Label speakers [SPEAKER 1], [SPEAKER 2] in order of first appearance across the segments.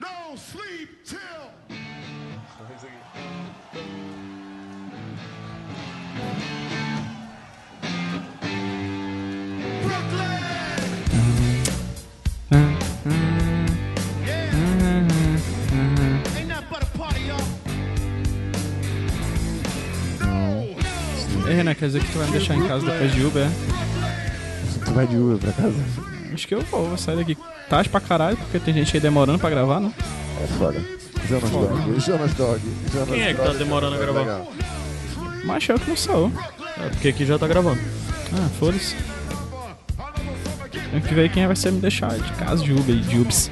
[SPEAKER 1] don't sleep till. Brooklyn! Yeah! Ain't nothing but a party, y'all. No!
[SPEAKER 2] Ei, Renan, É, né? quer dizer que tu vai me deixar em casa depois de Uber? é?
[SPEAKER 3] Tu vai de Uber pra casa?
[SPEAKER 2] Acho que eu vou, vou sair daqui tarde pra caralho, porque tem gente aí demorando pra gravar, né?
[SPEAKER 3] É foda. Jonas Dog, Jonas Dog, Jonas
[SPEAKER 4] Quem é que tá
[SPEAKER 3] Dog,
[SPEAKER 4] demorando a gravar?
[SPEAKER 3] legal.
[SPEAKER 2] Mas eu que não sou.
[SPEAKER 4] É porque aqui já tá gravando.
[SPEAKER 2] Ah, foda-se. Tem que ver quem vai ser me deixar de casa de Uber e de Ubs.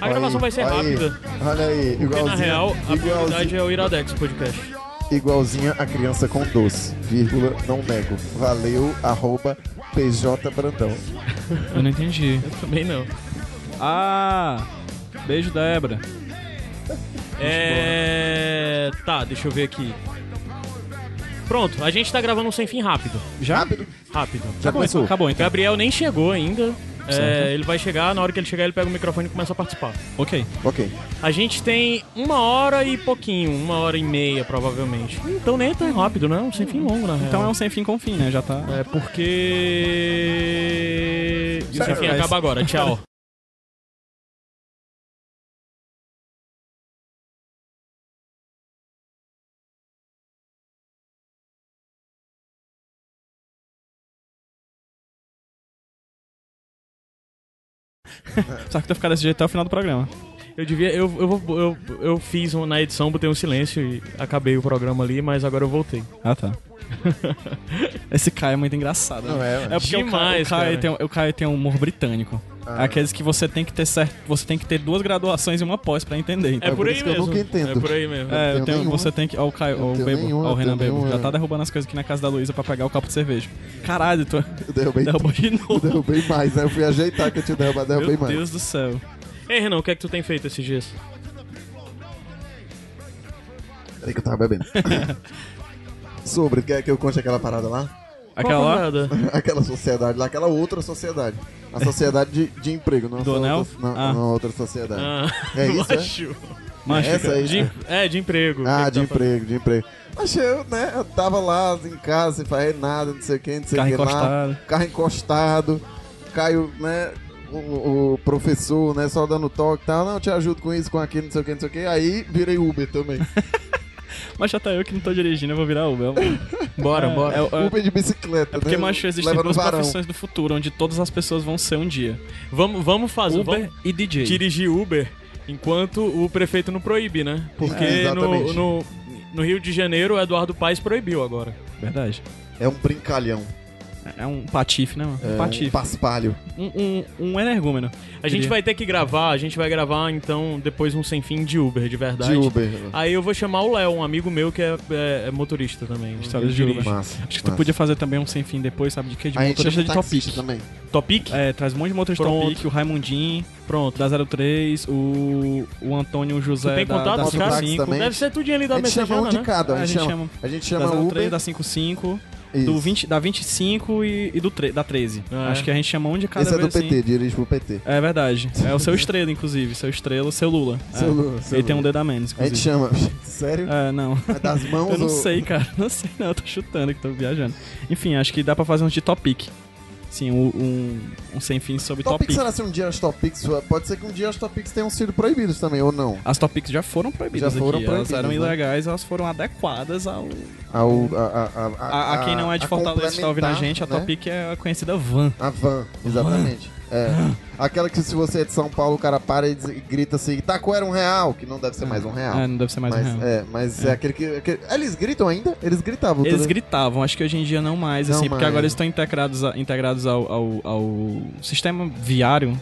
[SPEAKER 4] A gravação vai ser
[SPEAKER 3] Olha aí,
[SPEAKER 4] rápida. Porque
[SPEAKER 3] Olha aí, igualzinho.
[SPEAKER 4] na real, a é- prioridade
[SPEAKER 3] igualzinho,
[SPEAKER 4] é o Iradex Podcast.
[SPEAKER 3] igualzinho a criança com doce, vírgula, não nego. Valeu, arroba, PJ Brandão.
[SPEAKER 2] Eu não entendi.
[SPEAKER 4] Também não.
[SPEAKER 2] Ah! Beijo, Débora.
[SPEAKER 4] É. Tá, deixa eu ver aqui. Pronto, a gente tá gravando um sem fim rápido.
[SPEAKER 2] Já?
[SPEAKER 3] Rápido.
[SPEAKER 4] Rápido.
[SPEAKER 3] Já começou?
[SPEAKER 2] Acabou então.
[SPEAKER 4] Gabriel nem chegou ainda. É, ele vai chegar, na hora que ele chegar, ele pega o microfone e começa a participar.
[SPEAKER 2] Ok.
[SPEAKER 3] Ok.
[SPEAKER 4] A gente tem uma hora e pouquinho, uma hora e meia provavelmente. Então nem é tão rápido, né? É Um sem fim longo, na real.
[SPEAKER 2] Então é um sem fim com fim, né? Já tá.
[SPEAKER 4] É porque. E o sem fim
[SPEAKER 2] Mas-
[SPEAKER 4] acaba agora, tchau.
[SPEAKER 2] Só que tu vai ficar desse jeito até o final do programa.
[SPEAKER 4] Eu devia. Eu, eu, vou- eu, eu fiz um, na edição, botei um silêncio e acabei o programa ali, mas agora eu voltei.
[SPEAKER 2] Ah, tá. Esse Caio é muito engraçado. né?
[SPEAKER 3] Não é, mano.
[SPEAKER 2] É porque
[SPEAKER 4] Demais,
[SPEAKER 2] o Caio, o Caio
[SPEAKER 4] cara.
[SPEAKER 2] tem, um- o Caio tem um humor britânico.
[SPEAKER 3] Ah.
[SPEAKER 2] Aqueles que você tem que ter certo, você tem que ter duas graduações e uma pós pra entender.
[SPEAKER 4] É,
[SPEAKER 2] Então.
[SPEAKER 4] por
[SPEAKER 3] por
[SPEAKER 4] aí
[SPEAKER 3] isso que eu
[SPEAKER 4] mesmo.
[SPEAKER 3] nunca entendo.
[SPEAKER 4] É por aí mesmo.
[SPEAKER 2] É,
[SPEAKER 3] não
[SPEAKER 2] eu
[SPEAKER 3] tenho
[SPEAKER 2] tenho,
[SPEAKER 3] nenhuma.
[SPEAKER 2] você tem que. Ó, o Caio,
[SPEAKER 3] Eu
[SPEAKER 2] ó, o
[SPEAKER 3] tenho
[SPEAKER 2] Bebo,
[SPEAKER 3] nenhuma,
[SPEAKER 2] ó, o
[SPEAKER 3] eu
[SPEAKER 2] Renan
[SPEAKER 3] tenho
[SPEAKER 2] Bebo. Já
[SPEAKER 3] nenhuma.
[SPEAKER 2] tá derrubando as coisas aqui na casa da Luísa pra pegar o copo de cerveja. Caralho, tu
[SPEAKER 3] Eu derrubei,
[SPEAKER 2] derrubou de novo.
[SPEAKER 3] derrubei mais, né? Eu fui ajeitar que eu tinha derrubado, derrubei
[SPEAKER 2] Meu
[SPEAKER 3] mais.
[SPEAKER 2] Deus do céu.
[SPEAKER 4] Ei, Renan, o que é que tu tem feito esses dias?
[SPEAKER 3] Peraí que eu tava bebendo. Sobre, quer que eu conte aquela parada lá?
[SPEAKER 2] Aquela lá?
[SPEAKER 4] Nada.
[SPEAKER 3] Aquela sociedade lá, aquela outra sociedade. A sociedade de, de emprego, não é
[SPEAKER 2] Do
[SPEAKER 3] essa
[SPEAKER 2] Anel?
[SPEAKER 3] outra, não,
[SPEAKER 2] Ah.
[SPEAKER 3] não, outra sociedade.
[SPEAKER 4] Ah,
[SPEAKER 3] É isso, é?
[SPEAKER 4] acho.
[SPEAKER 2] Mas
[SPEAKER 3] Essa
[SPEAKER 2] fica-
[SPEAKER 3] aí.
[SPEAKER 4] De, é, de emprego.
[SPEAKER 3] Ah,
[SPEAKER 4] Que
[SPEAKER 3] de
[SPEAKER 4] tá falando.
[SPEAKER 3] emprego, de emprego. Mas eu, né, eu tava lá em casa, sem fazer nada, não sei o que, não sei o
[SPEAKER 2] Carro
[SPEAKER 3] que lá.
[SPEAKER 2] encostado.
[SPEAKER 3] Carro encostado. Caio, né, o, o professor, né, só dando toque e tal. Não, eu te ajudo com isso, com aquilo, não sei o que, não sei o que. Aí virei Uber também.
[SPEAKER 2] Mas já tá eu que não tô dirigindo, eu vou virar Uber.
[SPEAKER 4] Bora,
[SPEAKER 2] É,
[SPEAKER 4] bora.
[SPEAKER 2] é, é,
[SPEAKER 3] Uber de bicicleta,
[SPEAKER 2] é porque,
[SPEAKER 3] né?
[SPEAKER 2] macho, existem
[SPEAKER 3] Leva no
[SPEAKER 2] duas
[SPEAKER 3] varão.
[SPEAKER 2] profissões do futuro, onde todas as pessoas vão ser um dia.
[SPEAKER 4] Vamos, vamos fazer.
[SPEAKER 2] Uber
[SPEAKER 4] Vamos
[SPEAKER 2] e DJ.
[SPEAKER 4] dirigir Uber enquanto o prefeito não proíbe, né? Porque
[SPEAKER 3] É,
[SPEAKER 4] no,
[SPEAKER 3] exatamente.
[SPEAKER 4] no, no Rio de Janeiro, o Eduardo Paes proibiu agora.
[SPEAKER 2] Verdade.
[SPEAKER 3] É um brincalhão.
[SPEAKER 2] É um patife, né, mano?
[SPEAKER 3] É
[SPEAKER 2] um
[SPEAKER 3] um
[SPEAKER 2] patife.
[SPEAKER 3] paspalho.
[SPEAKER 2] Um, um, um energúmeno.
[SPEAKER 4] A gente vai ter que gravar, a gente vai gravar então depois um sem fim de Uber, de verdade.
[SPEAKER 3] De Uber.
[SPEAKER 4] Aí eu vou chamar o Léo, um amigo meu que é, é- é motorista também. Então,
[SPEAKER 2] História de Uber.
[SPEAKER 3] Massa.
[SPEAKER 2] Acho que tu
[SPEAKER 3] massa.
[SPEAKER 2] podia fazer também um sem fim depois, sabe? De quê? De
[SPEAKER 3] A gente
[SPEAKER 2] motorista
[SPEAKER 3] chama
[SPEAKER 2] de
[SPEAKER 3] de
[SPEAKER 2] topic.
[SPEAKER 3] taxista também.
[SPEAKER 4] Topic?
[SPEAKER 2] É, traz um monte de motorista
[SPEAKER 4] Pronto.
[SPEAKER 2] topic, o Raimundinho,
[SPEAKER 4] Pronto.
[SPEAKER 2] da 03, o, o Antônio José
[SPEAKER 4] Tu tem
[SPEAKER 2] é da,
[SPEAKER 4] contato
[SPEAKER 2] da
[SPEAKER 4] com os caras?
[SPEAKER 2] 55.
[SPEAKER 3] Também.
[SPEAKER 4] Deve ser tudinho ali
[SPEAKER 3] A
[SPEAKER 4] da
[SPEAKER 3] gente chama um
[SPEAKER 4] mensagem,
[SPEAKER 3] de
[SPEAKER 4] né?
[SPEAKER 3] cada.
[SPEAKER 2] Ah,
[SPEAKER 3] A gente chama, a gente chama
[SPEAKER 2] da 03,
[SPEAKER 3] Uber.
[SPEAKER 2] da 55, do
[SPEAKER 3] Isso.
[SPEAKER 2] 20, da 25 e, e do tre- da 13.
[SPEAKER 4] Ah, é.
[SPEAKER 2] Acho que a gente chama um de cada
[SPEAKER 3] Esse é do
[SPEAKER 2] vez, assim.
[SPEAKER 3] PT, dirige pro PT.
[SPEAKER 2] É verdade. É o seu estrela, inclusive. Seu estrela, seu Lula.
[SPEAKER 3] Seu
[SPEAKER 2] É.
[SPEAKER 3] Lula, seu
[SPEAKER 2] Ele tem um
[SPEAKER 3] Lula.
[SPEAKER 2] dedo a menos,
[SPEAKER 3] A gente
[SPEAKER 2] inclusive.
[SPEAKER 3] chama. Sério?
[SPEAKER 2] É, não.
[SPEAKER 3] É das mãos
[SPEAKER 2] Eu não
[SPEAKER 3] ou-
[SPEAKER 2] sei, cara. Não sei, não. Eu tô chutando que tô viajando. Enfim, acho que dá pra fazer um de topic. Sim, um, um, um sem fim sobre
[SPEAKER 3] Topics
[SPEAKER 2] topic.
[SPEAKER 3] será se um dia as Topics. Pode ser que um dia as Topics tenham sido proibidas também, ou não.
[SPEAKER 2] As topics já foram proibidas
[SPEAKER 3] Já foram
[SPEAKER 2] aqui.
[SPEAKER 3] proibidas,
[SPEAKER 2] elas eram
[SPEAKER 3] né?
[SPEAKER 2] ilegais, elas foram adequadas ao.
[SPEAKER 3] Ao- a, a, a-
[SPEAKER 2] A, a quem não é de
[SPEAKER 3] a
[SPEAKER 2] Fortaleza que está ouvindo a gente, a
[SPEAKER 3] complementar, né?
[SPEAKER 2] topic é a conhecida van.
[SPEAKER 3] A van, exatamente. É. Aquela que se você é de São Paulo, o cara para e diz- e grita assim, Itaco era um real, que não deve ser mais um real.
[SPEAKER 2] Ah, não deve ser mais
[SPEAKER 3] mas,
[SPEAKER 2] um real.
[SPEAKER 3] É, mas é, aquele que. aquele- Eles gritam ainda? Eles gritavam.
[SPEAKER 2] Eles
[SPEAKER 3] tudo.
[SPEAKER 2] gritavam, acho que hoje em dia não mais,
[SPEAKER 3] Não
[SPEAKER 2] assim, porque
[SPEAKER 3] mais.
[SPEAKER 2] agora eles estão integrados, a- integrados ao, ao- ao sistema viário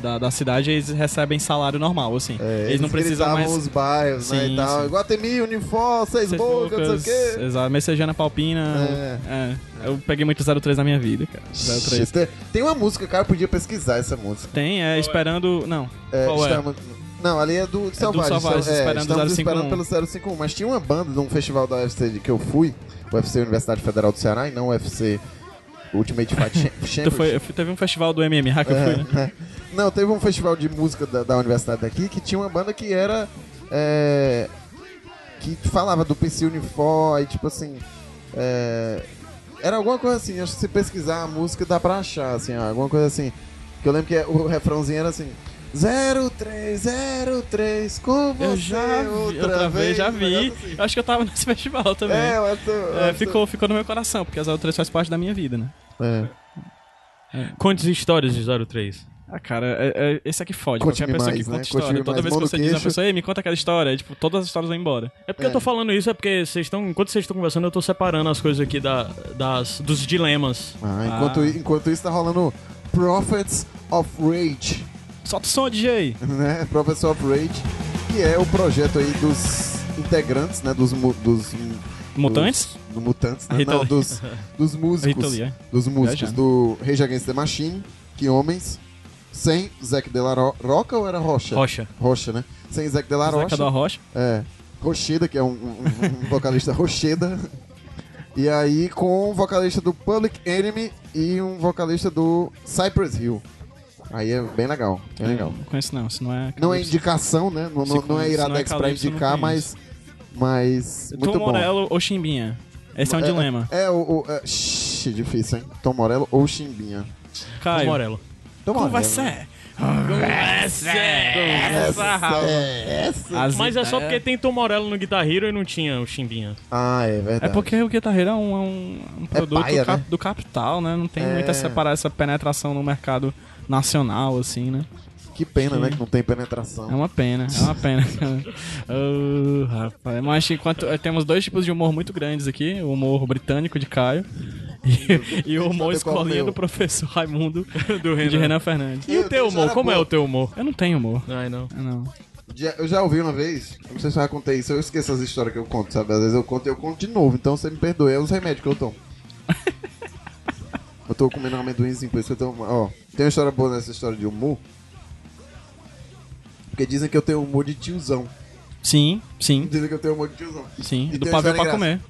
[SPEAKER 2] da, da cidade e eles recebem salário normal, assim.
[SPEAKER 3] Uhum. É,
[SPEAKER 2] eles, não precisam
[SPEAKER 3] gritavam
[SPEAKER 2] mais.
[SPEAKER 3] os bairros, né,
[SPEAKER 2] Sim,
[SPEAKER 3] e tal.
[SPEAKER 2] sim.
[SPEAKER 3] Guatemi, Unifor, Seis
[SPEAKER 2] Seis
[SPEAKER 3] Bocas, não
[SPEAKER 2] Bocas, é,
[SPEAKER 3] sei o quê.
[SPEAKER 2] Exato, Messejana Palpina. É, Eu peguei muito 03 na minha vida, cara. 03.
[SPEAKER 3] Tem- Tem uma música, cara, eu podia pesquisar essa música.
[SPEAKER 2] Tem, é, esperando. Não.
[SPEAKER 3] É,
[SPEAKER 2] Qual é?
[SPEAKER 3] estamos- Não, ali é do Selvagem.
[SPEAKER 2] Selvagem,
[SPEAKER 3] Então, é,
[SPEAKER 2] esperando
[SPEAKER 3] estamos
[SPEAKER 2] 051.
[SPEAKER 3] esperando pelo 051. Mas tinha um uma banda de um festival da UFC de que eu fui, o UFC Universidade Federal do Ceará, e não o UFC Ultimate Fight
[SPEAKER 2] Tu
[SPEAKER 3] Champion.
[SPEAKER 2] foi, teve um festival do MMA que eu
[SPEAKER 3] É.
[SPEAKER 2] fui, né?
[SPEAKER 3] Não, teve um festival de música da, da universidade daqui que tinha uma banda que era. é, que falava do PC Unifor e tipo assim. é, era alguma coisa assim, acho que se pesquisar a música dá pra achar, assim, ó, alguma coisa assim. Que eu lembro que o refrãozinho era assim. 0303 com você
[SPEAKER 2] Eu já vi, outra, vez, já
[SPEAKER 3] um
[SPEAKER 2] vi.
[SPEAKER 3] negócio assim.
[SPEAKER 2] Eu acho que eu tava nesse festival também.
[SPEAKER 3] É, eu acho- eu
[SPEAKER 2] É,
[SPEAKER 3] acho-
[SPEAKER 2] ficou, ficou no meu coração, porque as outras faz parte da minha vida, né?
[SPEAKER 3] É.
[SPEAKER 4] Conte histórias de 03.
[SPEAKER 2] Ah, cara, é- é- esse aqui fode.
[SPEAKER 3] Conte-me
[SPEAKER 2] Qualquer pessoa que
[SPEAKER 3] mais,
[SPEAKER 2] conta
[SPEAKER 3] né?
[SPEAKER 2] história.
[SPEAKER 3] Conte-me
[SPEAKER 2] Toda
[SPEAKER 3] mais.
[SPEAKER 2] vez
[SPEAKER 3] Mão
[SPEAKER 2] que
[SPEAKER 3] no
[SPEAKER 2] você diz a
[SPEAKER 3] queixo.
[SPEAKER 2] pessoa, ei, me conta aquela história. e, Tipo, todas as histórias vão embora.
[SPEAKER 4] É porque
[SPEAKER 3] É.
[SPEAKER 4] eu tô falando isso, é porque vocês estão. Enquanto vocês estão conversando, eu tô separando as coisas aqui da, das, dos dilemas.
[SPEAKER 3] Ah, enquanto,
[SPEAKER 2] Ah.
[SPEAKER 3] enquanto isso tá rolando Prophets of Rage.
[SPEAKER 2] Solta o som, DJ!
[SPEAKER 3] né? Professor of Rage, que é o projeto aí dos integrantes, né? Dos, mu- dos
[SPEAKER 2] Mutantes?
[SPEAKER 3] dos- do mutantes, né?
[SPEAKER 2] Rita
[SPEAKER 3] não,
[SPEAKER 2] Lee.
[SPEAKER 3] dos, dos
[SPEAKER 2] Rita
[SPEAKER 3] músicos,
[SPEAKER 2] Lee, é.
[SPEAKER 3] dos músicos
[SPEAKER 2] Viajando.
[SPEAKER 3] do Rage Against the Machine, que homens, sem Zac de la Ro- Roca ou era Rocha?
[SPEAKER 4] Rocha.
[SPEAKER 3] Rocha, né? Sem Zac de la
[SPEAKER 2] Zeca
[SPEAKER 3] Rocha.
[SPEAKER 2] da Rocha.
[SPEAKER 3] É. Rocheda, que é um, um- um vocalista Rocheda. E aí com um vocalista do Public Enemy e um vocalista do Cypress Hill. Aí é bem legal, bem legal.
[SPEAKER 2] Não conheço não, isso não é...
[SPEAKER 3] Não é indicação, né? Não, não,
[SPEAKER 2] Se
[SPEAKER 3] não é
[SPEAKER 2] conhece,
[SPEAKER 3] Iradex
[SPEAKER 2] não é
[SPEAKER 3] pra
[SPEAKER 2] Calypso,
[SPEAKER 3] indicar,
[SPEAKER 2] não
[SPEAKER 3] mas. Mas. Muito
[SPEAKER 2] Tom
[SPEAKER 3] bom.
[SPEAKER 2] Morello ou Chimbinha? Esse é um dilema.
[SPEAKER 3] É, o. o é, shhh, difícil, hein? Tom Morello ou Chimbinha?
[SPEAKER 4] Caio.
[SPEAKER 2] Caio,
[SPEAKER 4] Morello.
[SPEAKER 3] Tom
[SPEAKER 2] como
[SPEAKER 3] Morello. né?
[SPEAKER 2] vai ser?
[SPEAKER 3] Essa, é essa.
[SPEAKER 2] As
[SPEAKER 4] Mas é só
[SPEAKER 2] ideias-
[SPEAKER 4] porque tem Tom Morello no Guitar Hero e não tinha o Chimbinha.
[SPEAKER 3] Ah, é verdade.
[SPEAKER 2] É porque o guitarreiro é um, é um- um produto
[SPEAKER 3] paia,
[SPEAKER 2] cap-
[SPEAKER 3] né?
[SPEAKER 2] do capital, né? Não tem
[SPEAKER 3] É.
[SPEAKER 2] muita separar essa penetração no mercado nacional, assim, né?
[SPEAKER 3] Que pena, né? Que não tem penetração.
[SPEAKER 2] É uma pena, é uma pena. Ô, rapaz. Mas acho que enquanto, eh, temos dois tipos de humor muito grandes aqui: o humor britânico de Caio e, e o humor
[SPEAKER 3] saber qual é o
[SPEAKER 2] escolinha
[SPEAKER 3] meu.
[SPEAKER 2] do professor Raimundo de
[SPEAKER 4] Do Renan.
[SPEAKER 2] Renan Fernandes.
[SPEAKER 4] E o teu humor? Como é o teu humor?
[SPEAKER 2] Eu não tenho humor.
[SPEAKER 4] Ai, não.
[SPEAKER 2] Não.
[SPEAKER 3] Já- eu já ouvi uma vez, eu não sei se eu já contei isso, eu esqueço as histórias que eu conto, sabe? Às vezes eu conto e eu conto de novo, então você me perdoe, é os remédios que eu tomo. eu tô comendo um amendoimzinho, por isso que eu tomo. Ó, tem uma história boa nessa história de humor. Porque dizem que eu tenho humor de tiozão.
[SPEAKER 2] Sim, sim,
[SPEAKER 3] Dizem que eu tenho humor de tiozão.
[SPEAKER 2] sim.
[SPEAKER 3] E
[SPEAKER 2] do
[SPEAKER 3] tem
[SPEAKER 2] pavê
[SPEAKER 3] história
[SPEAKER 2] pra comer.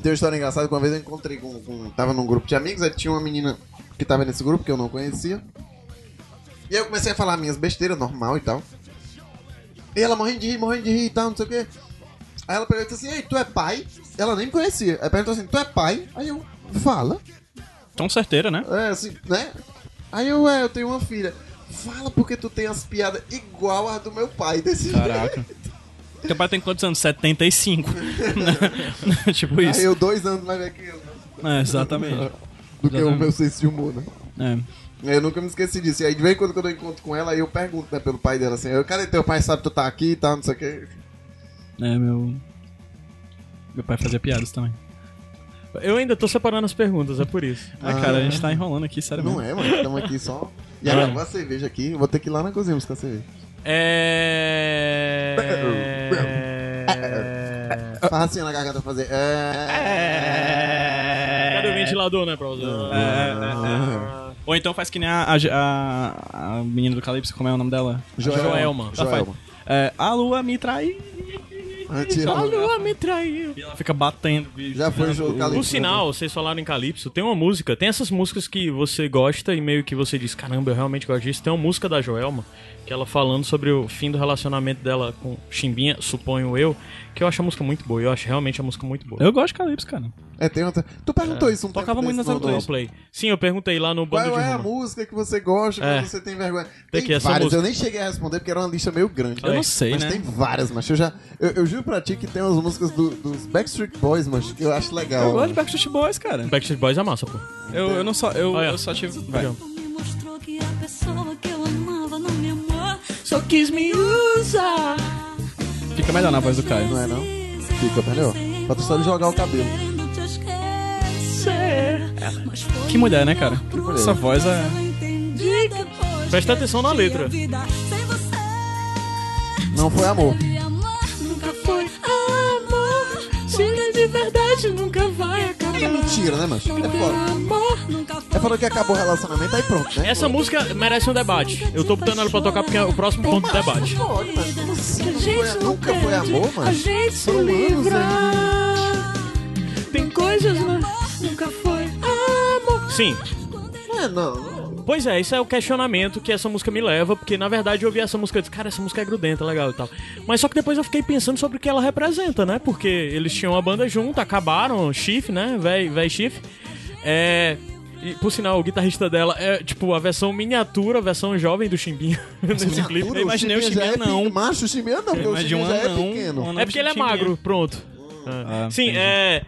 [SPEAKER 3] Tem uma história engraçada que uma vez eu encontrei com, com- Tava num grupo de amigos, aí tinha uma menina que tava nesse grupo que eu não conhecia. E aí eu comecei a falar minhas besteiras, normal e tal. E ela morrendo de rir, morrendo de rir e tal, não sei o quê. Aí ela perguntou assim, ei, tu é pai? Ela nem me conhecia. Aí perguntou assim, tu é pai? Aí eu, fala.
[SPEAKER 2] Tão certeira, né?
[SPEAKER 3] É, assim, né? Aí eu, é, eu tenho uma filha. Fala porque tu tem as piadas igual as do meu pai desse jeito.
[SPEAKER 2] Caraca. Teu pai tem quantos anos? 75. né? tipo
[SPEAKER 3] Aí
[SPEAKER 2] isso.
[SPEAKER 3] eu, dois anos mais velho que eu. né?
[SPEAKER 2] É, exatamente.
[SPEAKER 3] Do que o
[SPEAKER 2] Exatamente.
[SPEAKER 3] meu senso de humor, né?
[SPEAKER 2] É.
[SPEAKER 3] Eu nunca me esqueci disso. E aí, de vez em quando, quando eu encontro com ela, aí eu pergunto, né, pelo pai dela, assim, eu, cadê teu pai, sabe tu tá aqui e tal, não sei o quê.
[SPEAKER 2] É, meu. Meu pai fazia piadas também.
[SPEAKER 4] Eu ainda tô separando as perguntas, é por isso.
[SPEAKER 2] Ah, cara, a gente tá enrolando aqui, sério
[SPEAKER 3] Não
[SPEAKER 2] mesmo.
[SPEAKER 3] é, mano, estamos aqui só... E
[SPEAKER 4] Ah.
[SPEAKER 3] agora, a cerveja aqui, eu vou ter que ir lá na cozinha buscar cerveja.
[SPEAKER 4] É.
[SPEAKER 3] Faz assim na garganta pra fazer... É...
[SPEAKER 4] Cadê o ventilador, né, professor?
[SPEAKER 2] É, é, é. Ou então faz que nem a, a, a- a menina do Calypso, como é o nome dela?
[SPEAKER 4] Joelma.
[SPEAKER 2] Ela faz,
[SPEAKER 3] Joelma.
[SPEAKER 2] é, a lua me traiu.
[SPEAKER 4] A
[SPEAKER 3] Joelma.
[SPEAKER 4] lua me traiu.
[SPEAKER 2] E ela fica batendo. bicho.
[SPEAKER 3] Já foi o jogo
[SPEAKER 4] Por
[SPEAKER 3] Calypso.
[SPEAKER 4] sinal, vocês falaram em Calypso, tem uma música, tem essas músicas que você gosta e meio que você diz, caramba, eu realmente gosto disso. Tem uma música da Joelma, que ela falando sobre o fim do relacionamento dela com Chimbinha, suponho eu, que eu acho a música muito boa, eu acho realmente a música muito boa.
[SPEAKER 2] Eu gosto de Calypso, cara.
[SPEAKER 3] É, tem outra... Tu perguntou isso um
[SPEAKER 2] Tocava
[SPEAKER 3] tempo
[SPEAKER 2] muito
[SPEAKER 3] desse
[SPEAKER 2] nas
[SPEAKER 3] no-
[SPEAKER 2] outras.
[SPEAKER 3] no-
[SPEAKER 4] Não, play. Sim, eu perguntei lá no bando
[SPEAKER 3] Qual
[SPEAKER 4] de
[SPEAKER 3] é a
[SPEAKER 4] Roma.
[SPEAKER 3] música que você gosta,
[SPEAKER 4] É.
[SPEAKER 3] que você tem vergonha?
[SPEAKER 4] Tem
[SPEAKER 3] Tem,
[SPEAKER 4] que essa
[SPEAKER 3] várias,
[SPEAKER 4] música.
[SPEAKER 3] eu nem cheguei a responder porque era uma lista meio grande.
[SPEAKER 2] Eu não sei,
[SPEAKER 3] mas
[SPEAKER 2] né?
[SPEAKER 3] tem várias, mas eu já. Eu, eu juro pra ti que tem umas músicas do- dos Backstreet Boys, mas que eu acho legal.
[SPEAKER 2] Eu gosto de Backstreet Boys, cara.
[SPEAKER 4] Backstreet Boys é massa, pô.
[SPEAKER 2] Eu, eu não só. Eu,
[SPEAKER 4] Olha.
[SPEAKER 2] eu só tive. Vai.
[SPEAKER 4] Olha.
[SPEAKER 5] me mostrou que a pessoa que eu amava não me amou.
[SPEAKER 4] Só quis me usar.
[SPEAKER 2] Fica melhor na voz do Caio.
[SPEAKER 3] Não é não? Fica melhor. Pra tu só ele jogar o cabelo.
[SPEAKER 5] Querendo te esquecer, mas foi
[SPEAKER 2] Que mulher, né, cara?
[SPEAKER 5] melhor pra
[SPEAKER 2] Essa voz é.
[SPEAKER 5] eu entender depois
[SPEAKER 4] Presta atenção na
[SPEAKER 5] que a
[SPEAKER 4] letra.
[SPEAKER 5] vida sem você
[SPEAKER 3] Não foi amor.
[SPEAKER 5] teve amor, nunca foi amor. Chega de verdade, nunca vai acabar.
[SPEAKER 3] É mentira, né, macho? É foda.
[SPEAKER 5] Amor, nunca foi
[SPEAKER 3] É falando que acabou o relacionamento, aí pronto, né?
[SPEAKER 4] Essa música merece um debate. Eu tô botando ela pra tocar porque é o próximo ponto do debate.
[SPEAKER 3] Pode, mas como assim?
[SPEAKER 5] A
[SPEAKER 3] Não
[SPEAKER 5] gente
[SPEAKER 3] foi-
[SPEAKER 5] não
[SPEAKER 3] Nunca foi
[SPEAKER 5] perde,
[SPEAKER 3] amor,
[SPEAKER 5] A
[SPEAKER 3] mano.
[SPEAKER 5] gente se
[SPEAKER 3] Foram anos,
[SPEAKER 5] livra.
[SPEAKER 3] né?
[SPEAKER 5] Tem coisas, né? Nunca foi amor.
[SPEAKER 4] Sim.
[SPEAKER 3] É, não.
[SPEAKER 4] Pois é, isso é o questionamento que essa música me leva, porque na verdade eu ouvi essa música e disse, cara, essa música é grudenta, legal e tal. Mas só que depois eu fiquei pensando sobre o que ela representa, né? Porque eles tinham uma banda junto, acabaram, Chief, né? Véi, véi Chief. É. E, por sinal, o guitarrista dela é tipo a versão miniatura, a versão jovem do Chimbinha nesse clipe.
[SPEAKER 3] Miniatura,
[SPEAKER 2] imaginei o
[SPEAKER 3] já é
[SPEAKER 2] Chimbinha
[SPEAKER 3] pe-
[SPEAKER 2] não.
[SPEAKER 3] Macho, o Chimbinha não, porque o
[SPEAKER 2] Mas de um
[SPEAKER 3] Chimbinha já é
[SPEAKER 2] anão,
[SPEAKER 3] pequeno.
[SPEAKER 2] um anão
[SPEAKER 4] É porque ele é
[SPEAKER 2] chimbinha.
[SPEAKER 4] magro, pronto. Ah.
[SPEAKER 2] Ah,
[SPEAKER 4] Sim,
[SPEAKER 2] entendi.
[SPEAKER 4] é.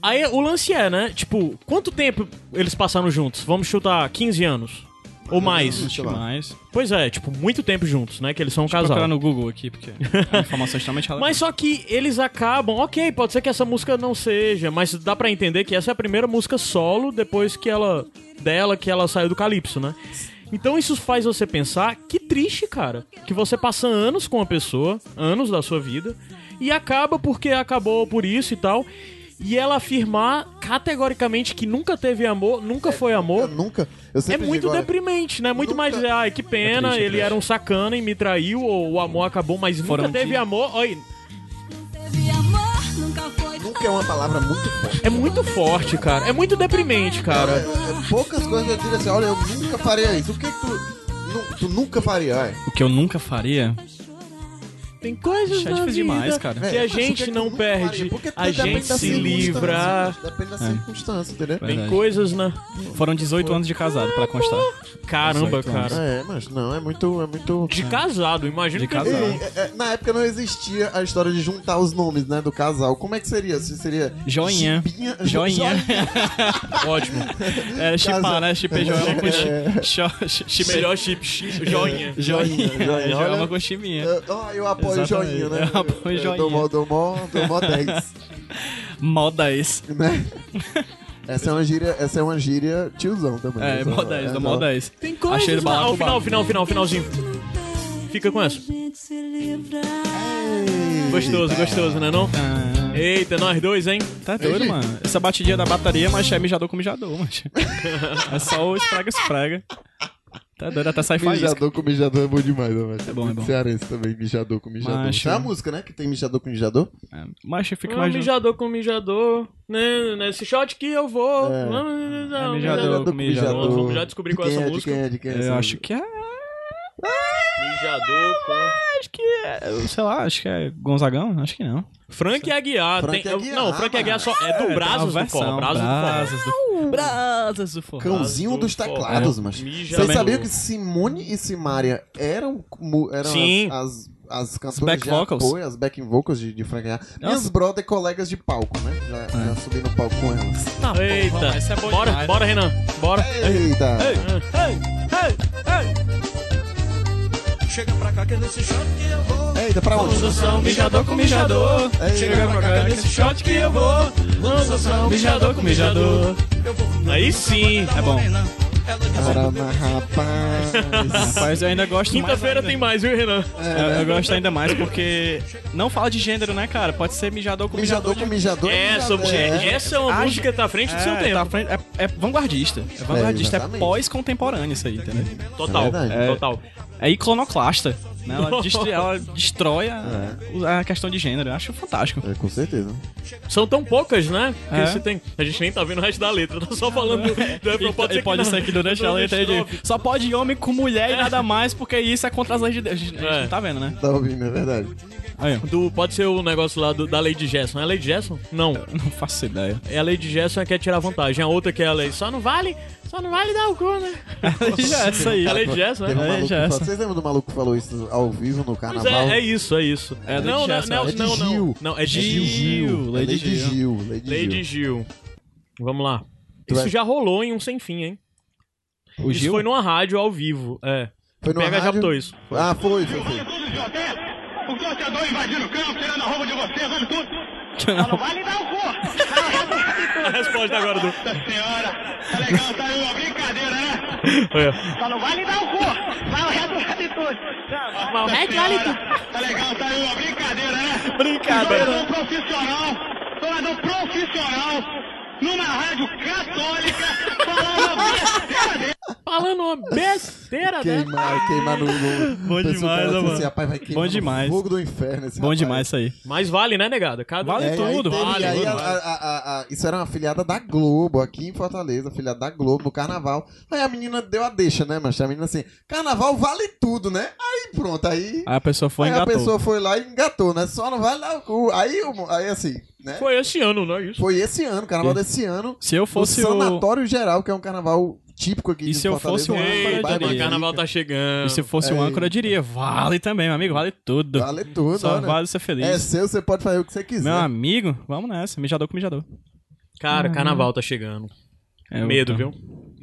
[SPEAKER 4] Aí o lance é, né? Tipo, quanto tempo eles passaram juntos? Vamos chutar 15 anos. Ou mais.
[SPEAKER 3] Sei lá.
[SPEAKER 2] Mas. Vou
[SPEAKER 4] Pois é, tipo, muito tempo juntos, né? Que eles são um
[SPEAKER 2] procurar Tipo,
[SPEAKER 4] casal.
[SPEAKER 2] no Google aqui, porque é uma informação extremamente relevante.
[SPEAKER 4] Mas só que eles acabam, ok, pode ser que essa música não seja, mas dá pra entender que essa é a primeira música solo depois que ela dela que ela saiu do calypso, né? Então isso faz você pensar que triste, cara, que você passa anos com uma pessoa, anos da sua vida e acaba porque acabou por isso e tal. E ela afirmar categoricamente que nunca teve amor, nunca foi
[SPEAKER 3] Eu
[SPEAKER 4] amor.
[SPEAKER 3] nunca. Eu
[SPEAKER 4] É
[SPEAKER 3] sempre
[SPEAKER 4] muito
[SPEAKER 3] digo, olha,
[SPEAKER 4] deprimente, né? Muito
[SPEAKER 3] nunca-
[SPEAKER 4] mais dizer, ai, que pena,
[SPEAKER 2] É triste, é
[SPEAKER 4] ele
[SPEAKER 2] triste.
[SPEAKER 4] era um sacana e me traiu, ou o amor acabou, mas
[SPEAKER 2] Foram
[SPEAKER 4] nunca teve
[SPEAKER 2] de-
[SPEAKER 4] amor. Oi,
[SPEAKER 5] Teve amor, nunca foi.
[SPEAKER 3] Nunca é uma palavra muito forte.
[SPEAKER 4] é muito forte, cara. É muito deprimente, cara.
[SPEAKER 3] É, poucas coisas eu digo assim, olha, eu nunca faria isso. O que que tu... nu- tu nunca faria, olha.
[SPEAKER 2] O que eu nunca faria.
[SPEAKER 4] Tem coisas
[SPEAKER 2] Isso é
[SPEAKER 4] na
[SPEAKER 2] difícil
[SPEAKER 4] vida
[SPEAKER 2] demais, cara.
[SPEAKER 4] que
[SPEAKER 3] É,
[SPEAKER 4] a
[SPEAKER 3] mas o
[SPEAKER 4] gente
[SPEAKER 3] que que tu
[SPEAKER 4] não
[SPEAKER 3] nunca
[SPEAKER 4] perde,
[SPEAKER 3] faria? Porque
[SPEAKER 4] a
[SPEAKER 3] tudo depende
[SPEAKER 4] gente
[SPEAKER 3] da
[SPEAKER 4] se
[SPEAKER 3] circunstância,
[SPEAKER 4] livra.
[SPEAKER 3] gente. Depende da circunstância, entendeu?
[SPEAKER 2] É.
[SPEAKER 4] Tem
[SPEAKER 2] Verdade.
[SPEAKER 4] coisas na...
[SPEAKER 2] Foram 18 anos de casado, pra constar.
[SPEAKER 4] Caramba,
[SPEAKER 2] 18 anos.
[SPEAKER 4] cara.
[SPEAKER 3] É, mas não, é muito... É muito...
[SPEAKER 4] De casado, imagina
[SPEAKER 2] De
[SPEAKER 4] que...
[SPEAKER 3] Ei,
[SPEAKER 2] casado.
[SPEAKER 3] é, é, na época não existia a história de juntar os nomes, né, do casal. Como é que seria? Se seria
[SPEAKER 2] Joinha.
[SPEAKER 3] Chimbinha-
[SPEAKER 2] Joinha.
[SPEAKER 4] Ótimo.
[SPEAKER 2] É,
[SPEAKER 3] Casa-
[SPEAKER 2] chipar, né? Chipei joelma com
[SPEAKER 3] É.
[SPEAKER 2] chip.
[SPEAKER 4] Melhor chip, chi- joinha.
[SPEAKER 2] Joinha.
[SPEAKER 3] Joinha, joinha, É. olha.
[SPEAKER 2] Joelma com chiminha.
[SPEAKER 3] Eu, ó, Ah, eu apoio
[SPEAKER 2] Exatamente,
[SPEAKER 3] joinha, né?
[SPEAKER 2] eu apoio
[SPEAKER 3] Dou
[SPEAKER 2] joinha.
[SPEAKER 3] mó, dou mó, dou mó 10,
[SPEAKER 2] Moda esse.
[SPEAKER 3] né? Essa é uma gíria, essa é uma gíria tiozão também. né?
[SPEAKER 2] É,
[SPEAKER 3] Então, Essa-
[SPEAKER 2] mó 10, da mó
[SPEAKER 3] não.
[SPEAKER 2] 10.
[SPEAKER 4] Tem coisas
[SPEAKER 2] Achei ele
[SPEAKER 4] na... Ó,
[SPEAKER 2] balacobado.
[SPEAKER 4] o final, final, final, finalzinho. Fica com essa.
[SPEAKER 5] Gente se livra.
[SPEAKER 4] Gostoso, gostoso, né não?
[SPEAKER 2] Ah,
[SPEAKER 4] Eita, nós dois, hein?
[SPEAKER 2] Tá doido,
[SPEAKER 3] Ei,
[SPEAKER 2] mano. Essa batidinha da bateria, mas é mijador com mijador, mano. É só o esfrega-esfrega. Tá doido, até sai faísca.
[SPEAKER 3] Mijador com mijador é bom demais, né, macho?
[SPEAKER 2] É bom, é bom.
[SPEAKER 3] Cearense também, mijador com mijador.
[SPEAKER 2] Macho.
[SPEAKER 3] É a música, né, que tem mijador com mijador?
[SPEAKER 2] É, Mas fica
[SPEAKER 4] Ah,
[SPEAKER 2] imaginando.
[SPEAKER 4] mijador com mijador, né? Nesse shot que eu vou.
[SPEAKER 3] É.
[SPEAKER 4] Não, não, não,
[SPEAKER 2] É, mijador. com mijador.
[SPEAKER 4] Vamos já descobrir
[SPEAKER 3] De
[SPEAKER 4] qual é
[SPEAKER 3] quem
[SPEAKER 4] essa
[SPEAKER 3] de
[SPEAKER 4] música.
[SPEAKER 3] quem é, de quem é
[SPEAKER 2] Eu
[SPEAKER 3] essa
[SPEAKER 2] acho
[SPEAKER 3] música?
[SPEAKER 2] que é.
[SPEAKER 4] Mijador com...
[SPEAKER 2] Acho que é. Sei lá, acho que é Gonzagão? Acho que não.
[SPEAKER 4] Frank Aguiar.
[SPEAKER 3] Frank
[SPEAKER 4] tem- é
[SPEAKER 3] Aguiar,
[SPEAKER 4] não, Frank Aguiar só é do Brazos do Forró. Brazos do Forró.
[SPEAKER 2] Brasas do Forró. Brasas do Forró.
[SPEAKER 3] Cãozinho
[SPEAKER 4] Azul,
[SPEAKER 3] dos teclados,
[SPEAKER 4] forró,
[SPEAKER 3] mas
[SPEAKER 4] mija
[SPEAKER 3] Vocês
[SPEAKER 4] mesmo.
[SPEAKER 3] sabiam que Simone e Simária eram, mu- eram
[SPEAKER 4] Sim.
[SPEAKER 3] as, as, as cantoras
[SPEAKER 2] back
[SPEAKER 3] de
[SPEAKER 2] vocals.
[SPEAKER 3] apoio, as backing vocals de, de Frank Aguiar. Minhas brother colegas de palco, né? Já, já subi no palco com elas.
[SPEAKER 4] Eita.
[SPEAKER 2] Essa é boa
[SPEAKER 4] bora,
[SPEAKER 2] demais,
[SPEAKER 4] bora, Renan. Bora.
[SPEAKER 3] Eita!
[SPEAKER 6] Chega pra cá que é nesse shot que eu vou.
[SPEAKER 3] Eita, pra onde?
[SPEAKER 6] São mijador com mijador.
[SPEAKER 3] Ei.
[SPEAKER 6] Chega pra cá que é nesse shot que eu vou. Lança são mijador com mijador. Eu vou comer
[SPEAKER 4] Aí sim.
[SPEAKER 6] da
[SPEAKER 2] é bom.
[SPEAKER 6] morena. Ela diz
[SPEAKER 3] Bora na rapaz.
[SPEAKER 2] Rapaz, eu ainda gosto mais.
[SPEAKER 4] Quinta-feira tem mais, viu, Renan?
[SPEAKER 2] Eu, eu gosto ainda mais porque. Não fala de gênero, né, cara? Pode ser mijador com mijador.
[SPEAKER 3] Mijador com mijador.
[SPEAKER 4] Essa,
[SPEAKER 3] mijador.
[SPEAKER 4] gente, essa é uma
[SPEAKER 2] Ah,
[SPEAKER 4] música que tá à frente do
[SPEAKER 2] É,
[SPEAKER 4] seu tempo.
[SPEAKER 2] tá à frente- é, é vanguardista. É vanguardista, é,
[SPEAKER 3] exatamente.
[SPEAKER 2] pós-contemporâneo isso aí, entendeu?
[SPEAKER 4] Total,
[SPEAKER 3] verdade.
[SPEAKER 2] É.
[SPEAKER 4] total.
[SPEAKER 2] É iconoclasta. Né? Ela, destrói- ela destrói a, a questão de gênero. Eu acho fantástico.
[SPEAKER 3] É, com certeza.
[SPEAKER 4] São tão poucas, né? Que
[SPEAKER 2] É.
[SPEAKER 4] se tem... A gente nem tá vendo o resto da letra, tá só falando do refrão.
[SPEAKER 2] E pode,
[SPEAKER 4] ser
[SPEAKER 2] pode
[SPEAKER 4] que
[SPEAKER 2] ser que durante a letra ele diga, só pode homem com mulher e nada mais, porque isso é contra as leis de Deus. A gente, a gente
[SPEAKER 4] É.
[SPEAKER 2] não tá vendo, né?
[SPEAKER 3] Tá ouvindo, é verdade.
[SPEAKER 2] Aí, ó.
[SPEAKER 4] Do, pode ser o negócio lá do, da Lady Gerson. É a Lady Gerson? Não.
[SPEAKER 2] não faço ideia.
[SPEAKER 4] É a Lady Gerson que quer tirar vantagem. A outra que é a Lady. Só não vale. Só não vale dar o cu, né?
[SPEAKER 2] Já, essa aí.
[SPEAKER 4] É a Lady Gerson,
[SPEAKER 3] Teve um
[SPEAKER 4] né?
[SPEAKER 2] É,
[SPEAKER 3] maluco que
[SPEAKER 2] já
[SPEAKER 3] falou-
[SPEAKER 2] essa.
[SPEAKER 3] Vocês lembram do maluco que falou isso ao vivo no
[SPEAKER 4] Pois
[SPEAKER 3] carnaval?
[SPEAKER 4] é, é isso, é isso.
[SPEAKER 2] É a Lady
[SPEAKER 4] não, não,
[SPEAKER 2] Gerson,
[SPEAKER 4] não,
[SPEAKER 3] é de
[SPEAKER 4] não, não.
[SPEAKER 3] Gil.
[SPEAKER 4] Não, é de
[SPEAKER 2] Gil.
[SPEAKER 4] Gil.
[SPEAKER 2] Lady
[SPEAKER 3] Lady
[SPEAKER 2] Gil.
[SPEAKER 3] Gil. Lady, Gil.
[SPEAKER 4] Lady Gil. Vamos lá.
[SPEAKER 3] Tu
[SPEAKER 4] Isso
[SPEAKER 3] é-
[SPEAKER 4] já rolou em um sem fim, hein?
[SPEAKER 2] O
[SPEAKER 4] Isso
[SPEAKER 2] Gil?
[SPEAKER 4] foi numa rádio ao vivo. É.
[SPEAKER 3] Foi
[SPEAKER 4] O
[SPEAKER 3] no
[SPEAKER 4] PH já
[SPEAKER 3] rádio?
[SPEAKER 4] botou isso.
[SPEAKER 3] Ah, foi, foi, foi.
[SPEAKER 1] O torcedor invadindo o campo, tirando a roupa de vocês, olha tudo.
[SPEAKER 2] Não.
[SPEAKER 1] Não vale dar o cu.
[SPEAKER 4] A resposta agora do.
[SPEAKER 1] Nossa senhora, tá legal, tá aí uma brincadeira, né?
[SPEAKER 4] Olha.
[SPEAKER 1] Só não vale dar o cu. Vai o resto vale tudo.
[SPEAKER 4] Mas o
[SPEAKER 6] É,
[SPEAKER 4] resto vale
[SPEAKER 1] tudo. Tá legal, tá aí uma brincadeira, né?
[SPEAKER 4] Brincadeira.
[SPEAKER 1] Jogador profissional, um jogador profissional, numa rádio católica, falando brincadeira.
[SPEAKER 4] falando uma besteira né? dessa.
[SPEAKER 3] Queimar, queimar no. no
[SPEAKER 2] né? Bom
[SPEAKER 3] pessoal
[SPEAKER 2] demais,
[SPEAKER 3] fala
[SPEAKER 2] ó,
[SPEAKER 3] assim,
[SPEAKER 2] mano.
[SPEAKER 3] Esse rapaz vai queimar
[SPEAKER 2] Bom
[SPEAKER 3] no
[SPEAKER 2] demais.
[SPEAKER 3] Fogo do inferno. Esse
[SPEAKER 2] Bom
[SPEAKER 3] rapaz.
[SPEAKER 2] demais isso aí.
[SPEAKER 4] Mas vale, né, negada? Cada... um
[SPEAKER 2] Vale
[SPEAKER 3] e aí
[SPEAKER 2] tudo,
[SPEAKER 3] teve-
[SPEAKER 2] vale,
[SPEAKER 3] e aí
[SPEAKER 2] tudo,
[SPEAKER 3] a- a- a- a- isso era uma filiada da Globo, aqui em Fortaleza, filiada da Globo, no carnaval. Aí a menina deu a deixa, né, mas A menina assim, carnaval vale tudo, né? Aí pronto, aí.
[SPEAKER 2] Aí a pessoa foi e
[SPEAKER 3] aí
[SPEAKER 2] engatou.
[SPEAKER 3] a pessoa foi lá e engatou, né? Só não vale dar o cu. Aí, o- aí assim, né?
[SPEAKER 4] Foi esse ano, não é isso?
[SPEAKER 3] Foi esse ano, carnaval desse ano.
[SPEAKER 2] Se eu fosse
[SPEAKER 3] o
[SPEAKER 2] o...
[SPEAKER 3] Sanatório Geral, que é um carnaval típico aqui
[SPEAKER 2] E
[SPEAKER 3] de
[SPEAKER 2] se eu
[SPEAKER 3] Fortaleza,
[SPEAKER 2] fosse o
[SPEAKER 3] um
[SPEAKER 2] âncora,
[SPEAKER 3] bairro
[SPEAKER 4] Eita,
[SPEAKER 2] Barbaria.
[SPEAKER 4] mano,
[SPEAKER 3] mais
[SPEAKER 4] carnaval tá
[SPEAKER 2] E
[SPEAKER 4] chegando.
[SPEAKER 2] se fosse um
[SPEAKER 3] É.
[SPEAKER 2] âncora, eu diria, vale também, meu amigo, vale tudo.
[SPEAKER 3] Vale tudo, É, né?
[SPEAKER 2] Só
[SPEAKER 3] olha.
[SPEAKER 2] vale ser feliz.
[SPEAKER 3] É seu, você pode fazer o que você quiser.
[SPEAKER 2] Meu amigo, vamos nessa. Mijador com mijador.
[SPEAKER 4] Cara, carnaval tá chegando.
[SPEAKER 2] É, eu
[SPEAKER 4] Medo,
[SPEAKER 2] tô-
[SPEAKER 4] viu?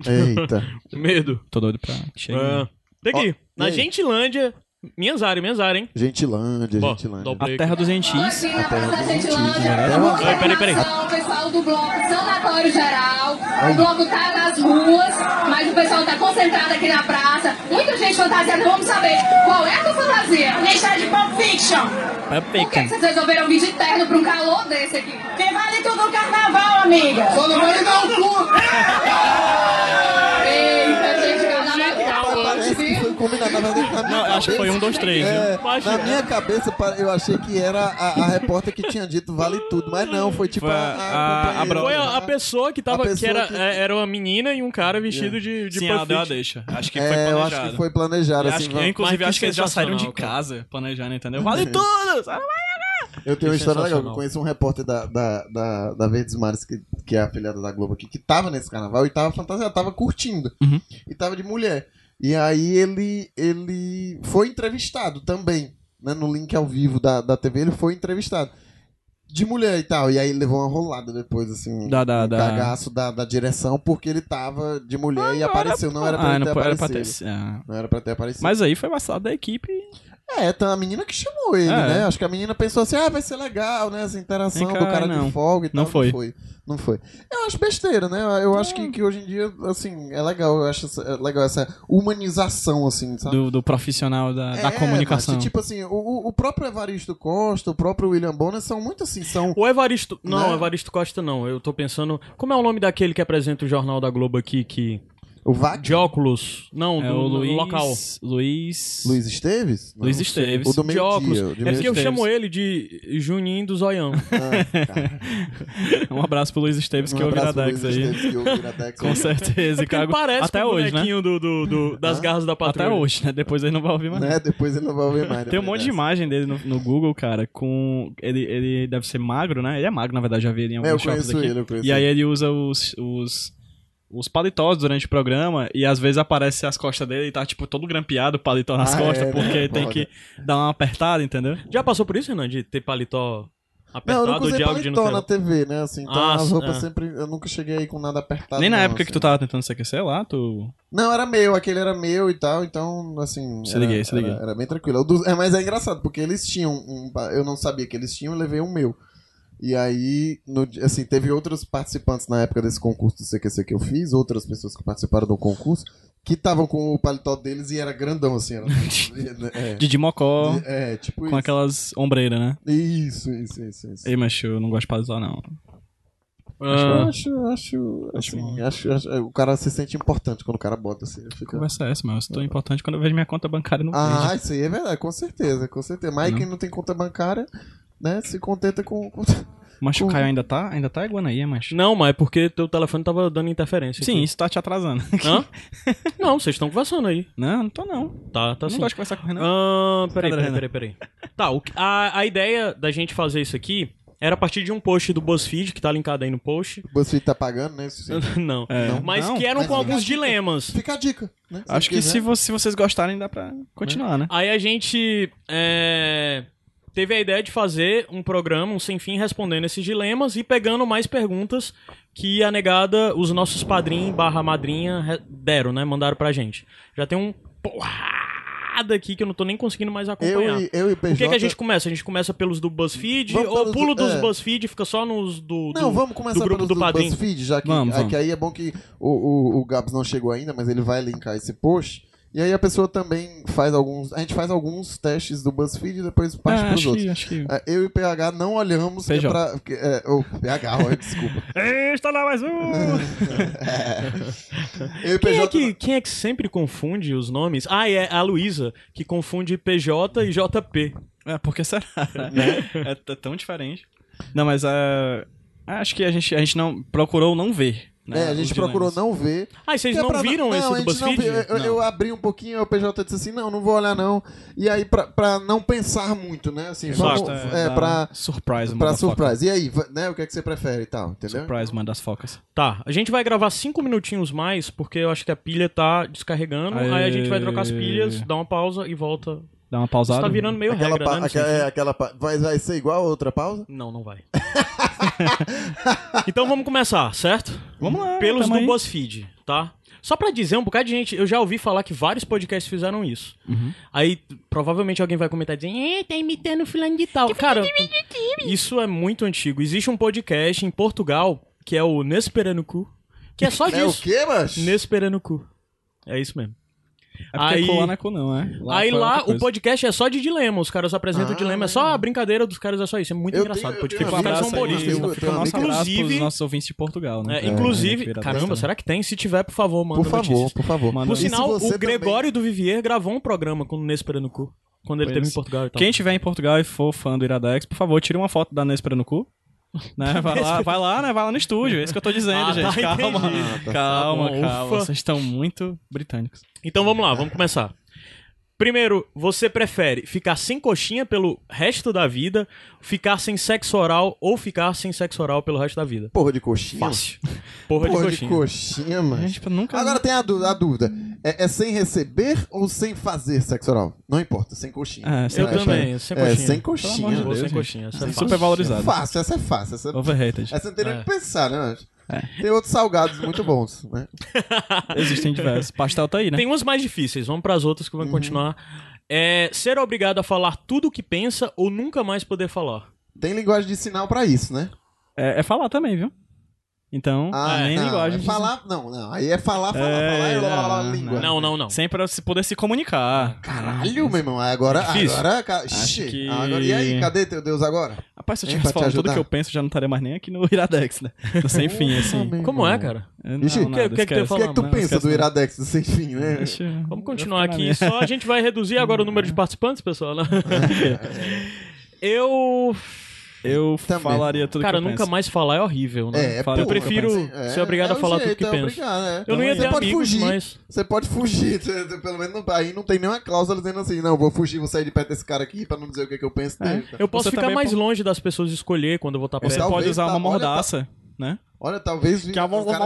[SPEAKER 3] Eita.
[SPEAKER 4] Medo.
[SPEAKER 2] Tô doido pra chegar.
[SPEAKER 4] Ah, daqui,
[SPEAKER 3] Ó,
[SPEAKER 4] na
[SPEAKER 3] e aí?
[SPEAKER 4] Gentilândia, minhas áreas, minhas áreas, hein?
[SPEAKER 3] Gentilândia,
[SPEAKER 4] Ó,
[SPEAKER 3] Gentilândia.
[SPEAKER 4] dá o
[SPEAKER 2] A
[SPEAKER 4] play aqui.
[SPEAKER 2] terra dos gentis.
[SPEAKER 7] Hoje, na Praça Gentilândia,
[SPEAKER 3] né? Até uma-
[SPEAKER 7] muita
[SPEAKER 4] Peraí, peraí, peraí.
[SPEAKER 7] animação, né? o pessoal do bloco Sanatório Geral. O bloco tá nas ruas, mas o pessoal tá concentrado aqui na praça. Muita gente fantasiada, vamos saber qual é a sua fantasia.
[SPEAKER 8] A gente tá de Pulp Fiction.
[SPEAKER 2] é
[SPEAKER 7] Por que que
[SPEAKER 2] Perfeito.
[SPEAKER 7] vocês resolveram vir de terno pra um calor desse aqui?
[SPEAKER 8] Que vale tudo o carnaval, amiga.
[SPEAKER 3] Só não vale dar o cu!
[SPEAKER 7] Eita, gente, carnaval.
[SPEAKER 3] Parece que foi combinado, na verdade, na minha
[SPEAKER 2] Não, eu acho que foi um, dois, três, viu?
[SPEAKER 3] É,
[SPEAKER 4] Imagina.
[SPEAKER 3] na minha cabeça, pa- eu achei que era a, a repórter que tinha dito vale tudo, mas não, foi tipo
[SPEAKER 2] Foi
[SPEAKER 3] a,
[SPEAKER 2] a- a- a
[SPEAKER 3] companheira,
[SPEAKER 2] bro-
[SPEAKER 4] Foi
[SPEAKER 3] né?
[SPEAKER 4] a, a pessoa que tava.
[SPEAKER 3] A pessoa
[SPEAKER 4] que era,
[SPEAKER 3] que-
[SPEAKER 4] é, era uma menina e um cara vestido de, de
[SPEAKER 2] Sim,
[SPEAKER 4] Pulp
[SPEAKER 2] ela deu a
[SPEAKER 4] Fiction.
[SPEAKER 2] deixa. Acho que foi
[SPEAKER 3] É, eu acho que
[SPEAKER 2] planejado.
[SPEAKER 3] foi planejado,
[SPEAKER 2] Eu
[SPEAKER 3] assim,
[SPEAKER 2] acho que-
[SPEAKER 3] vamos-
[SPEAKER 2] eu, inclusive,
[SPEAKER 4] Mas que
[SPEAKER 2] acho que eles já saíram de
[SPEAKER 4] sensacional,
[SPEAKER 2] casa planejando, entendeu?
[SPEAKER 3] É.
[SPEAKER 2] Vale tudo! sabe?
[SPEAKER 3] Eu tenho uma
[SPEAKER 2] é
[SPEAKER 3] história legal.
[SPEAKER 4] Sensacional.
[SPEAKER 3] Eu conheço um repórter da, da, da, da Verdes Mares, que, que é a afiliada da Globo aqui, que tava nesse carnaval e tava fantasiado, tava curtindo.
[SPEAKER 2] Uhum.
[SPEAKER 3] E tava de mulher. E aí ele, ele foi entrevistado também, né? No link ao vivo da, da TV, ele foi entrevistado. De mulher e tal. E aí ele levou uma rolada depois, assim, um,
[SPEAKER 2] Da- da-
[SPEAKER 3] um
[SPEAKER 2] da-
[SPEAKER 3] cagaço da, da direção, porque ele tava de mulher e apareceu. Não era pra
[SPEAKER 2] Ah,
[SPEAKER 3] ele
[SPEAKER 2] não
[SPEAKER 3] ter
[SPEAKER 2] era pra
[SPEAKER 3] aparecido.
[SPEAKER 2] ter. ah.
[SPEAKER 3] Não era pra ter aparecido.
[SPEAKER 2] Mas aí foi vacilado da equipe.
[SPEAKER 3] É, tá a menina que chamou ele,
[SPEAKER 2] É.
[SPEAKER 3] né? Acho que a menina pensou assim, ah, vai ser legal, né? Essa interação
[SPEAKER 2] Vem cá,
[SPEAKER 3] do cara
[SPEAKER 2] não.
[SPEAKER 3] de folga e
[SPEAKER 2] Não
[SPEAKER 3] tal.
[SPEAKER 2] foi. É.
[SPEAKER 3] Não foi. Não foi. Eu acho besteira, né? Eu acho que, que hoje em dia, assim, é legal. Eu acho essa- é legal essa humanização, assim, sabe?
[SPEAKER 2] Do, do profissional da, da
[SPEAKER 3] É,
[SPEAKER 2] comunicação.
[SPEAKER 3] mas, tipo assim, o- o, o próprio Evaristo Costa, o próprio William Bonner são muito assim, são...
[SPEAKER 4] O Evaristo. Não,
[SPEAKER 3] Né?
[SPEAKER 4] Evaristo Costa não. Eu tô pensando. Como é o nome daquele que apresenta o Jornal da Globo aqui? que
[SPEAKER 3] O Vac...
[SPEAKER 4] De óculos. Não,
[SPEAKER 2] é
[SPEAKER 4] do
[SPEAKER 2] o Luiz.
[SPEAKER 4] local.
[SPEAKER 2] Luiz.
[SPEAKER 3] Luiz Esteves? Não.
[SPEAKER 2] Luiz Esteves.
[SPEAKER 3] O do
[SPEAKER 4] de É
[SPEAKER 3] meio
[SPEAKER 4] óculos.
[SPEAKER 3] dia.
[SPEAKER 4] é porque eu
[SPEAKER 2] Esteves.
[SPEAKER 4] chamo ele de Juninho do Zoião.
[SPEAKER 2] Um abraço pro Luiz Esteves, que é o Viradex aí.
[SPEAKER 3] Que ouve o Viradex
[SPEAKER 2] Com certeza. e
[SPEAKER 4] É Porque ele
[SPEAKER 2] cago-
[SPEAKER 4] parece
[SPEAKER 2] Até
[SPEAKER 4] com o
[SPEAKER 2] hoje, né?
[SPEAKER 4] bonequinho do, do, do- das garras da
[SPEAKER 2] Até
[SPEAKER 4] patrulha.
[SPEAKER 2] hoje, né? Depois ele não vai ouvir mais.
[SPEAKER 3] Né? Depois ele não vai ouvir mais.
[SPEAKER 2] Tem um monte de
[SPEAKER 3] depois
[SPEAKER 2] imagem dele no, no Google, cara, com. Ele, ele deve ser magro, né? Ele é magro, na verdade, já vi ele em
[SPEAKER 3] dessa. É, eu
[SPEAKER 2] alguns shops
[SPEAKER 3] conheço
[SPEAKER 2] aqui.
[SPEAKER 3] ele, eu conheço
[SPEAKER 2] E aí
[SPEAKER 3] ele.
[SPEAKER 2] ele usa os, os, os paletós durante o programa e às vezes aparece as costas dele e tá, tipo, todo grampeado o paletó tá nas
[SPEAKER 3] Ah,
[SPEAKER 2] costas,
[SPEAKER 3] é, né?
[SPEAKER 2] porque tem
[SPEAKER 3] Foda.
[SPEAKER 2] que dar uma apertada, entendeu?
[SPEAKER 4] Já passou por isso, Renan? De ter paletó
[SPEAKER 3] Não, eu
[SPEAKER 4] apertado
[SPEAKER 3] nunca
[SPEAKER 4] ou de
[SPEAKER 3] usei
[SPEAKER 4] algo de
[SPEAKER 3] paletó na
[SPEAKER 4] Nutella?
[SPEAKER 3] TV, né? Assim, então
[SPEAKER 4] Ah,
[SPEAKER 3] as roupas
[SPEAKER 4] é.
[SPEAKER 3] sempre. Eu nunca cheguei aí com nada apertado.
[SPEAKER 2] Nem na
[SPEAKER 3] não,
[SPEAKER 2] época que tu
[SPEAKER 3] assim.
[SPEAKER 2] tava tentando se aquecer lá, tu.
[SPEAKER 3] Não, era meu, aquele era meu e tal, então, assim.
[SPEAKER 2] Se
[SPEAKER 3] era-
[SPEAKER 2] liguei, se liguei.
[SPEAKER 3] Era, era bem tranquilo. Eu do- é, mas é engraçado, porque eles tinham. Um, ba- eu não sabia que eles tinham, eu levei o meu. E aí, no di- assim, teve outros participantes na época desse concurso do CQC que eu fiz, outras pessoas que participaram do concurso, que estavam com o paletó deles e era grandão, assim. Era, é,
[SPEAKER 2] Didi Mocó
[SPEAKER 3] é, tipo
[SPEAKER 2] com
[SPEAKER 3] isso.
[SPEAKER 2] aquelas ombreiras, né?
[SPEAKER 3] Isso, isso, isso, isso.
[SPEAKER 2] Ei, mas eu não gosto de paletó, não.
[SPEAKER 4] Ah,
[SPEAKER 3] Acho, acho, assim, acho, acho- O cara se sente importante quando o cara bota assim. ele
[SPEAKER 2] Que
[SPEAKER 3] Fica...
[SPEAKER 2] conversa é essa, mas eu tô importante quando eu vejo minha conta bancária no vídeo.
[SPEAKER 3] Ah, isso aí é verdade, com certeza, com certeza. Mas
[SPEAKER 2] Não.
[SPEAKER 3] quem não tem conta bancária, né, se contenta com. com-
[SPEAKER 2] Macho, o
[SPEAKER 3] com-
[SPEAKER 2] Caio ainda tá? Ainda tá iguana aí, é, macho?
[SPEAKER 4] Não, mas é porque teu telefone tava dando
[SPEAKER 3] tipo,
[SPEAKER 4] interferência.
[SPEAKER 2] Sim, isso tá te atrasando.
[SPEAKER 4] aqui. Hã? Não, vocês estão conversando aí.
[SPEAKER 2] Não, não tô não.
[SPEAKER 4] Tá, tá
[SPEAKER 2] não
[SPEAKER 4] sim.
[SPEAKER 2] gosto de conversar com o Renan.
[SPEAKER 4] Ah, peraí,
[SPEAKER 2] Cadê,
[SPEAKER 4] peraí, peraí, peraí. Tá, o que- a, a ideia da gente fazer isso aqui era a partir de um post do BuzzFeed, que tá linkado aí no post.
[SPEAKER 3] O BuzzFeed tá pagando, né? isso sim.
[SPEAKER 4] Não.
[SPEAKER 2] É. Não?
[SPEAKER 4] Mas
[SPEAKER 2] Não,
[SPEAKER 4] que eram
[SPEAKER 3] mas
[SPEAKER 4] com
[SPEAKER 3] não.
[SPEAKER 4] alguns dilemas.
[SPEAKER 3] Fica a dica, né?
[SPEAKER 2] Acho que se,
[SPEAKER 3] quiser.
[SPEAKER 2] vo- se vocês gostarem, dá pra continuar, né?
[SPEAKER 4] Aí a gente é, teve a ideia de fazer um programa, um sem fim, respondendo esses dilemas e pegando mais perguntas que a negada, os nossos padrinhos barra madrinha re- deram, né? Mandaram pra gente. Já tem um porrada aqui que eu não tô nem conseguindo mais acompanhar.
[SPEAKER 3] Eu e, eu e PJ.
[SPEAKER 4] Por que, que a gente começa? A gente começa pelos do BuzzFeed
[SPEAKER 3] Vamos
[SPEAKER 4] ou
[SPEAKER 3] pelos
[SPEAKER 4] pula
[SPEAKER 3] do-
[SPEAKER 4] dos
[SPEAKER 3] é.
[SPEAKER 4] BuzzFeed, fica só nos do, do-
[SPEAKER 3] Não, vamos começar
[SPEAKER 4] do grupo
[SPEAKER 3] pelos
[SPEAKER 4] do padrinho.
[SPEAKER 3] BuzzFeed, já que,
[SPEAKER 2] Vamos,
[SPEAKER 3] é
[SPEAKER 2] vamos.
[SPEAKER 3] que aí é bom que o, o, o Gabs não chegou ainda, mas ele vai linkar esse post. E aí a pessoa também faz alguns. A gente faz alguns testes do BuzzFeed e depois
[SPEAKER 2] Ah,
[SPEAKER 3] parte pros
[SPEAKER 2] acho
[SPEAKER 3] outros.
[SPEAKER 2] que, acho que.
[SPEAKER 3] É, Eu e o PH não olhamos que é
[SPEAKER 2] PJ.
[SPEAKER 3] pra. que- É, o PH, olha, desculpa.
[SPEAKER 4] Está lá mais um!
[SPEAKER 3] Eu e o
[SPEAKER 4] Quem
[SPEAKER 3] PJ.
[SPEAKER 4] é, que, quem é que sempre confunde os nomes? Ah, é a Luísa, que confunde PJ e JP.
[SPEAKER 2] É, porque será?
[SPEAKER 4] Né?
[SPEAKER 2] é, t- tão diferente. Não, mas ah, Acho que a gente, a gente não procurou não ver.
[SPEAKER 3] não- É,
[SPEAKER 2] né,
[SPEAKER 3] a gente
[SPEAKER 2] os
[SPEAKER 3] procurou
[SPEAKER 2] dilemas.
[SPEAKER 3] não ver.
[SPEAKER 4] Ah, e vocês
[SPEAKER 3] Que é
[SPEAKER 4] não
[SPEAKER 3] pra-
[SPEAKER 4] viram
[SPEAKER 3] não,
[SPEAKER 4] esse
[SPEAKER 3] a
[SPEAKER 4] do
[SPEAKER 3] gente não
[SPEAKER 4] BuzzFeed?
[SPEAKER 3] viu. Eu, eu abri um pouquinho, o PJ disse assim, não, não vou olhar não. E aí, pra, pra não pensar muito, né? Assim, vamos,
[SPEAKER 4] Exato,
[SPEAKER 3] é,
[SPEAKER 2] da
[SPEAKER 3] pra,
[SPEAKER 2] Surprise,
[SPEAKER 3] pra
[SPEAKER 2] motherfucker.
[SPEAKER 3] surprise. né? E aí, va- né, o que é que você prefere e tal, entendeu?
[SPEAKER 2] Surprise, manda as focas.
[SPEAKER 4] Tá, a gente vai gravar cinco minutinhos mais, porque eu acho que a pilha tá descarregando. Aí, a gente vai trocar as pilhas, dá uma pausa e volta.
[SPEAKER 2] Dá uma
[SPEAKER 4] Isso
[SPEAKER 2] pausada.
[SPEAKER 4] tá virando meio
[SPEAKER 3] Aquela,
[SPEAKER 4] regra,
[SPEAKER 3] pa-
[SPEAKER 4] né? Não sei.
[SPEAKER 3] aquela, é, aquela pa- vai, vai ser igual a outra pausa?
[SPEAKER 4] Não, não vai. então vamos começar, certo?
[SPEAKER 2] Vamos lá,
[SPEAKER 4] Pelos
[SPEAKER 2] tamo
[SPEAKER 4] do
[SPEAKER 2] aí.
[SPEAKER 4] BuzzFeed, tá? Só pra dizer um bocado de gente, eu já ouvi falar que vários podcasts fizeram isso.
[SPEAKER 3] Uhum.
[SPEAKER 4] Aí provavelmente alguém vai comentar dizendo, eh, tá imitando fulano de tal. Cara, isso é muito antigo. Existe um podcast em Portugal que é o Nesperano Cu, que é só
[SPEAKER 3] É o
[SPEAKER 4] disso.
[SPEAKER 3] quê, macho?
[SPEAKER 4] Nesperano Cu. É isso mesmo.
[SPEAKER 2] É porque
[SPEAKER 4] Aí-
[SPEAKER 2] colar não é cu, não, é?
[SPEAKER 4] Aí
[SPEAKER 2] colar é
[SPEAKER 4] lá
[SPEAKER 2] outra
[SPEAKER 4] o
[SPEAKER 2] coisa.
[SPEAKER 4] podcast é só de dilema. Os caras apresentam
[SPEAKER 3] Ah.
[SPEAKER 4] o dilema, é só a brincadeira dos caras, é só isso. É muito
[SPEAKER 3] Eu
[SPEAKER 4] engraçado o
[SPEAKER 3] tenho-
[SPEAKER 4] podcast.
[SPEAKER 3] eu
[SPEAKER 4] Os
[SPEAKER 3] tenho
[SPEAKER 4] caras são
[SPEAKER 3] amigo- eu
[SPEAKER 4] humoristas. né?
[SPEAKER 3] tenho-
[SPEAKER 2] Fica o nosso abraço
[SPEAKER 4] Inclusive-
[SPEAKER 2] pros nossos ouvintes de Portugal, né?
[SPEAKER 4] É, inclusive,
[SPEAKER 2] vira
[SPEAKER 4] caramba,
[SPEAKER 2] bastante.
[SPEAKER 4] será que tem? Se tiver, por favor, manda
[SPEAKER 3] Por favor,
[SPEAKER 4] notícias.
[SPEAKER 3] por favor.
[SPEAKER 2] Manda.
[SPEAKER 4] Por
[SPEAKER 2] E se
[SPEAKER 4] sinal,
[SPEAKER 3] você
[SPEAKER 4] o Gregório do Vivier gravou um programa com o Nespera no cu, quando ele
[SPEAKER 2] Pois.
[SPEAKER 4] teve em Portugal e tal.
[SPEAKER 2] Quem tiver em Portugal e for fã do Iradex, por favor, tire uma foto da Nespera no cu. Né? Vai, lá, vai lá, né? Vai lá no estúdio. É isso que eu tô dizendo,
[SPEAKER 4] Ah, tá,
[SPEAKER 2] gente. calma.
[SPEAKER 4] entendi.
[SPEAKER 3] Ah, tá.
[SPEAKER 2] Calma,
[SPEAKER 4] bom,
[SPEAKER 2] calma.
[SPEAKER 4] ufa.
[SPEAKER 2] Vocês estão muito britânicos.
[SPEAKER 4] Então vamos lá, vamos começar. Primeiro, você prefere ficar sem coxinha pelo resto da vida, ficar sem sexo oral ou ficar sem sexo oral pelo resto da vida?
[SPEAKER 3] Porra de coxinha.
[SPEAKER 4] Fácil. Porra,
[SPEAKER 3] Porra
[SPEAKER 4] de
[SPEAKER 3] de
[SPEAKER 4] coxinha.
[SPEAKER 3] coxinha, mano.
[SPEAKER 2] Gente, eu nunca.
[SPEAKER 3] Agora tem a dúvida. a dúvida. É, é sem receber ou sem fazer sexo oral? Não importa, sem coxinha.
[SPEAKER 2] É, sem
[SPEAKER 4] Eu
[SPEAKER 2] coxinha.
[SPEAKER 4] também, sem
[SPEAKER 3] É,
[SPEAKER 4] coxinha.
[SPEAKER 3] sem
[SPEAKER 2] Pelo
[SPEAKER 3] coxinha.
[SPEAKER 2] amor de
[SPEAKER 4] Eu vou
[SPEAKER 2] Deus,
[SPEAKER 4] sem
[SPEAKER 2] gente.
[SPEAKER 4] coxinha, essa é
[SPEAKER 2] Super
[SPEAKER 4] fácil.
[SPEAKER 2] valorizado.
[SPEAKER 3] Fácil, essa é fácil. Essa,
[SPEAKER 2] Overrated.
[SPEAKER 3] essa não tem nem o
[SPEAKER 4] É.
[SPEAKER 3] que pensar, né, Anjo?
[SPEAKER 2] É.
[SPEAKER 3] Tem outros salgados muito bons, né? é
[SPEAKER 2] Existem diversos. Pastel tá aí, né?
[SPEAKER 4] Tem umas mais difíceis, vamos pras outras
[SPEAKER 3] Uhum.
[SPEAKER 4] que vão continuar. É, ser obrigado a falar tudo o que pensa ou nunca mais poder falar.
[SPEAKER 3] Tem linguagem de sinal pra isso, né?
[SPEAKER 2] É, é falar também, viu? Então, nem
[SPEAKER 3] não,
[SPEAKER 2] linguagem.
[SPEAKER 3] é
[SPEAKER 2] de-
[SPEAKER 3] falar, não, não. Aí é falar, falar,
[SPEAKER 2] É,
[SPEAKER 3] falar, é, lá, lá, lá,
[SPEAKER 2] não,
[SPEAKER 3] língua.
[SPEAKER 4] Não, não, não.
[SPEAKER 2] Sempre pra se poder se
[SPEAKER 3] É.
[SPEAKER 2] comunicar.
[SPEAKER 3] Caralho, meu irmão. Agora,
[SPEAKER 4] Difícil.
[SPEAKER 3] agora, ca- Ixi,
[SPEAKER 2] É que-
[SPEAKER 3] agora. E aí, cadê teu Deus agora?
[SPEAKER 2] Rapaz, se eu
[SPEAKER 3] Hein,
[SPEAKER 2] tivesse
[SPEAKER 3] É, pra te
[SPEAKER 2] falado tudo
[SPEAKER 3] ajudar?
[SPEAKER 2] que eu penso, eu já não estaria mais nem aqui no Iradex, né? No Sem fim, assim.
[SPEAKER 3] Meu
[SPEAKER 4] Como é,
[SPEAKER 3] irmão.
[SPEAKER 4] cara?
[SPEAKER 2] Não,
[SPEAKER 3] Ixi,
[SPEAKER 2] nada,
[SPEAKER 4] que- que que tu ia
[SPEAKER 2] esquece.
[SPEAKER 3] O que é que tu
[SPEAKER 4] Não,
[SPEAKER 3] pensa
[SPEAKER 2] esquece
[SPEAKER 3] do
[SPEAKER 2] não.
[SPEAKER 3] Iradex do Sem Fim, né?
[SPEAKER 2] Deixa eu-
[SPEAKER 4] Vamos
[SPEAKER 2] eu
[SPEAKER 4] continuar
[SPEAKER 2] fico na
[SPEAKER 4] aqui.
[SPEAKER 2] minha.
[SPEAKER 4] Só a gente vai reduzir agora o número de participantes, pessoal. né? Eu.
[SPEAKER 2] Eu
[SPEAKER 3] Também.
[SPEAKER 2] falaria tudo
[SPEAKER 4] Cara,
[SPEAKER 2] que eu
[SPEAKER 4] nunca
[SPEAKER 2] penso.
[SPEAKER 4] mais falar é horrível, né?
[SPEAKER 3] É, é
[SPEAKER 2] Fala, eu
[SPEAKER 3] porra,
[SPEAKER 4] prefiro
[SPEAKER 3] mas, assim,
[SPEAKER 4] ser obrigado a
[SPEAKER 3] o
[SPEAKER 4] falar tudo
[SPEAKER 3] jeito,
[SPEAKER 4] que
[SPEAKER 3] é
[SPEAKER 4] pensa.
[SPEAKER 3] obrigado, é.
[SPEAKER 4] Eu não ia
[SPEAKER 3] Você
[SPEAKER 4] ter
[SPEAKER 3] pode
[SPEAKER 4] amigos,
[SPEAKER 3] fugir.
[SPEAKER 4] mas.
[SPEAKER 3] Você pode fugir, você- você- pelo menos não- aí não tem nenhuma cláusula dizendo assim, não, vou fugir, vou sair de perto desse cara aqui pra não dizer o que, que eu penso dele.
[SPEAKER 4] É. Eu posso
[SPEAKER 2] Você
[SPEAKER 4] ficar
[SPEAKER 2] também
[SPEAKER 4] mais
[SPEAKER 2] pode-
[SPEAKER 4] longe das pessoas e escolher quando eu voltar pra
[SPEAKER 2] Você
[SPEAKER 3] Talvez
[SPEAKER 2] pode usar
[SPEAKER 3] tá-
[SPEAKER 2] uma
[SPEAKER 3] olha, tá-
[SPEAKER 2] mordaça, né?
[SPEAKER 3] Olha, talvez vi-
[SPEAKER 2] Que a-
[SPEAKER 3] o cara virasse,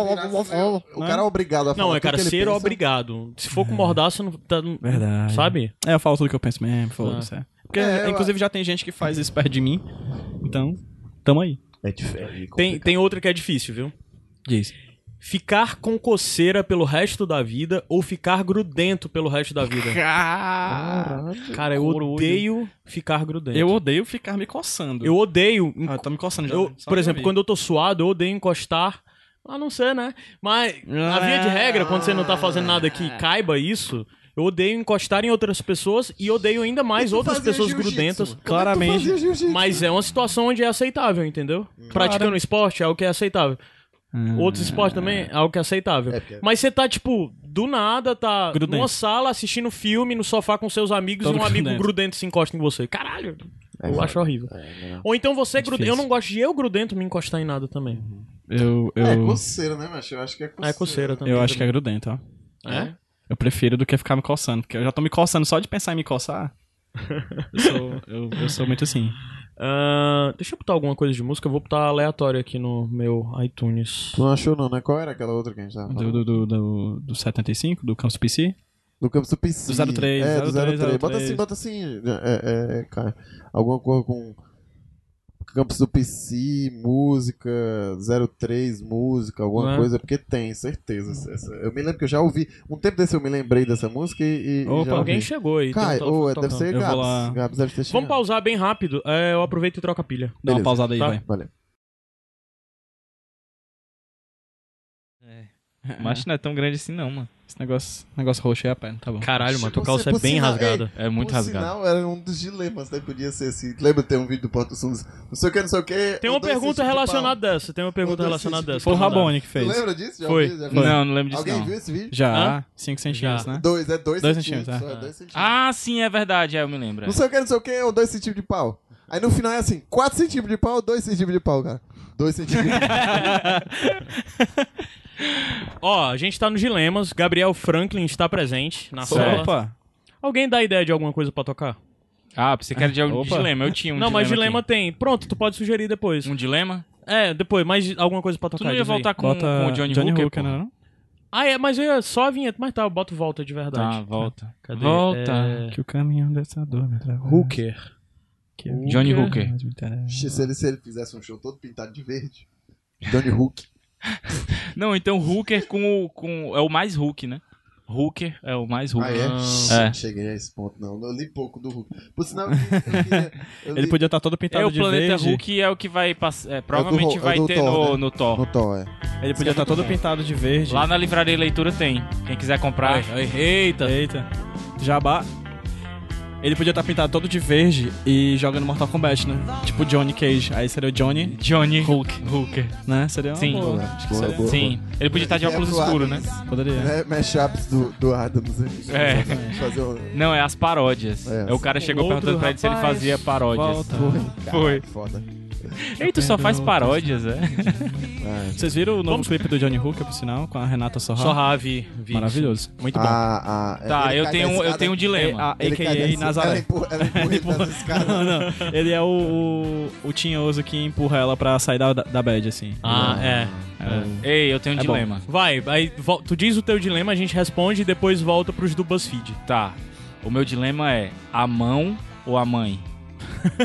[SPEAKER 3] né, o- o
[SPEAKER 2] né?
[SPEAKER 3] cara é obrigado a falar
[SPEAKER 4] Não, é,
[SPEAKER 3] tudo
[SPEAKER 4] cara,
[SPEAKER 3] que ele
[SPEAKER 4] ser
[SPEAKER 3] pensa.
[SPEAKER 4] obrigado. Se for com mordaço, não tá. não-
[SPEAKER 2] Verdade.
[SPEAKER 4] Sabe?
[SPEAKER 2] É, eu falo tudo que eu penso mesmo, foda-se. é. Porque,
[SPEAKER 3] É, eu-
[SPEAKER 2] inclusive, já tem gente que faz isso perto de mim. Então, tamo aí.
[SPEAKER 3] É diferente.
[SPEAKER 4] Tem, tem outra que é difícil, viu?
[SPEAKER 2] Diz.
[SPEAKER 4] Ficar com coceira pelo resto da vida ou ficar grudento pelo resto da vida? Cara, eu
[SPEAKER 2] Corolho.
[SPEAKER 4] odeio ficar grudento.
[SPEAKER 2] Eu odeio ficar me coçando.
[SPEAKER 4] Eu odeio.
[SPEAKER 2] Ah, tá me coçando já.
[SPEAKER 4] Eu,
[SPEAKER 2] só
[SPEAKER 4] por
[SPEAKER 2] de
[SPEAKER 4] exemplo,
[SPEAKER 2] ouvir.
[SPEAKER 4] quando eu tô suado, eu odeio encostar. A não ser, né? Mas, na via de regra, quando você não tá fazendo nada que caiba isso, eu odeio encostar em outras pessoas e odeio ainda mais outras pessoas
[SPEAKER 3] é
[SPEAKER 4] grudentas.
[SPEAKER 2] Claramente.
[SPEAKER 4] Mas é uma situação onde é aceitável, entendeu? Praticando esporte é algo que é aceitável.
[SPEAKER 2] Ah, Hum.
[SPEAKER 4] Outros esportes também é algo que é aceitável.
[SPEAKER 3] É, porque-
[SPEAKER 4] Mas você tá, tipo, do nada, tá
[SPEAKER 2] Grudento.
[SPEAKER 4] numa sala assistindo filme, no sofá com seus amigos
[SPEAKER 2] Todo
[SPEAKER 4] e um amigo
[SPEAKER 2] grudento.
[SPEAKER 4] grudento se encosta em você. Caralho,
[SPEAKER 3] É,
[SPEAKER 4] eu acho horrível. Ou então você é grudento.
[SPEAKER 2] difícil.
[SPEAKER 4] Eu não gosto de eu grudento me encostar em nada também.
[SPEAKER 2] Eu, eu,
[SPEAKER 3] É coceira, né, macho? Eu acho que é
[SPEAKER 4] Ah,
[SPEAKER 3] coceira.
[SPEAKER 4] é coceira também.
[SPEAKER 2] eu acho que é grudento, ó.
[SPEAKER 4] É?
[SPEAKER 2] Eu prefiro do que ficar me coçando, porque eu já tô me coçando só de pensar em me coçar. Eu sou, eu, eu sou muito assim.
[SPEAKER 4] Ah, deixa eu botar alguma coisa de música. Eu vou botar aleatório aqui no meu iTunes.
[SPEAKER 3] Tu não achou não, né? Qual era aquela outra que a gente tava
[SPEAKER 2] Do,
[SPEAKER 3] falando?
[SPEAKER 2] do, do, do, do 75, do Campus PC.
[SPEAKER 3] Do Campos do PC.
[SPEAKER 2] Do 03,
[SPEAKER 3] é, do
[SPEAKER 2] 03,
[SPEAKER 3] 03. Bota assim, bota assim. É, é, é, cara. Alguma coisa com. Campos do PC, música, 03, música, alguma
[SPEAKER 4] Não é?
[SPEAKER 3] coisa, porque tem, certeza. Essa- essa- Eu me lembro que eu já ouvi. Um tempo desse eu me lembrei dessa música e. e
[SPEAKER 2] Opa,
[SPEAKER 3] já
[SPEAKER 4] Alguém
[SPEAKER 3] ouvi.
[SPEAKER 4] chegou aí. tem um
[SPEAKER 3] Cai,
[SPEAKER 4] telefone
[SPEAKER 3] ou é,
[SPEAKER 4] tocando.
[SPEAKER 3] deve ser
[SPEAKER 2] Eu vou
[SPEAKER 3] Gabs.
[SPEAKER 2] lá.
[SPEAKER 3] Gabs deve ter chegado.
[SPEAKER 4] Vamos pausar bem rápido. É, eu aproveito e troco a pilha.
[SPEAKER 2] Dá uma
[SPEAKER 3] Beleza. Tá,
[SPEAKER 2] pausada aí,
[SPEAKER 4] Tá.
[SPEAKER 2] vai.
[SPEAKER 3] Valeu.
[SPEAKER 9] Macho não é tão grande assim, não, mano.
[SPEAKER 2] Esse negócio, negócio roxo é a perna, tá bom.
[SPEAKER 4] Caralho, mano,
[SPEAKER 3] Você-
[SPEAKER 4] tua calça é
[SPEAKER 3] por
[SPEAKER 4] bem
[SPEAKER 3] sinal-
[SPEAKER 4] rasgada.
[SPEAKER 9] É muito
[SPEAKER 3] por
[SPEAKER 9] rasgado.
[SPEAKER 3] Sinal, era um dos dilemas, né? Podia ser assim. Lembra ter um vídeo do Porto Fundos? Não sei o que, não sei o que. Um
[SPEAKER 4] Tem uma
[SPEAKER 3] tipo
[SPEAKER 4] pergunta relacionada dessa, tem uma pergunta
[SPEAKER 3] dois
[SPEAKER 4] relacionada
[SPEAKER 3] centímetros
[SPEAKER 4] dessa.
[SPEAKER 2] Foi o
[SPEAKER 4] que mandaram.
[SPEAKER 2] Rabone que
[SPEAKER 3] Tu
[SPEAKER 2] fez.
[SPEAKER 3] lembra disso? Já
[SPEAKER 4] Foi.
[SPEAKER 3] viu? Já viu?
[SPEAKER 9] Não, não lembro disso,
[SPEAKER 3] Alguém
[SPEAKER 9] não.
[SPEAKER 3] viu esse vídeo?
[SPEAKER 2] Já,
[SPEAKER 4] Hã?
[SPEAKER 2] 5 centímetros, né?
[SPEAKER 3] Dois, é dois,
[SPEAKER 2] Dois
[SPEAKER 3] centímetros.
[SPEAKER 2] centímetros,
[SPEAKER 3] só, é dois centímetros.
[SPEAKER 9] Ah, sim, é verdade, é, eu me lembro. é.
[SPEAKER 3] Não sei o que, não sei o que, ou dois centímetros de pau. Aí no final é assim, 4 centímetros de pau ou 2 centímetros de pau, cara? 2 centímetros de pau.
[SPEAKER 4] Ó, a gente tá no Dilemas, Gabriel Franklin está presente na sala.
[SPEAKER 2] Opa!
[SPEAKER 4] Alguém dá ideia de alguma coisa pra tocar?
[SPEAKER 9] Ah, você quer de um
[SPEAKER 2] Opa.
[SPEAKER 9] dilema? Eu tinha um
[SPEAKER 4] não,
[SPEAKER 9] dilema.
[SPEAKER 4] mas dilema
[SPEAKER 9] aqui.
[SPEAKER 4] tem. Pronto, tu pode sugerir depois.
[SPEAKER 9] Um dilema?
[SPEAKER 4] É, depois, mais alguma coisa pra
[SPEAKER 9] Tu
[SPEAKER 4] tocar.
[SPEAKER 9] não ia
[SPEAKER 4] diz aí.
[SPEAKER 9] voltar Tá com,
[SPEAKER 2] Bota
[SPEAKER 9] com o Johnny,
[SPEAKER 2] Johnny,
[SPEAKER 9] Hooker, né?
[SPEAKER 2] Hooker, né,
[SPEAKER 9] pô?
[SPEAKER 2] não? não?
[SPEAKER 4] Ah, é, mas eu ia só a vinheta, mas tá, eu boto volta de
[SPEAKER 9] Tá,
[SPEAKER 4] verdade. Né?
[SPEAKER 9] volta.
[SPEAKER 4] Cadê?
[SPEAKER 9] Volta.
[SPEAKER 4] É,
[SPEAKER 2] Que o caminho dessa dor me atravessa.
[SPEAKER 4] Hooker.
[SPEAKER 2] Que-
[SPEAKER 9] Johnny Hooker.
[SPEAKER 2] Mas me interessa.
[SPEAKER 3] Ixi, se, ele, se ele fizesse um show todo pintado de verde, Johnny Hook.
[SPEAKER 9] Não, então Hooker com o. Com, é o mais Hulk, né? Hooker é o mais Hulk.
[SPEAKER 3] Ah, é?
[SPEAKER 9] É.
[SPEAKER 3] Não Cheguei a esse ponto, não. Eu li pouco do Hulk. Por sinal, eu, eu queria... Eu li
[SPEAKER 2] Ele podia estar todo
[SPEAKER 9] É,
[SPEAKER 2] pintado
[SPEAKER 9] o
[SPEAKER 2] de
[SPEAKER 9] planeta
[SPEAKER 2] verde.
[SPEAKER 9] Hulk é o que vai pass- é, provavelmente
[SPEAKER 3] Ro- é
[SPEAKER 9] vai
[SPEAKER 3] do
[SPEAKER 9] ter
[SPEAKER 3] Thor,
[SPEAKER 9] no,
[SPEAKER 3] né?
[SPEAKER 9] no Thor.
[SPEAKER 3] no Thor, é.
[SPEAKER 2] Ele podia estar todo pintado de verde.
[SPEAKER 9] Lá na livraria leitura tem. Quem quiser comprar.
[SPEAKER 4] Eita.
[SPEAKER 2] Eita. Jabá. Ele podia estar pintado todo de verde e jogando Mortal Kombat, né? Tipo Johnny Cage. Aí seria o Johnny,
[SPEAKER 9] Johnny Hulk. Hooker.
[SPEAKER 2] né? Seria uma
[SPEAKER 9] Sim.
[SPEAKER 2] boa.
[SPEAKER 3] Boa, boa, é boa.
[SPEAKER 9] Sim. Ele podia estar de
[SPEAKER 3] É
[SPEAKER 9] óculos
[SPEAKER 3] pro
[SPEAKER 9] escuros, né?
[SPEAKER 3] Adams.
[SPEAKER 2] Poderia.
[SPEAKER 3] Né? Mashups do, do Adams. né?
[SPEAKER 9] É.
[SPEAKER 3] Fazer um...
[SPEAKER 9] Não, é as paródias.
[SPEAKER 3] É.
[SPEAKER 9] É, o cara chegou
[SPEAKER 4] Outro
[SPEAKER 9] perguntando pra ele se ele
[SPEAKER 4] rapaz
[SPEAKER 9] fazia paródias. Foi.
[SPEAKER 3] Foda.
[SPEAKER 9] Ei, tu só faz paródias, é?
[SPEAKER 2] Vocês viram o novo clipe do Johnny Hooker, por sinal, com a Renata Sorra?
[SPEAKER 4] Sorra, vi. vi.
[SPEAKER 2] Maravilhoso.
[SPEAKER 4] Muito bom.
[SPEAKER 3] Ah, ah, é,
[SPEAKER 9] Tá,
[SPEAKER 3] ele
[SPEAKER 9] eu
[SPEAKER 3] cai
[SPEAKER 9] tenho,
[SPEAKER 3] da
[SPEAKER 9] um- eu
[SPEAKER 3] escada-
[SPEAKER 9] tenho um dilema.
[SPEAKER 2] A
[SPEAKER 3] ele cai da
[SPEAKER 2] AKA
[SPEAKER 3] escada- Ela
[SPEAKER 2] Nazaré.
[SPEAKER 3] empurra, ela empurra ele das escadas.
[SPEAKER 2] Não, não. Ele é o, o, o tinhoso que empurra ela pra sair da, da bad, assim.
[SPEAKER 4] Ah, é.
[SPEAKER 9] Ei, eu tenho um
[SPEAKER 2] É bom.
[SPEAKER 9] dilema.
[SPEAKER 4] Vai, aí vol- tu diz o teu dilema, a gente responde e depois volta pros do BuzzFeed.
[SPEAKER 9] Tá. O meu dilema é a mão ou a mãe?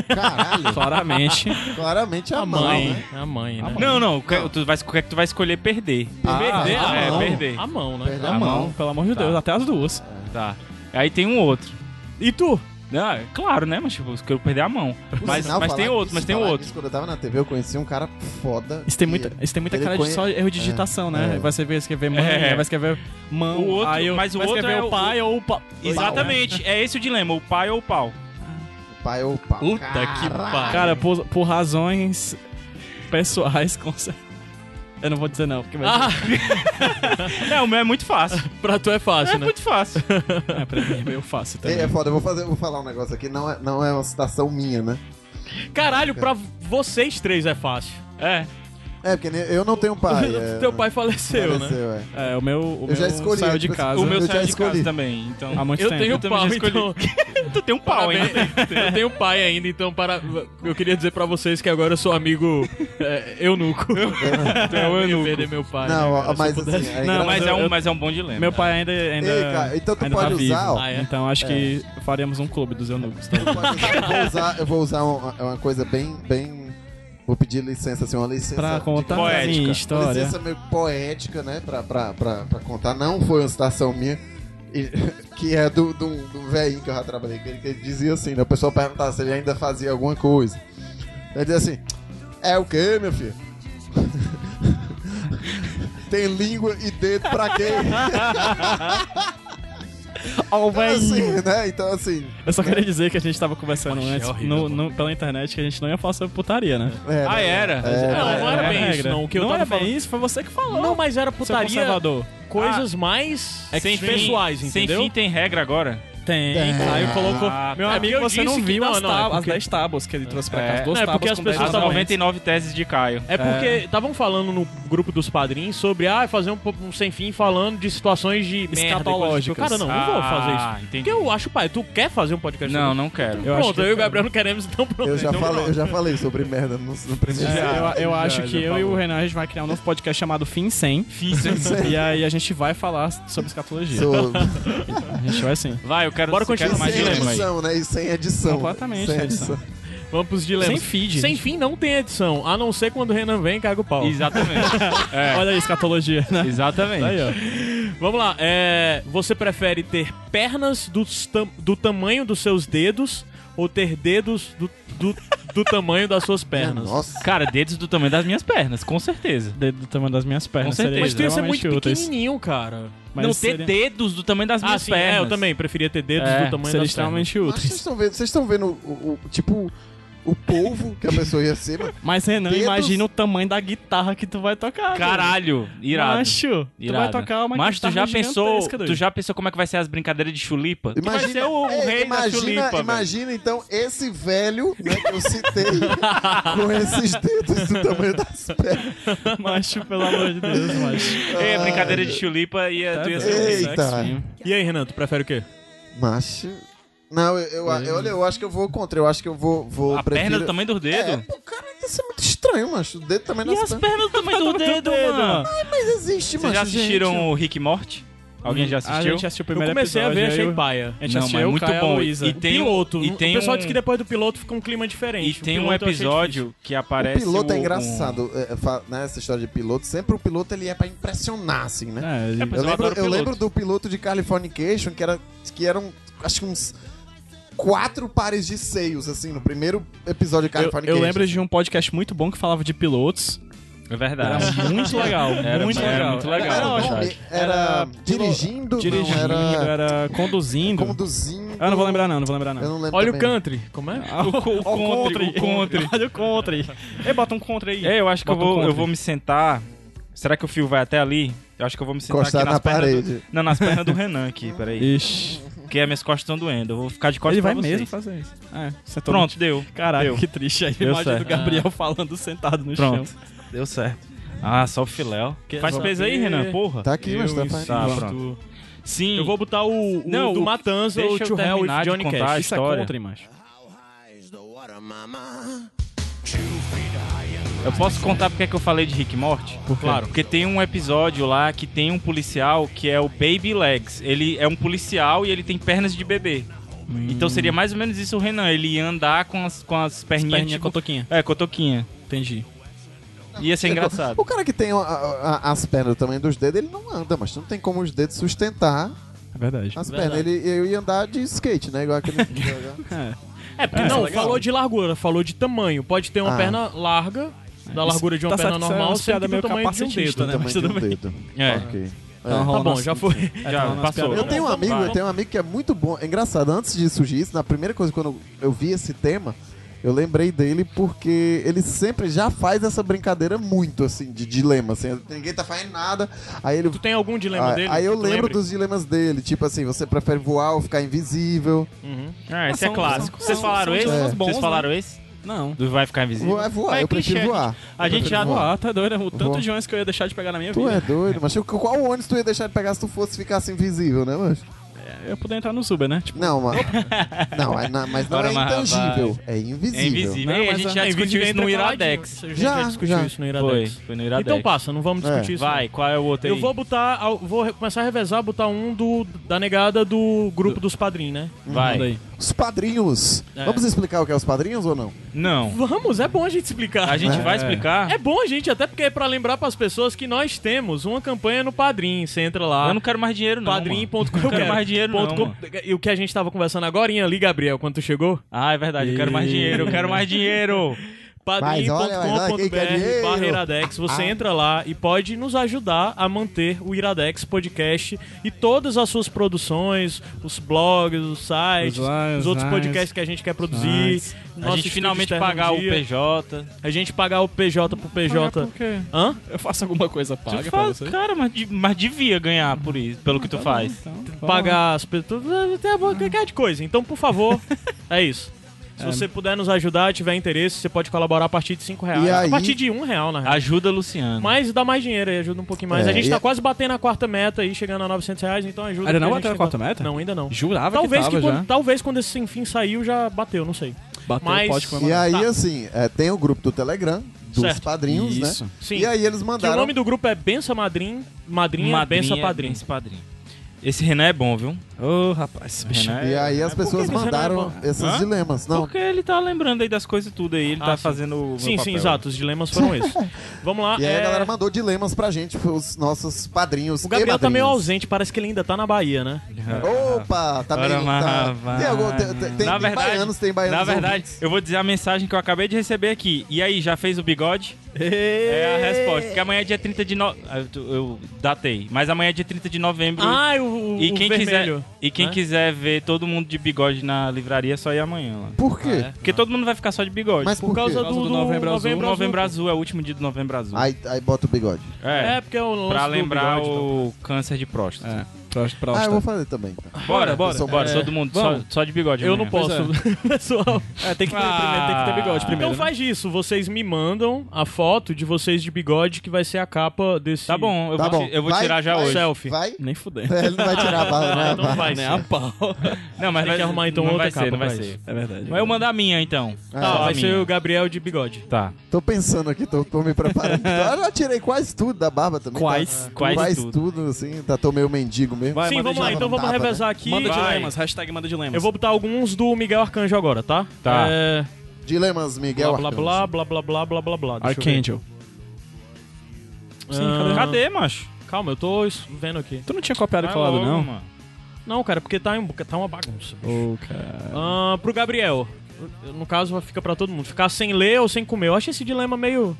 [SPEAKER 3] Caralho,
[SPEAKER 2] Claramente.
[SPEAKER 3] claramente a,
[SPEAKER 4] A
[SPEAKER 3] mão,
[SPEAKER 4] mãe,
[SPEAKER 3] né?
[SPEAKER 4] a mãe, né?
[SPEAKER 9] Não, não. o que- Tu vai, o que é que tu vai escolher perder?
[SPEAKER 3] Ah,
[SPEAKER 4] perder
[SPEAKER 3] a
[SPEAKER 9] é,
[SPEAKER 4] mão.
[SPEAKER 9] perder.
[SPEAKER 4] A mão, né?
[SPEAKER 3] Perdeu a
[SPEAKER 9] A
[SPEAKER 3] mão.
[SPEAKER 9] mão.
[SPEAKER 2] Pelo amor de
[SPEAKER 9] Tá.
[SPEAKER 2] Deus, até as duas.
[SPEAKER 9] Tá. Aí tem um outro.
[SPEAKER 4] E tu?
[SPEAKER 9] Ah, é claro, né? Mas tipo, eu quero perder a mão.
[SPEAKER 3] Por
[SPEAKER 9] Mas,
[SPEAKER 3] sinal,
[SPEAKER 9] mas
[SPEAKER 3] falar
[SPEAKER 9] tem outro,
[SPEAKER 3] disso,
[SPEAKER 9] mas tem
[SPEAKER 3] falar
[SPEAKER 9] outro.
[SPEAKER 3] disso, quando eu tava na TV, eu conheci um cara foda.
[SPEAKER 2] Isso tem
[SPEAKER 3] E
[SPEAKER 2] muita, isso tem muita
[SPEAKER 3] ele
[SPEAKER 2] cara
[SPEAKER 3] conhe-
[SPEAKER 2] de só erro de digitação, né?
[SPEAKER 3] é.
[SPEAKER 2] Vai escrever, escrever mãe,
[SPEAKER 9] É.
[SPEAKER 2] aí vai escrever mão.
[SPEAKER 9] O outro-
[SPEAKER 2] aí eu-
[SPEAKER 9] mas o
[SPEAKER 2] vai
[SPEAKER 9] outro
[SPEAKER 2] escrever
[SPEAKER 9] é
[SPEAKER 2] o
[SPEAKER 9] o-
[SPEAKER 2] pai ou o pau.
[SPEAKER 9] Exatamente. É esse o dilema, o pai ou o pau.
[SPEAKER 3] O pai ou o pau.
[SPEAKER 4] Puta que pariu.
[SPEAKER 2] Cara, por, por razões pessoais, com cer- Eu não vou dizer não, porque vai
[SPEAKER 4] Ah,
[SPEAKER 9] É, o meu é muito fácil.
[SPEAKER 4] pra tu é fácil,
[SPEAKER 9] É
[SPEAKER 4] né?
[SPEAKER 9] muito fácil.
[SPEAKER 2] dizer- é, pra mim é meio fácil
[SPEAKER 3] É,
[SPEAKER 2] também.
[SPEAKER 3] é foda, eu vou, fazer, vou falar um negócio aqui, não é, não é uma citação minha, né?
[SPEAKER 4] Caralho, pra vocês três é fácil.
[SPEAKER 9] É.
[SPEAKER 3] É, porque ne- eu não tenho pai. é,
[SPEAKER 4] Teu pai faleceu, né?
[SPEAKER 3] faleceu, é.
[SPEAKER 2] É, o meu, o
[SPEAKER 3] Eu
[SPEAKER 2] meu
[SPEAKER 3] já escolhi,
[SPEAKER 2] saiu
[SPEAKER 3] tipo
[SPEAKER 2] de
[SPEAKER 3] assim,
[SPEAKER 2] casa.
[SPEAKER 9] O meu
[SPEAKER 3] Eu já
[SPEAKER 9] saiu tá de casa
[SPEAKER 3] escolhi.
[SPEAKER 9] também, então.
[SPEAKER 2] Há muito
[SPEAKER 4] Eu
[SPEAKER 2] tempo.
[SPEAKER 4] tenho
[SPEAKER 9] Eu também
[SPEAKER 4] pau,
[SPEAKER 9] já escolhi.
[SPEAKER 4] então.
[SPEAKER 9] Tu tem um pau, hein?
[SPEAKER 4] Eu tenho pai ainda, então para... eu queria dizer pra vocês que agora eu sou amigo é, eunuco. então eu ia perder meu pai.
[SPEAKER 3] Não,
[SPEAKER 4] né,
[SPEAKER 3] ó,
[SPEAKER 4] cara, se
[SPEAKER 3] mas
[SPEAKER 4] eu
[SPEAKER 3] assim.
[SPEAKER 4] pudesse.
[SPEAKER 3] É
[SPEAKER 2] Não,
[SPEAKER 3] engraçado.
[SPEAKER 9] Mas é
[SPEAKER 2] eu-
[SPEAKER 9] um, mas é um bom dilema.
[SPEAKER 2] Meu pai ainda. ainda
[SPEAKER 3] Ei, cara, então tu
[SPEAKER 2] ainda
[SPEAKER 3] pode
[SPEAKER 2] tá vivo.
[SPEAKER 3] usar, ó.
[SPEAKER 4] Ah, é?
[SPEAKER 2] Então acho que faríamos um clube dos eunucos. tá?
[SPEAKER 3] Eu vou usar, eu vou usar um, uma, uma coisa bem, bem. Vou pedir licença, assim, uma licença.
[SPEAKER 2] pra contar
[SPEAKER 3] digamos assim,
[SPEAKER 2] assim,
[SPEAKER 9] Poética.
[SPEAKER 3] Uma
[SPEAKER 2] história.
[SPEAKER 3] licença meio poética, né? Pra, pra, pra, pra contar. Não foi uma citação minha. e- que é do, do, do velhinho que eu já trabalhei. Que ele, que ele dizia assim, né? O pessoal perguntava se ele ainda fazia alguma coisa. Ele dizia assim, é o quê, meu filho? Tem língua e dedo pra quê?
[SPEAKER 2] Ó, o
[SPEAKER 3] Então,
[SPEAKER 2] velhinho.
[SPEAKER 3] assim, né? Então assim.
[SPEAKER 2] Eu só queria dizer que a gente tava conversando antes
[SPEAKER 4] é
[SPEAKER 2] no-
[SPEAKER 4] horrível,
[SPEAKER 2] no- pela internet que a gente não ia falar sobre putaria, né?
[SPEAKER 3] é,
[SPEAKER 9] Ah,
[SPEAKER 3] né?
[SPEAKER 9] era?
[SPEAKER 3] É,
[SPEAKER 4] Não,
[SPEAKER 3] né?
[SPEAKER 4] não
[SPEAKER 2] a
[SPEAKER 4] era bem isso,
[SPEAKER 2] regra.
[SPEAKER 4] não. O que eu
[SPEAKER 2] não
[SPEAKER 4] tava
[SPEAKER 2] era bem
[SPEAKER 4] falando...
[SPEAKER 2] isso, foi você que falou.
[SPEAKER 4] Não, mas era
[SPEAKER 2] Seu
[SPEAKER 4] putaria...
[SPEAKER 2] conservador.
[SPEAKER 4] Coisas mais
[SPEAKER 6] É
[SPEAKER 9] sem fim,
[SPEAKER 4] pessoais, entendeu?
[SPEAKER 9] É, Sem fim tem regra agora.
[SPEAKER 2] Tem. Aí colocou.
[SPEAKER 9] Ah,
[SPEAKER 2] Meu
[SPEAKER 4] tá. É
[SPEAKER 2] amigo,
[SPEAKER 4] porque eu
[SPEAKER 2] você não
[SPEAKER 4] disse que
[SPEAKER 2] viu
[SPEAKER 4] não,
[SPEAKER 2] as,
[SPEAKER 4] não, é
[SPEAKER 2] tábuas,
[SPEAKER 4] porque-
[SPEAKER 2] as 10 tábuas que ele trouxe pra
[SPEAKER 9] É.
[SPEAKER 2] cá. As duas
[SPEAKER 4] Não, é porque
[SPEAKER 2] tábuas
[SPEAKER 4] as
[SPEAKER 2] com
[SPEAKER 4] pessoas
[SPEAKER 9] As
[SPEAKER 2] 10
[SPEAKER 4] estavam-
[SPEAKER 2] tamanhos.
[SPEAKER 9] 99 teses de Caio.
[SPEAKER 4] É porque estavam falando no grupo dos padrinhos sobre ah, fazer um, um sem fim falando de situações de merda e coisas do tipo.
[SPEAKER 2] Escatológicas.
[SPEAKER 4] Cara, não, não vou fazer isso.
[SPEAKER 9] Ah, entendi.
[SPEAKER 4] Porque eu acho, pai, tu quer fazer um podcast
[SPEAKER 9] Não,
[SPEAKER 4] sobre
[SPEAKER 9] não quero.
[SPEAKER 4] isso?
[SPEAKER 2] Eu acho
[SPEAKER 4] Pronto,
[SPEAKER 2] que
[SPEAKER 4] eu e o
[SPEAKER 2] eu quero.
[SPEAKER 4] Gabriel não queremos, então pronto.
[SPEAKER 3] Eu já,
[SPEAKER 4] então
[SPEAKER 3] falei,
[SPEAKER 4] pronto.
[SPEAKER 3] eu já falei sobre merda no, no primeiro
[SPEAKER 2] É,
[SPEAKER 3] dia.
[SPEAKER 2] eu, eu
[SPEAKER 4] Já,
[SPEAKER 2] acho
[SPEAKER 4] já
[SPEAKER 2] que eu e o Renan a gente vai criar um novo podcast chamado Fim Sem.
[SPEAKER 9] Fim sem
[SPEAKER 2] E aí a gente vai falar sobre escatologia.
[SPEAKER 3] Sou-
[SPEAKER 2] A gente vai sim.
[SPEAKER 9] Vai, eu quero,
[SPEAKER 4] Bora
[SPEAKER 9] eu quero
[SPEAKER 4] continuar.
[SPEAKER 9] mais
[SPEAKER 3] sem
[SPEAKER 9] dilema aí.
[SPEAKER 3] edição, né? E sem edição.
[SPEAKER 2] Completamente
[SPEAKER 3] Sem
[SPEAKER 2] sem edição.
[SPEAKER 4] Vamos pros dilemas.
[SPEAKER 2] Sem feed,
[SPEAKER 4] Sem
[SPEAKER 2] gente.
[SPEAKER 4] fim não tem edição, a não ser quando o Renan vem e caga o pau.
[SPEAKER 9] Exatamente. É,
[SPEAKER 2] Olha aí, escatologia, né?
[SPEAKER 9] exatamente.
[SPEAKER 2] Aí, ó.
[SPEAKER 4] Vamos lá, é, você prefere ter pernas do, do tamanho dos seus dedos ou ter dedos do, do, do tamanho das suas pernas.
[SPEAKER 3] Nossa.
[SPEAKER 9] Cara, dedos do tamanho das minhas pernas, com certeza.
[SPEAKER 2] Dedo do tamanho das minhas pernas.
[SPEAKER 9] Com certeza.
[SPEAKER 2] seria
[SPEAKER 4] Mas tu ia ser
[SPEAKER 2] extremamente
[SPEAKER 4] muito
[SPEAKER 2] úteis.
[SPEAKER 4] pequenininho, cara.
[SPEAKER 2] Mas
[SPEAKER 9] não
[SPEAKER 2] seria-
[SPEAKER 9] ter dedos do tamanho das
[SPEAKER 4] Ah,
[SPEAKER 9] minhas
[SPEAKER 4] sim,
[SPEAKER 9] pernas.
[SPEAKER 4] é, eu também preferia ter dedos
[SPEAKER 2] É,
[SPEAKER 4] do tamanho
[SPEAKER 2] seria
[SPEAKER 4] das pernas.
[SPEAKER 2] extremamente
[SPEAKER 3] Mas vocês
[SPEAKER 2] úteis.
[SPEAKER 3] estão vendo, vocês estão vendo o, o- tipo o polvo que a pessoa ia ser, mano.
[SPEAKER 2] Mas, Renan,
[SPEAKER 3] Dedos-
[SPEAKER 2] imagina o tamanho da guitarra que tu vai tocar.
[SPEAKER 9] Caralho,
[SPEAKER 2] velho.
[SPEAKER 9] irado.
[SPEAKER 2] Macho,
[SPEAKER 9] irado.
[SPEAKER 2] tu vai tocar uma
[SPEAKER 9] Macho, tu já
[SPEAKER 2] guitarra
[SPEAKER 9] pensou,
[SPEAKER 2] gigantesca, doido.
[SPEAKER 9] tu já pensou como é que vai ser as brincadeiras de chulipa? Tu vai
[SPEAKER 3] Imagina,
[SPEAKER 9] ser o, o
[SPEAKER 3] é,
[SPEAKER 9] rei da
[SPEAKER 3] imagina,
[SPEAKER 9] chulipa, velho.
[SPEAKER 3] Imagina então esse velho né, que eu citei com esses dedos do tamanho das pernas.
[SPEAKER 2] Macho, pelo amor de Deus, macho.
[SPEAKER 9] Ei, a
[SPEAKER 3] Ah.
[SPEAKER 9] brincadeira de chulipa ia, tu ia ser o rei.
[SPEAKER 3] Eita.
[SPEAKER 4] E aí, Renan, tu prefere o quê?
[SPEAKER 3] Macho. Não, eu, eu, eu- olha, eu acho que eu vou contra. Eu acho que eu vou. vou
[SPEAKER 9] É. A
[SPEAKER 3] prefiro...
[SPEAKER 9] perna do tamanho do dedo?
[SPEAKER 3] É, cara, isso é muito estranho, macho. O dedo também
[SPEAKER 9] E
[SPEAKER 3] nas
[SPEAKER 9] as
[SPEAKER 3] pernas.
[SPEAKER 9] pernas do tamanho do dedo,
[SPEAKER 2] dedo,
[SPEAKER 9] mano?
[SPEAKER 3] Mas existe,
[SPEAKER 9] Vocês já
[SPEAKER 3] macho,
[SPEAKER 9] assistiram
[SPEAKER 3] gente.
[SPEAKER 9] o Rick e Morty? Alguém já
[SPEAKER 2] A
[SPEAKER 9] assistiu?
[SPEAKER 2] gente assistiu o
[SPEAKER 4] Eu
[SPEAKER 2] primeiro
[SPEAKER 4] comecei
[SPEAKER 2] episódio.
[SPEAKER 4] a ver, achei
[SPEAKER 2] aí eu-
[SPEAKER 4] paia.
[SPEAKER 2] A gente
[SPEAKER 9] Não,
[SPEAKER 2] assistiu
[SPEAKER 9] mas
[SPEAKER 2] o
[SPEAKER 9] muito
[SPEAKER 2] Caio e a
[SPEAKER 9] bom.
[SPEAKER 2] Luísa.
[SPEAKER 9] E tem um-
[SPEAKER 4] piloto.
[SPEAKER 9] e tem
[SPEAKER 4] o pessoal
[SPEAKER 9] um-
[SPEAKER 4] disse que depois do piloto ficou um clima diferente.
[SPEAKER 9] E
[SPEAKER 4] O
[SPEAKER 9] tem um
[SPEAKER 4] piloto eu achei difícil.
[SPEAKER 9] episódio que
[SPEAKER 3] O
[SPEAKER 9] aparece.
[SPEAKER 3] piloto é
[SPEAKER 9] um-
[SPEAKER 3] engraçado, é, é, fa- né? Essa história de piloto. Sempre o piloto ele é pra impressionar, assim, né?
[SPEAKER 2] É, ele-
[SPEAKER 4] mas
[SPEAKER 3] Eu
[SPEAKER 4] eu
[SPEAKER 3] lembro,
[SPEAKER 4] adoro
[SPEAKER 3] eu
[SPEAKER 4] piloto.
[SPEAKER 3] lembro do piloto de Californication, que, era, que eram, acho que uns quatro pares de seios, assim, no primeiro episódio de
[SPEAKER 2] eu,
[SPEAKER 3] Californication.
[SPEAKER 2] eu lembro de um podcast muito bom que falava de pilotos.
[SPEAKER 9] É
[SPEAKER 2] Era
[SPEAKER 9] verdade.
[SPEAKER 2] muito legal. muito
[SPEAKER 9] Era muito- era
[SPEAKER 2] legal.
[SPEAKER 9] muito
[SPEAKER 3] Não
[SPEAKER 9] legal,
[SPEAKER 3] era,
[SPEAKER 2] Era
[SPEAKER 3] o
[SPEAKER 2] ótimo.
[SPEAKER 3] nome, era,
[SPEAKER 2] Era
[SPEAKER 3] dirigindo,
[SPEAKER 2] Dirigindo,
[SPEAKER 3] não, era,
[SPEAKER 2] era conduzindo.
[SPEAKER 3] conduzindo.
[SPEAKER 2] Ah, não vou lembrar não, não vou lembrar
[SPEAKER 3] Eu
[SPEAKER 2] não.
[SPEAKER 3] não lembro
[SPEAKER 4] Olha o
[SPEAKER 3] também.
[SPEAKER 4] country. Como é?
[SPEAKER 2] Ah, O, o, o
[SPEAKER 9] country, o country.
[SPEAKER 2] Olha o contra aí. Ei, bota um contra aí.
[SPEAKER 9] É, eu acho que eu
[SPEAKER 2] Bota um
[SPEAKER 9] vou, eu
[SPEAKER 2] contra.
[SPEAKER 9] vou me sentar. Será que o fio vai até ali? Eu acho que eu vou me sentar
[SPEAKER 3] Encostar
[SPEAKER 9] aqui nas
[SPEAKER 3] na
[SPEAKER 9] pernas
[SPEAKER 3] parede.
[SPEAKER 9] do- não, nas pernas do Renan aqui, peraí.
[SPEAKER 2] Ixi.
[SPEAKER 9] Porque as minhas costas estão doendo. Eu vou ficar de costas
[SPEAKER 2] Ele
[SPEAKER 9] pra
[SPEAKER 2] vai
[SPEAKER 9] vocês.
[SPEAKER 2] mesmo fazer isso. É, sentou no
[SPEAKER 9] Pronto, deu.
[SPEAKER 2] Caralho,
[SPEAKER 9] Deu.
[SPEAKER 2] que triste aí.
[SPEAKER 9] Deu
[SPEAKER 2] Imagina o
[SPEAKER 9] certo.
[SPEAKER 2] Gabriel falando sentado no
[SPEAKER 9] Pronto.
[SPEAKER 2] chão.
[SPEAKER 9] Deu certo. Ah, só o filé. ó. Faz
[SPEAKER 4] saber?
[SPEAKER 9] peso aí, Renan, porra.
[SPEAKER 3] Tá aqui, mas tá fazendo.
[SPEAKER 9] Tá,
[SPEAKER 4] Gosto.
[SPEAKER 9] pronto. Sim.
[SPEAKER 4] Eu vou botar o, o
[SPEAKER 9] Não,
[SPEAKER 4] do
[SPEAKER 9] o-
[SPEAKER 4] Matanza, o
[SPEAKER 9] deixa eu
[SPEAKER 4] To Hell with
[SPEAKER 9] terminar de
[SPEAKER 4] Johnny
[SPEAKER 9] contar.
[SPEAKER 4] Cash.
[SPEAKER 9] A
[SPEAKER 2] Isso
[SPEAKER 9] história.
[SPEAKER 2] é contra, hein, macho.
[SPEAKER 9] Eu posso contar porque é que eu falei de Rick e Morty? Claro. Porque tem um episódio lá que tem um policial que é o Baby Legs. Ele é um policial e ele tem pernas de bebê. Então seria mais ou menos isso o Renan. Ele ia andar com as, com as perninhas.
[SPEAKER 2] Perninha
[SPEAKER 9] tipo-
[SPEAKER 2] cotoquinha.
[SPEAKER 9] É, cotoquinha.
[SPEAKER 2] Entendi.
[SPEAKER 9] Ia ser engraçado.
[SPEAKER 3] O cara que tem a- a- a- as pernas do tamanho dos dedos, ele não anda, mas não tem como os dedos sustentar
[SPEAKER 2] É verdade.
[SPEAKER 3] as pernas. Ele, eu ia andar de skate, né? Igual aquele.
[SPEAKER 4] É, porque não, falou de largura, falou de tamanho. Pode ter uma
[SPEAKER 3] Ah.
[SPEAKER 4] perna larga, da largura de uma
[SPEAKER 2] Tá certo
[SPEAKER 4] perna
[SPEAKER 2] que isso é
[SPEAKER 4] normal,
[SPEAKER 2] uma
[SPEAKER 4] sendo
[SPEAKER 2] piada
[SPEAKER 4] do
[SPEAKER 2] meio
[SPEAKER 4] tamanho de um
[SPEAKER 2] capacitista,
[SPEAKER 4] dedo.
[SPEAKER 2] né?
[SPEAKER 3] tamanho
[SPEAKER 2] Mas
[SPEAKER 3] de
[SPEAKER 2] tudo
[SPEAKER 3] um
[SPEAKER 2] bem.
[SPEAKER 3] dedo.
[SPEAKER 9] É.
[SPEAKER 3] Ok.
[SPEAKER 2] Tá
[SPEAKER 4] Tá
[SPEAKER 2] rolando
[SPEAKER 4] bom,
[SPEAKER 2] umas-
[SPEAKER 4] já foi.
[SPEAKER 2] É,
[SPEAKER 9] Já,
[SPEAKER 2] tá rolando umas
[SPEAKER 9] passou.
[SPEAKER 2] piadas.
[SPEAKER 3] Eu tenho um amigo,
[SPEAKER 9] então Vai.
[SPEAKER 3] eu tenho um amigo que é muito bom. É engraçado, antes de surgir isso, na primeira coisa quando eu vi esse tema, eu lembrei dele porque ele sempre já faz essa brincadeira muito, assim, de dilema, assim, ninguém tá fazendo nada. Aí ele.
[SPEAKER 4] Tu tem algum dilema
[SPEAKER 3] Ah,
[SPEAKER 4] dele?
[SPEAKER 3] aí eu
[SPEAKER 4] que tu
[SPEAKER 3] lembro
[SPEAKER 4] lembre?
[SPEAKER 3] dos dilemas dele, tipo assim, você prefere voar ou ficar invisível?
[SPEAKER 9] Ah, esse é
[SPEAKER 2] são-
[SPEAKER 9] clássico.
[SPEAKER 2] são-
[SPEAKER 9] Vocês
[SPEAKER 2] são-
[SPEAKER 9] falaram
[SPEAKER 2] são
[SPEAKER 9] esse?
[SPEAKER 3] dilemas
[SPEAKER 2] bons, né?
[SPEAKER 9] Vocês falaram esse?
[SPEAKER 2] Não.
[SPEAKER 9] Do Vai Ficar Invisível?
[SPEAKER 3] Voar é voar,
[SPEAKER 9] Ah, é
[SPEAKER 3] eu prefiro
[SPEAKER 9] clichê.
[SPEAKER 3] voar.
[SPEAKER 9] A
[SPEAKER 3] Eu
[SPEAKER 9] gente
[SPEAKER 3] prefiro
[SPEAKER 9] já-
[SPEAKER 3] voar.
[SPEAKER 2] Ah, tá doido. O tanto
[SPEAKER 3] Vou.
[SPEAKER 2] de ônibus que eu ia deixar de pegar na minha
[SPEAKER 3] Tu
[SPEAKER 2] vida.
[SPEAKER 3] é doido, mas qual ônibus tu ia deixar de pegar se tu fosse ficar assim invisível, né, mancho?
[SPEAKER 2] Eu poderia entrar no Uber, né? Tipo,
[SPEAKER 3] Não, mas. Não, é na- mas não
[SPEAKER 9] Ora,
[SPEAKER 3] é
[SPEAKER 9] mas
[SPEAKER 3] intangível, é invisível.
[SPEAKER 9] É invisível.
[SPEAKER 2] Não,
[SPEAKER 9] Ei, a
[SPEAKER 2] mas
[SPEAKER 9] gente
[SPEAKER 2] a-
[SPEAKER 9] já
[SPEAKER 4] Ah,
[SPEAKER 9] discutiu
[SPEAKER 4] Nvidia
[SPEAKER 9] isso no
[SPEAKER 4] entra lá,
[SPEAKER 9] Iradex.
[SPEAKER 4] A gente
[SPEAKER 3] Já,
[SPEAKER 4] já discutiu
[SPEAKER 3] já.
[SPEAKER 4] isso no
[SPEAKER 9] Foi,
[SPEAKER 4] Iradex.
[SPEAKER 9] foi no Iradex.
[SPEAKER 4] Então passa, não vamos discutir
[SPEAKER 3] É.
[SPEAKER 4] isso.
[SPEAKER 9] Vai, qual é o outro aí?
[SPEAKER 4] Eu vou botar, eu vou começar a revezar, botar um do da negada do grupo dos padrinhos, né?
[SPEAKER 2] manda
[SPEAKER 9] Vai.
[SPEAKER 2] aí.
[SPEAKER 3] Os padrinhos.
[SPEAKER 4] É.
[SPEAKER 3] Vamos explicar o que é os padrinhos ou não?
[SPEAKER 9] Não.
[SPEAKER 4] Vamos, é bom a gente explicar.
[SPEAKER 9] A gente vai explicar.
[SPEAKER 4] É bom, gente, até porque é pra lembrar pras pessoas que nós temos uma campanha no Padrim. Você entra lá.
[SPEAKER 9] Eu não quero mais dinheiro, não. mano.
[SPEAKER 4] Padrim.com.
[SPEAKER 9] Não quero mais dinheiro, não, mano.
[SPEAKER 4] E o que a gente tava conversando agora ali, Gabriel, quando tu chegou?
[SPEAKER 9] Ah, é verdade. Eu quero mais dinheiro. Eu quero mais dinheiro.
[SPEAKER 3] Mas olha, mas olha, quem quer
[SPEAKER 4] padrim.com.br
[SPEAKER 3] dinheiro?
[SPEAKER 4] barra Iradex, você
[SPEAKER 3] Ah.
[SPEAKER 4] entra lá e pode nos ajudar a manter o Iradex Podcast e todas as suas produções, os blogs, os sites,
[SPEAKER 2] Os
[SPEAKER 4] os,
[SPEAKER 2] lives,
[SPEAKER 4] outros
[SPEAKER 2] lives.
[SPEAKER 4] podcasts que a gente quer produzir.
[SPEAKER 2] Lives.
[SPEAKER 9] A
[SPEAKER 4] nosso
[SPEAKER 9] gente
[SPEAKER 4] estúdio
[SPEAKER 9] finalmente
[SPEAKER 4] externo um
[SPEAKER 9] pagar o
[SPEAKER 4] dia,
[SPEAKER 9] PJ.
[SPEAKER 4] A gente pagar o PJ pro PJ. Hã?
[SPEAKER 2] Eu faço alguma coisa paga
[SPEAKER 9] Tu
[SPEAKER 2] pra
[SPEAKER 9] faz-
[SPEAKER 2] você?
[SPEAKER 9] cara, mas, de- mas devia ganhar por isso, pelo que tu faz.
[SPEAKER 2] Então, vamos lá.
[SPEAKER 4] pagar as pessoas. Tem uma boa quantidade de coisa. Então, por favor, é isso. Se você puder nos ajudar, tiver interesse, você pode colaborar a partir de 5 reais.
[SPEAKER 3] E aí-
[SPEAKER 4] A partir de 1 um real, na real.
[SPEAKER 9] Ajuda Luciano.
[SPEAKER 4] Mas dá mais dinheiro aí, ajuda um pouquinho mais.
[SPEAKER 3] É,
[SPEAKER 4] a gente
[SPEAKER 3] e-
[SPEAKER 4] tá quase batendo a quarta meta aí, chegando a 900 reais, então ajuda.
[SPEAKER 2] Ainda
[SPEAKER 4] porque
[SPEAKER 2] não
[SPEAKER 4] gente
[SPEAKER 2] bateu a
[SPEAKER 4] tem
[SPEAKER 2] quarta
[SPEAKER 4] quanto-
[SPEAKER 2] meta?
[SPEAKER 4] Não, ainda não.
[SPEAKER 2] Jurava
[SPEAKER 4] Talvez,
[SPEAKER 2] que
[SPEAKER 4] que
[SPEAKER 2] tava
[SPEAKER 4] quando,
[SPEAKER 2] já.
[SPEAKER 4] talvez quando esse sem fim saiu já bateu, não sei.
[SPEAKER 2] Bateu
[SPEAKER 4] mas-
[SPEAKER 2] pode com a
[SPEAKER 3] E
[SPEAKER 2] mão.
[SPEAKER 3] aí,
[SPEAKER 4] Tá.
[SPEAKER 3] assim, é, tem o grupo do Telegram, dos
[SPEAKER 4] Certo.
[SPEAKER 3] padrinhos,
[SPEAKER 2] Isso.
[SPEAKER 3] né?
[SPEAKER 4] Sim.
[SPEAKER 3] E aí eles
[SPEAKER 4] Que o
[SPEAKER 3] mandaram.
[SPEAKER 4] nome do grupo é Bença Madrim, Madrinha, Bença Padrinho.
[SPEAKER 9] Bença Padrinho. Esse Renan é bom, viu?
[SPEAKER 2] Ô, rapaz, esse bicho.
[SPEAKER 9] Renan
[SPEAKER 3] E
[SPEAKER 9] é-
[SPEAKER 3] aí as pessoas
[SPEAKER 9] que que o Renan é
[SPEAKER 3] mandaram
[SPEAKER 9] bom?
[SPEAKER 3] esses
[SPEAKER 9] Hã?
[SPEAKER 3] dilemas. Não,
[SPEAKER 9] Porque ele tá lembrando aí das coisas tudo aí, ele
[SPEAKER 4] Ah,
[SPEAKER 9] tá
[SPEAKER 4] sim.
[SPEAKER 9] fazendo o meu
[SPEAKER 2] é
[SPEAKER 4] Sim, sim,
[SPEAKER 9] papel.
[SPEAKER 4] exato. Os dilemas foram esses. Vamos lá.
[SPEAKER 3] E aí
[SPEAKER 4] é,
[SPEAKER 3] a galera mandou dilemas pra gente, os nossos padrinhos.
[SPEAKER 4] O Gabriel
[SPEAKER 3] e
[SPEAKER 4] tá meio
[SPEAKER 3] madrinhas.
[SPEAKER 4] ausente, parece que ele ainda tá na Bahia, né?
[SPEAKER 3] Opa, tá meio. Tá... Tem, algum, tem, tem, tem
[SPEAKER 9] na verdade,
[SPEAKER 3] baianos, tem baianos.
[SPEAKER 9] Na verdade,
[SPEAKER 3] ouvintes.
[SPEAKER 9] eu vou dizer a mensagem que eu acabei de receber aqui. E aí, já fez o bigode? É a resposta. Porque amanhã é dia 30 de novembro. Eu, eu datei. Mas amanhã é dia 30 de novembro.
[SPEAKER 4] Ah, o, o
[SPEAKER 9] e quem, quiser,
[SPEAKER 4] vermelho.
[SPEAKER 9] e quem
[SPEAKER 4] né?
[SPEAKER 9] quiser ver todo mundo de bigode na livraria, é só ir amanhã lá.
[SPEAKER 3] Por quê?
[SPEAKER 9] Porque todo mundo vai ficar só de bigode.
[SPEAKER 3] Mas por,
[SPEAKER 4] Por causa
[SPEAKER 3] quê?
[SPEAKER 4] do, do Novembro Azul.
[SPEAKER 9] O novembro azul é o último dia do novembro azul.
[SPEAKER 3] Aí, aí bota o bigode.
[SPEAKER 9] é,
[SPEAKER 4] É, porque é o lance
[SPEAKER 9] pra
[SPEAKER 4] do
[SPEAKER 9] lembrar
[SPEAKER 4] bigode, então.
[SPEAKER 9] o câncer de próstata.
[SPEAKER 2] É, próstata.
[SPEAKER 3] Ah,
[SPEAKER 2] próstata.
[SPEAKER 3] eu vou fazer também. então.
[SPEAKER 9] Bora,
[SPEAKER 3] Eu
[SPEAKER 9] bora.
[SPEAKER 3] sou
[SPEAKER 9] bora,
[SPEAKER 3] barato.
[SPEAKER 9] todo mundo. Só,
[SPEAKER 2] Vamos.
[SPEAKER 9] só de bigode.
[SPEAKER 4] Eu não
[SPEAKER 9] amanhã.
[SPEAKER 4] posso, É. pessoal.
[SPEAKER 2] É, tem que ter,
[SPEAKER 9] Ah.
[SPEAKER 2] primeiro, tem que ter bigode primeiro.
[SPEAKER 4] Então
[SPEAKER 2] né?
[SPEAKER 4] faz isso, vocês me mandam a foto de vocês de bigode que vai ser a capa desse
[SPEAKER 9] Tá bom, eu
[SPEAKER 3] Tá
[SPEAKER 9] vou,
[SPEAKER 3] bom.
[SPEAKER 9] ti- eu vou
[SPEAKER 3] Vai,
[SPEAKER 9] tirar já
[SPEAKER 3] vai,
[SPEAKER 9] hoje.
[SPEAKER 4] selfie.
[SPEAKER 3] Vai?
[SPEAKER 2] Nem fuder.
[SPEAKER 3] É, Ele não vai tirar a barra, né?
[SPEAKER 4] Ah, não vai
[SPEAKER 2] Nem
[SPEAKER 4] ser.
[SPEAKER 2] a pau.
[SPEAKER 4] Tem
[SPEAKER 9] Não, mas vai
[SPEAKER 4] que arrumar, então,
[SPEAKER 9] não
[SPEAKER 4] outra
[SPEAKER 9] vai
[SPEAKER 4] capa
[SPEAKER 9] ser, não vai
[SPEAKER 4] pra
[SPEAKER 9] ser.
[SPEAKER 4] isso.
[SPEAKER 2] É verdade.
[SPEAKER 9] Mas eu mandar a minha então.
[SPEAKER 2] Ah,
[SPEAKER 3] Ah,
[SPEAKER 4] Tá,
[SPEAKER 9] Só a
[SPEAKER 4] vai ser
[SPEAKER 9] minha.
[SPEAKER 4] o Gabriel de bigode.
[SPEAKER 9] Tá.
[SPEAKER 3] Tô pensando aqui, tô, tô me preparando. eu já tirei quase tudo da barba também.
[SPEAKER 2] Quais-
[SPEAKER 3] tá?
[SPEAKER 9] quais
[SPEAKER 3] tudo.
[SPEAKER 9] tudo.
[SPEAKER 3] assim. Tá, tô meio mendigo mesmo.
[SPEAKER 2] Vai,
[SPEAKER 4] Sim,
[SPEAKER 2] manda
[SPEAKER 4] vamos lá,
[SPEAKER 3] dilemas.
[SPEAKER 4] então vamos
[SPEAKER 3] Tapa, né?
[SPEAKER 4] revezar aqui.
[SPEAKER 2] Manda
[SPEAKER 9] Vai.
[SPEAKER 2] dilemas, hashtag manda dilemas.
[SPEAKER 4] Eu vou botar alguns do Miguel Arcanjo agora, tá?
[SPEAKER 9] Tá.
[SPEAKER 4] É...
[SPEAKER 3] Dilemas, Miguel.
[SPEAKER 4] Blá, blá, blá, blá, blá, blá, blá, blá, blá. Deixa eu ver.
[SPEAKER 2] Archangel.
[SPEAKER 4] Ah,
[SPEAKER 9] Cadê, macho?
[SPEAKER 4] Calma, eu tô es- vendo aqui.
[SPEAKER 2] Tu não tinha copiado e
[SPEAKER 9] Vai
[SPEAKER 2] colado,
[SPEAKER 9] logo,
[SPEAKER 2] não?
[SPEAKER 9] mano.
[SPEAKER 4] Não, cara, porque tá, em- tá uma bagunça.
[SPEAKER 2] Ô, cara.
[SPEAKER 4] Ah, pro Gabriel. No caso, fica pra todo mundo. Ficar sem ler ou sem comer. Eu acho esse dilema meio...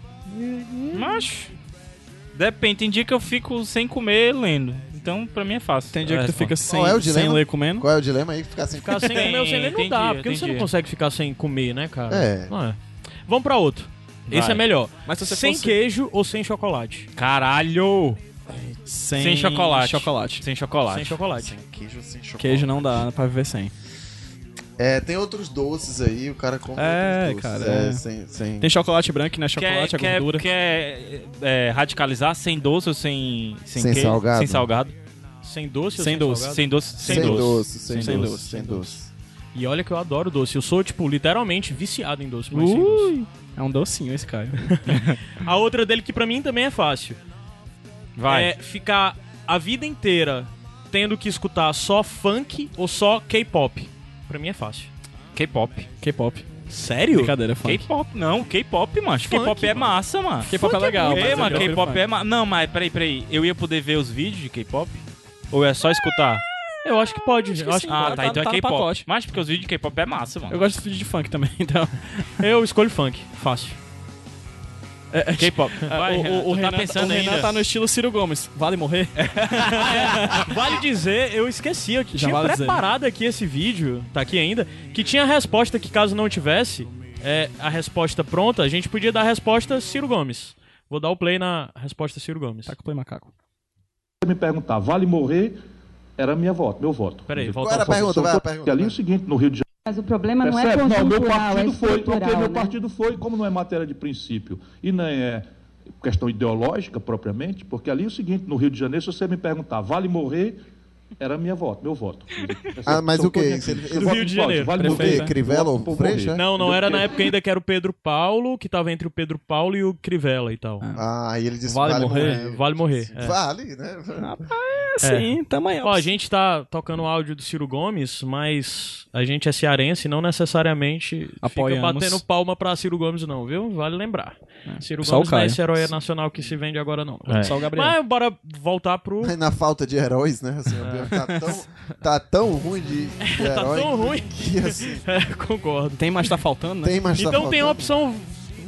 [SPEAKER 9] Macho. Depende, tem dia que eu fico sem comer lendo. Então, pra mim é fácil.
[SPEAKER 2] Tem dia
[SPEAKER 9] É,
[SPEAKER 2] que tu fica
[SPEAKER 9] resposta.
[SPEAKER 2] sem,
[SPEAKER 3] Qual é o dilema?
[SPEAKER 2] sem ler comendo.
[SPEAKER 3] Qual é o dilema aí? Ficar sem
[SPEAKER 4] Ficar sem comer ou sem ler não
[SPEAKER 9] Entendi,
[SPEAKER 4] dá, porque você
[SPEAKER 9] entendi.
[SPEAKER 4] não consegue ficar sem comer, né, cara?
[SPEAKER 3] É.
[SPEAKER 4] Não é. Vamos pra outro. Esse é melhor.
[SPEAKER 2] Mas se você
[SPEAKER 4] sem
[SPEAKER 2] fosse-
[SPEAKER 4] queijo ou sem chocolate?
[SPEAKER 9] Caralho!
[SPEAKER 2] é Sem,
[SPEAKER 9] Sem chocolate.
[SPEAKER 2] Chocolate.
[SPEAKER 9] Sem chocolate.
[SPEAKER 4] Sem chocolate.
[SPEAKER 3] Queijo sem chocolate.
[SPEAKER 2] Queijo não dá pra viver sem.
[SPEAKER 3] É, tem outros doces aí, o cara compra
[SPEAKER 2] É,
[SPEAKER 3] outros doces.
[SPEAKER 2] cara,
[SPEAKER 3] É,
[SPEAKER 2] é.
[SPEAKER 3] sem, sem...
[SPEAKER 2] Tem chocolate branco, né? Chocolate,
[SPEAKER 9] quer,
[SPEAKER 2] é gordura.
[SPEAKER 9] Quer, quer, é, radicalizar sem doce ou sem...
[SPEAKER 3] Sem
[SPEAKER 9] queijo?
[SPEAKER 3] salgado.
[SPEAKER 9] Sem salgado.
[SPEAKER 4] Sem doce
[SPEAKER 2] Sem
[SPEAKER 4] ou sem
[SPEAKER 2] doce,
[SPEAKER 4] salgado?
[SPEAKER 9] Sem doce. Sem,
[SPEAKER 3] sem
[SPEAKER 9] doce.
[SPEAKER 3] doce, sem,
[SPEAKER 2] Sem
[SPEAKER 3] doce,
[SPEAKER 2] doce.
[SPEAKER 3] sem doce.
[SPEAKER 4] E olha que eu adoro doce. Eu sou, tipo, literalmente viciado em doce, mas sem doce.
[SPEAKER 2] É um docinho esse Caio.
[SPEAKER 4] A outra dele que pra mim também é fácil.
[SPEAKER 9] Vai.
[SPEAKER 4] É ficar a vida inteira tendo que escutar só funk ou só K-pop. Pra mim é fácil.
[SPEAKER 9] K-pop.
[SPEAKER 2] K-pop.
[SPEAKER 4] Sério?
[SPEAKER 2] Brincadeira, funk.
[SPEAKER 9] K-pop, não. K-pop, macho.
[SPEAKER 4] Funk,
[SPEAKER 9] K-pop é
[SPEAKER 4] mano.
[SPEAKER 9] massa, mano.
[SPEAKER 2] K-pop é legal.
[SPEAKER 9] É,
[SPEAKER 2] mas
[SPEAKER 9] mano,
[SPEAKER 2] eu prefiro
[SPEAKER 9] K-pop
[SPEAKER 2] funk.
[SPEAKER 9] é ma... Não, mas peraí, peraí. Eu ia poder ver os vídeos de K-pop? Ou é só escutar?
[SPEAKER 4] Eu acho que pode. né?
[SPEAKER 2] Acho que
[SPEAKER 4] eu, acho
[SPEAKER 2] sim.
[SPEAKER 4] que-
[SPEAKER 9] ah,
[SPEAKER 2] tá-
[SPEAKER 9] tá, então
[SPEAKER 2] tá no
[SPEAKER 9] é K-pop.
[SPEAKER 2] pacote.
[SPEAKER 9] Mas porque os vídeos de K-pop é massa, mano.
[SPEAKER 2] Eu gosto de vídeo de funk também, então.
[SPEAKER 4] eu escolho funk. Fácil. É,
[SPEAKER 9] K-pop.
[SPEAKER 4] Ah,
[SPEAKER 9] Vai,
[SPEAKER 2] o,
[SPEAKER 9] Renan,
[SPEAKER 2] o, o
[SPEAKER 9] tu
[SPEAKER 2] Renan,
[SPEAKER 9] tá pensando
[SPEAKER 2] o Renan
[SPEAKER 9] ainda.
[SPEAKER 2] tá no estilo Ciro Gomes. Vale morrer?
[SPEAKER 4] Vale dizer, eu esqueci, eu tinha
[SPEAKER 2] vale dizer, né?
[SPEAKER 4] preparado aqui esse vídeo, tá aqui ainda, que tinha a resposta que caso não tivesse é, a resposta pronta, a gente podia dar a resposta Ciro Gomes. Vou dar o play na resposta Ciro Gomes.
[SPEAKER 2] Tá com o play macaco.
[SPEAKER 6] me perguntar, vale morrer? Era minha voto, meu voto.
[SPEAKER 4] Peraí,
[SPEAKER 6] Inclusive.
[SPEAKER 4] volta
[SPEAKER 3] Qual era a pergunta?
[SPEAKER 4] ao
[SPEAKER 6] Só
[SPEAKER 3] Vai,
[SPEAKER 6] que ali
[SPEAKER 3] a
[SPEAKER 6] é
[SPEAKER 3] pergunta.
[SPEAKER 6] o seguinte, no Rio de
[SPEAKER 10] Mas o problema não é
[SPEAKER 6] Percebe? Não, meu
[SPEAKER 10] conjuntural, é
[SPEAKER 6] partido foi, porque
[SPEAKER 10] estrutural,
[SPEAKER 6] meu
[SPEAKER 10] né?
[SPEAKER 6] partido foi, como não é matéria de princípio e nem é questão ideológica propriamente, porque ali é o seguinte, no Rio de Janeiro, se você me perguntar, vale morrer, era minha voto, meu voto.
[SPEAKER 3] Ah, mas
[SPEAKER 6] São
[SPEAKER 3] o quê?
[SPEAKER 6] coisas-
[SPEAKER 3] Se ele- ele
[SPEAKER 6] Eu
[SPEAKER 3] vota
[SPEAKER 6] voto
[SPEAKER 4] Rio de
[SPEAKER 6] em Cláudio,
[SPEAKER 4] Janeiro,
[SPEAKER 6] Vale
[SPEAKER 3] O quê?
[SPEAKER 6] morrer.
[SPEAKER 3] Crivela
[SPEAKER 6] Eu
[SPEAKER 3] ou
[SPEAKER 6] vou
[SPEAKER 3] Freixo,
[SPEAKER 6] morrer.
[SPEAKER 3] é?
[SPEAKER 4] Não, não era na época ainda que era o Pedro Paulo, que tava entre o Pedro Paulo e o Crivella e tal.
[SPEAKER 3] Ah, aí ele disse
[SPEAKER 2] Vale morrer?
[SPEAKER 4] É, vale morrer. é.
[SPEAKER 3] Vale, né?
[SPEAKER 2] É, sim, tamanho.
[SPEAKER 4] Ó, a gente tá tocando o áudio do Ciro Gomes, mas a gente é cearense e não necessariamente
[SPEAKER 2] Apoiamos.
[SPEAKER 4] fica batendo palma pra Ciro Gomes, não, viu? Vale lembrar. Ciro
[SPEAKER 2] Só o
[SPEAKER 4] Gomes não é
[SPEAKER 2] Caio.
[SPEAKER 4] esse herói nacional que se vende agora, não.
[SPEAKER 2] Só o Gabriel.
[SPEAKER 4] É. Mas bora voltar pro.
[SPEAKER 3] Aí Na falta de heróis, né? Assim, tá, tão, tá tão ruim de, de
[SPEAKER 4] É. Tá
[SPEAKER 3] herói
[SPEAKER 4] tão ruim.
[SPEAKER 3] que assim,
[SPEAKER 4] É, concordo.
[SPEAKER 2] Tem, mas tá faltando, né?
[SPEAKER 3] tem mais tá
[SPEAKER 4] Então tem a
[SPEAKER 3] faltando.
[SPEAKER 4] opção.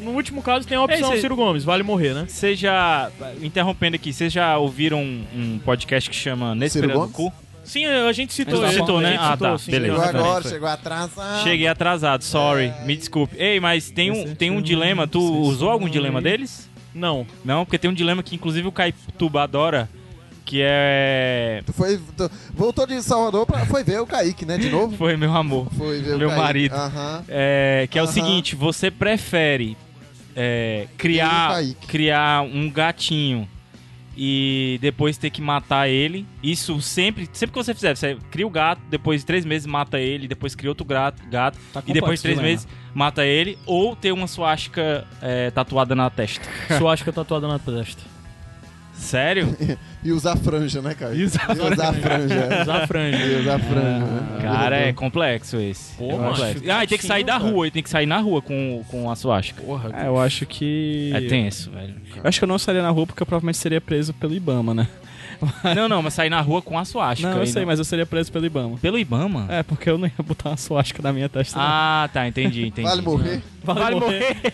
[SPEAKER 4] No último caso, tem a opção
[SPEAKER 9] Ei, cê-
[SPEAKER 4] Ciro Gomes, vale morrer, né?
[SPEAKER 9] Vocês já... Interrompendo aqui, vocês já ouviram um, um podcast que chama Nesse
[SPEAKER 3] Ciro
[SPEAKER 9] Período do Cu?
[SPEAKER 3] Gomes?
[SPEAKER 4] Sim, a gente citou
[SPEAKER 2] A gente
[SPEAKER 4] ele.
[SPEAKER 2] citou,
[SPEAKER 9] né?
[SPEAKER 4] A gente
[SPEAKER 9] Ah,
[SPEAKER 4] citou,
[SPEAKER 9] tá,
[SPEAKER 4] sim,
[SPEAKER 9] beleza.
[SPEAKER 4] sim,
[SPEAKER 3] Chegou
[SPEAKER 4] sim.
[SPEAKER 3] agora, chegou atrasado.
[SPEAKER 9] Cheguei atrasado, sorry. Me desculpe. Ei, mas tem um, tem um dilema. Tu usou algum dilema deles?
[SPEAKER 4] Não.
[SPEAKER 9] Não, porque tem um dilema que inclusive o Caituba adora, que é...
[SPEAKER 3] Tu foi, tu- voltou de Salvador pra. Foi ver o Kaique, né? De novo?
[SPEAKER 9] Foi meu amor.
[SPEAKER 3] Foi ver
[SPEAKER 9] Meu
[SPEAKER 3] o Kaique.
[SPEAKER 9] marido.
[SPEAKER 3] Aham.
[SPEAKER 9] É, que é o
[SPEAKER 3] Aham.
[SPEAKER 9] seguinte, você prefere é,
[SPEAKER 3] Eu
[SPEAKER 9] criar,
[SPEAKER 3] e o Kaique.
[SPEAKER 9] criar um gatinho e depois ter que matar ele. Isso sempre, sempre que você fizer, você cria o gato, depois de três meses mata ele, depois cria outro gato, gato
[SPEAKER 2] Tá
[SPEAKER 9] e
[SPEAKER 2] complexo
[SPEAKER 9] depois de três
[SPEAKER 2] o dilema.
[SPEAKER 9] meses mata ele, ou ter uma suástica é, tatuada na testa.
[SPEAKER 4] Suástica tatuada na testa.
[SPEAKER 9] Sério?
[SPEAKER 3] E usar franja, né, Caio?
[SPEAKER 2] E usar
[SPEAKER 3] E usar franja. é.
[SPEAKER 4] Usar franja. Ah,
[SPEAKER 3] E usar franja, né?
[SPEAKER 9] Cara, é complexo esse.
[SPEAKER 4] Pô,
[SPEAKER 9] É
[SPEAKER 4] macho,
[SPEAKER 9] complexo.
[SPEAKER 4] que
[SPEAKER 9] Ah, e tem que sair da
[SPEAKER 4] cara.
[SPEAKER 9] rua, ele tem que sair na rua com, com a suástica.
[SPEAKER 4] Porra,
[SPEAKER 2] É, eu acho que.
[SPEAKER 9] É tenso, velho.
[SPEAKER 2] Eu acho que eu não sairia na rua porque eu provavelmente seria preso pelo Ibama, né?
[SPEAKER 9] Não, não, mas sair na rua com a suástica.
[SPEAKER 2] Não, eu
[SPEAKER 9] aí,
[SPEAKER 2] sei, mas eu seria preso pelo Ibama.
[SPEAKER 9] Pelo Ibama?
[SPEAKER 2] É, porque eu não ia botar uma suástica na minha testa. né? não.
[SPEAKER 9] Ah, tá, entendi, entendi.
[SPEAKER 3] Vale morrer?
[SPEAKER 2] Vale,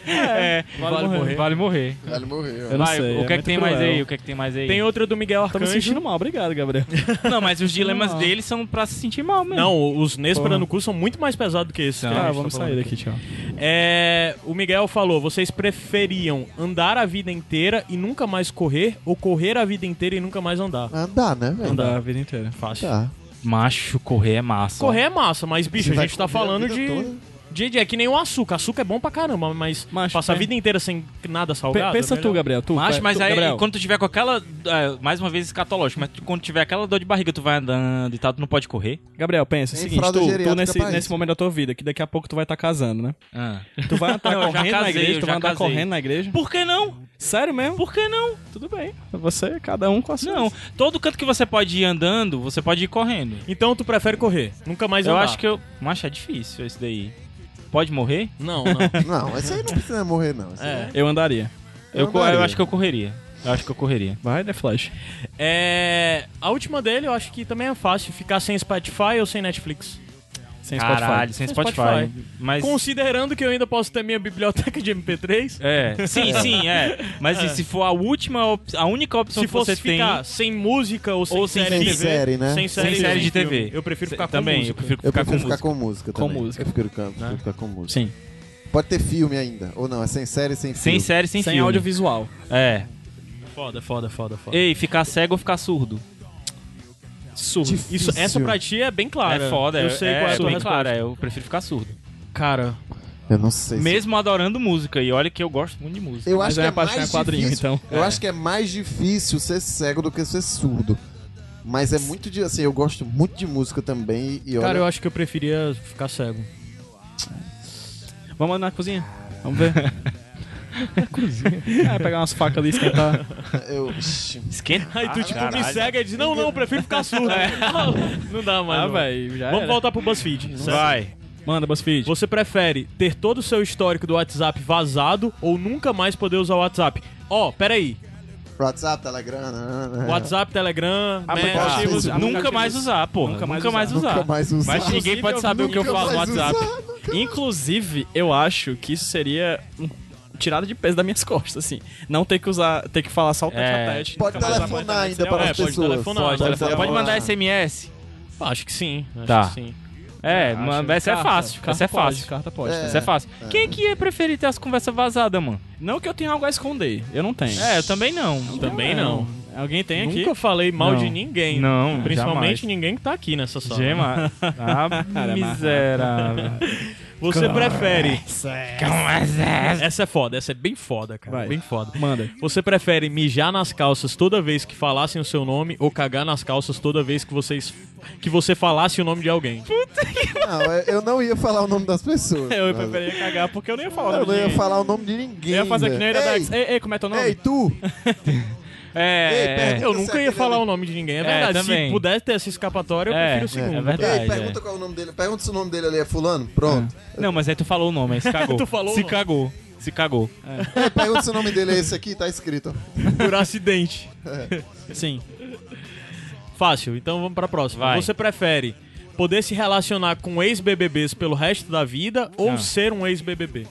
[SPEAKER 9] É, vale,
[SPEAKER 2] vale
[SPEAKER 9] morrer.
[SPEAKER 2] morrer.
[SPEAKER 9] Vale morrer.
[SPEAKER 3] Vale morrer. ó.
[SPEAKER 2] Eu não
[SPEAKER 9] Vai,
[SPEAKER 2] sei,
[SPEAKER 9] o que é,
[SPEAKER 2] é
[SPEAKER 9] que
[SPEAKER 2] muito
[SPEAKER 9] tem mais
[SPEAKER 2] cruel.
[SPEAKER 9] aí? O que é que tem mais aí?
[SPEAKER 4] Tem outra do Miguel
[SPEAKER 2] Tô me
[SPEAKER 4] Arcanjo.
[SPEAKER 2] sentindo mal, obrigado, Gabriel.
[SPEAKER 9] Não, mas os dilemas
[SPEAKER 2] Não.
[SPEAKER 9] dele são pra se sentir mal mesmo.
[SPEAKER 4] Não, os Nespera
[SPEAKER 2] Porra.
[SPEAKER 4] no cu são muito mais pesados do que esse. que a gente
[SPEAKER 2] Ah,
[SPEAKER 4] tá
[SPEAKER 2] vamos
[SPEAKER 4] falando
[SPEAKER 2] sair
[SPEAKER 4] aqui.
[SPEAKER 2] daqui, tchau.
[SPEAKER 4] É, o Miguel falou: vocês preferiam andar a vida inteira e nunca mais correr, ou correr a vida inteira e nunca mais andar?
[SPEAKER 3] Andar, né, velho?
[SPEAKER 2] Andar a vida inteira.
[SPEAKER 4] Fácil.
[SPEAKER 3] Tá.
[SPEAKER 9] Macho, correr é massa.
[SPEAKER 4] Correr é massa, mas, bicho,
[SPEAKER 3] Você
[SPEAKER 4] a
[SPEAKER 3] vai
[SPEAKER 4] gente tá
[SPEAKER 3] correr a
[SPEAKER 4] falando
[SPEAKER 3] vida
[SPEAKER 4] de,
[SPEAKER 3] toda.
[SPEAKER 4] de, de- É que nem o açúcar. Açúcar é bom pra caramba, mas
[SPEAKER 2] Macho,
[SPEAKER 4] passar a
[SPEAKER 2] é.
[SPEAKER 4] vida inteira sem nada
[SPEAKER 2] Pe-
[SPEAKER 4] salgado.
[SPEAKER 2] pensa
[SPEAKER 4] é
[SPEAKER 2] tu,
[SPEAKER 4] melhor.
[SPEAKER 2] Gabriel. Tu,
[SPEAKER 9] Macho,
[SPEAKER 2] vai-
[SPEAKER 9] mas
[SPEAKER 2] tu,
[SPEAKER 9] aí
[SPEAKER 2] Gabriel.
[SPEAKER 9] quando tu tiver com aquela. é, mais uma vez escatológico, mas tu- quando tiver aquela dor de barriga, tu vai andando e tal, tu não pode correr.
[SPEAKER 2] Gabriel, pensa, é o
[SPEAKER 3] Tem
[SPEAKER 2] seguinte,
[SPEAKER 3] fralda
[SPEAKER 2] tu, tu
[SPEAKER 3] geriátrica
[SPEAKER 2] nesse,
[SPEAKER 3] pra
[SPEAKER 2] nesse
[SPEAKER 3] isso.
[SPEAKER 2] momento da tua vida, que daqui a pouco tu vai estar casando, né?
[SPEAKER 9] Ah.
[SPEAKER 2] Tu vai andar
[SPEAKER 9] Não, eu já
[SPEAKER 2] correndo na
[SPEAKER 9] casei,
[SPEAKER 2] igreja,
[SPEAKER 9] eu
[SPEAKER 2] tu
[SPEAKER 9] já
[SPEAKER 2] vai andar
[SPEAKER 9] casei.
[SPEAKER 2] correndo na igreja.
[SPEAKER 9] Por que não?
[SPEAKER 2] Sério mesmo?
[SPEAKER 9] Por que não?
[SPEAKER 2] Tudo bem. Você, cada um com a sua.
[SPEAKER 9] Não. Todo canto que você pode ir andando, você pode ir correndo.
[SPEAKER 4] Então tu prefere correr, nunca mais
[SPEAKER 9] eu
[SPEAKER 4] andar.
[SPEAKER 9] acho que eu. Macho, é difícil esse daí. Pode morrer?
[SPEAKER 4] Não, não.
[SPEAKER 3] Não, esse aí não precisa morrer, não.
[SPEAKER 4] É.
[SPEAKER 3] Esse aí-
[SPEAKER 2] Eu andaria.
[SPEAKER 9] Eu, co-
[SPEAKER 3] andaria.
[SPEAKER 9] eu acho que eu correria. Eu acho que eu correria.
[SPEAKER 2] Vai, The Flash.
[SPEAKER 4] É, a última dele eu acho que também é fácil: ficar sem Spotify ou sem Netflix.
[SPEAKER 2] Sem Spotify.
[SPEAKER 9] Caralho, sem
[SPEAKER 4] Sem
[SPEAKER 9] Spotify.
[SPEAKER 4] Spotify.
[SPEAKER 9] Mas.
[SPEAKER 4] Considerando que eu ainda posso ter minha biblioteca de MP3.
[SPEAKER 9] É, sim, sim, é. Mas e se for a última, op- a única opção
[SPEAKER 4] Se
[SPEAKER 9] que
[SPEAKER 4] fosse
[SPEAKER 9] você
[SPEAKER 4] ficar sem música ou sem,
[SPEAKER 9] Ou sem
[SPEAKER 4] série,
[SPEAKER 3] Sem
[SPEAKER 4] de TV,
[SPEAKER 3] série, né?
[SPEAKER 4] Sem
[SPEAKER 9] tem,
[SPEAKER 4] série,
[SPEAKER 9] sem série
[SPEAKER 4] sem
[SPEAKER 9] de
[SPEAKER 4] filme.
[SPEAKER 9] TV.
[SPEAKER 4] Eu prefiro
[SPEAKER 9] Se-
[SPEAKER 4] ficar com
[SPEAKER 9] também,
[SPEAKER 4] música.
[SPEAKER 9] eu prefiro
[SPEAKER 3] Eu
[SPEAKER 9] ficar
[SPEAKER 3] prefiro
[SPEAKER 9] com
[SPEAKER 3] ficar com
[SPEAKER 9] música.
[SPEAKER 3] música
[SPEAKER 2] Com
[SPEAKER 3] também.
[SPEAKER 2] música.
[SPEAKER 3] Eu prefiro can- prefiro ficar com música.
[SPEAKER 2] Sim.
[SPEAKER 3] Pode ter filme ainda, ou não, é sem série, sem filme.
[SPEAKER 9] Sem série, sem,
[SPEAKER 2] Sem,
[SPEAKER 9] filme.
[SPEAKER 2] audiovisual.
[SPEAKER 9] É.
[SPEAKER 4] Foda, foda, foda, foda.
[SPEAKER 9] Ei, ficar cego ou ficar surdo?
[SPEAKER 2] Surdo.
[SPEAKER 3] Difícil.
[SPEAKER 4] Isso, essa pra ti é bem clara.
[SPEAKER 9] é foda,
[SPEAKER 4] Eu
[SPEAKER 9] é,
[SPEAKER 4] sei
[SPEAKER 9] é,
[SPEAKER 4] qual é a tua
[SPEAKER 9] bem
[SPEAKER 4] resposta.
[SPEAKER 9] claro, é, eu prefiro ficar surdo.
[SPEAKER 4] Cara,
[SPEAKER 3] Eu não sei se-
[SPEAKER 9] Mesmo adorando música, e olha que eu gosto muito de música.
[SPEAKER 3] Eu
[SPEAKER 2] Mas
[SPEAKER 3] acho
[SPEAKER 2] eu
[SPEAKER 3] que
[SPEAKER 2] ia
[SPEAKER 3] é
[SPEAKER 2] apaixonar
[SPEAKER 3] mais
[SPEAKER 2] quadrinho,
[SPEAKER 3] difícil.
[SPEAKER 2] então.
[SPEAKER 3] Eu acho que é mais difícil ser cego do que ser surdo. Mas é muito de assim, eu gosto muito de música também e
[SPEAKER 4] cara,
[SPEAKER 3] olha,
[SPEAKER 4] eu acho que eu preferia ficar cego.
[SPEAKER 2] Vamos lá na cozinha? Vamos ver. cozinha. É, pegar umas facas ali, esquentar.
[SPEAKER 3] eu, Ixi,
[SPEAKER 9] Esquenta.
[SPEAKER 4] Aí tu, tipo, me
[SPEAKER 9] caralho.
[SPEAKER 4] cega e diz: Não, não, eu prefiro ficar surdo. não dá mais.
[SPEAKER 2] Ah,
[SPEAKER 4] não.
[SPEAKER 2] velho, já
[SPEAKER 4] Vamos
[SPEAKER 2] era.
[SPEAKER 4] voltar pro BuzzFeed.
[SPEAKER 9] Vai.
[SPEAKER 2] Manda, BuzzFeed.
[SPEAKER 4] Você prefere ter todo o seu histórico do WhatsApp vazado ou nunca mais poder usar o WhatsApp? Ó, peraí.
[SPEAKER 3] WhatsApp, Telegram, né,
[SPEAKER 4] É.
[SPEAKER 3] né,
[SPEAKER 4] WhatsApp, Telegram,
[SPEAKER 3] mas-
[SPEAKER 4] Messenger.
[SPEAKER 3] aplicativos-
[SPEAKER 9] nunca mais usar, pô. Nunca mais usar.
[SPEAKER 3] nunca mais usar.
[SPEAKER 9] Mas ninguém pode saber o que eu
[SPEAKER 3] Nunca
[SPEAKER 9] falo no
[SPEAKER 3] mais
[SPEAKER 9] WhatsApp.
[SPEAKER 3] usar, nunca-
[SPEAKER 2] Inclusive, eu acho que isso seria um tirada de peso das minhas costas, assim. Não ter que usar, ter que falar só o tete
[SPEAKER 9] É.
[SPEAKER 2] a tete.
[SPEAKER 3] Pode
[SPEAKER 2] nunca mais
[SPEAKER 3] telefonar
[SPEAKER 2] apartamento,
[SPEAKER 3] ainda
[SPEAKER 2] seria
[SPEAKER 3] para
[SPEAKER 2] ótimo.
[SPEAKER 3] as
[SPEAKER 4] pode
[SPEAKER 3] pessoas.
[SPEAKER 4] telefonar, pode
[SPEAKER 9] Pode,
[SPEAKER 4] telefonar.
[SPEAKER 9] pode mandar SMS?
[SPEAKER 4] Acho que sim. Acho
[SPEAKER 9] Tá.
[SPEAKER 4] que sim.
[SPEAKER 9] É,
[SPEAKER 2] Acho-
[SPEAKER 9] mano, essa é
[SPEAKER 2] carta,
[SPEAKER 9] fácil.
[SPEAKER 2] Carta
[SPEAKER 9] Essa é
[SPEAKER 2] pode,
[SPEAKER 9] fácil.
[SPEAKER 2] Carta pode.
[SPEAKER 3] É.
[SPEAKER 9] Essa é fácil. Quem que ia preferir ter as conversas vazadas, mano?
[SPEAKER 2] Não que eu tenha algo a esconder. Eu não tenho.
[SPEAKER 9] É, eu também não.
[SPEAKER 4] Também não.
[SPEAKER 2] Alguém tem aqui?
[SPEAKER 4] Nunca falei mal
[SPEAKER 9] Não.
[SPEAKER 4] de ninguém.
[SPEAKER 9] Não,
[SPEAKER 4] Principalmente
[SPEAKER 9] jamais.
[SPEAKER 4] ninguém que tá aqui nessa
[SPEAKER 9] né?
[SPEAKER 4] sala.
[SPEAKER 9] Gema. Ah, miserável.
[SPEAKER 4] Você prefere.
[SPEAKER 9] Como é
[SPEAKER 4] Essa é foda, essa é bem foda, cara.
[SPEAKER 2] Vai.
[SPEAKER 4] Bem foda.
[SPEAKER 2] Manda.
[SPEAKER 4] Você prefere mijar nas calças toda vez que falassem o seu nome ou cagar nas calças toda vez que vocês que você falasse o nome de alguém?
[SPEAKER 3] Não, eu- eu não ia falar o nome das pessoas.
[SPEAKER 2] Eu
[SPEAKER 3] Mas-
[SPEAKER 2] preferia cagar porque eu nem ia falar.
[SPEAKER 3] Eu
[SPEAKER 2] de
[SPEAKER 3] não ia
[SPEAKER 2] ninguém.
[SPEAKER 3] falar o nome de ninguém.
[SPEAKER 2] Eu ia fazer aqui na
[SPEAKER 3] velho.
[SPEAKER 2] Ilha da
[SPEAKER 3] Ei,
[SPEAKER 2] X. Ei, ei, como é teu nome?
[SPEAKER 3] Ei, tu! Ei,
[SPEAKER 9] É,
[SPEAKER 3] pera-
[SPEAKER 9] é,
[SPEAKER 4] Eu nunca ia
[SPEAKER 3] Aquele
[SPEAKER 4] falar
[SPEAKER 3] ali.
[SPEAKER 4] o nome de ninguém, é verdade.
[SPEAKER 9] também.
[SPEAKER 4] Se puder ter essa escapatória, eu
[SPEAKER 9] É,
[SPEAKER 4] prefiro o
[SPEAKER 9] é
[SPEAKER 4] segundo.
[SPEAKER 9] verdade.
[SPEAKER 3] Ei, pergunta qual é o nome dele. Pergunta se o nome dele ali é fulano. Pronto.
[SPEAKER 9] Não, mas aí tu falou o nome, aí se cagou.
[SPEAKER 4] Tu falou o
[SPEAKER 9] Se
[SPEAKER 4] nome.
[SPEAKER 9] cagou. Se cagou.
[SPEAKER 3] Ei, pergunta se o nome dele é esse aqui, tá escrito. ó.
[SPEAKER 4] Por acidente.
[SPEAKER 2] Sim.
[SPEAKER 4] Fácil, então vamos pra próxima.
[SPEAKER 9] Vai.
[SPEAKER 4] Você prefere poder se relacionar com ex-BBBs pelo resto da vida ou
[SPEAKER 9] Ah.
[SPEAKER 4] ser um ex-BBB?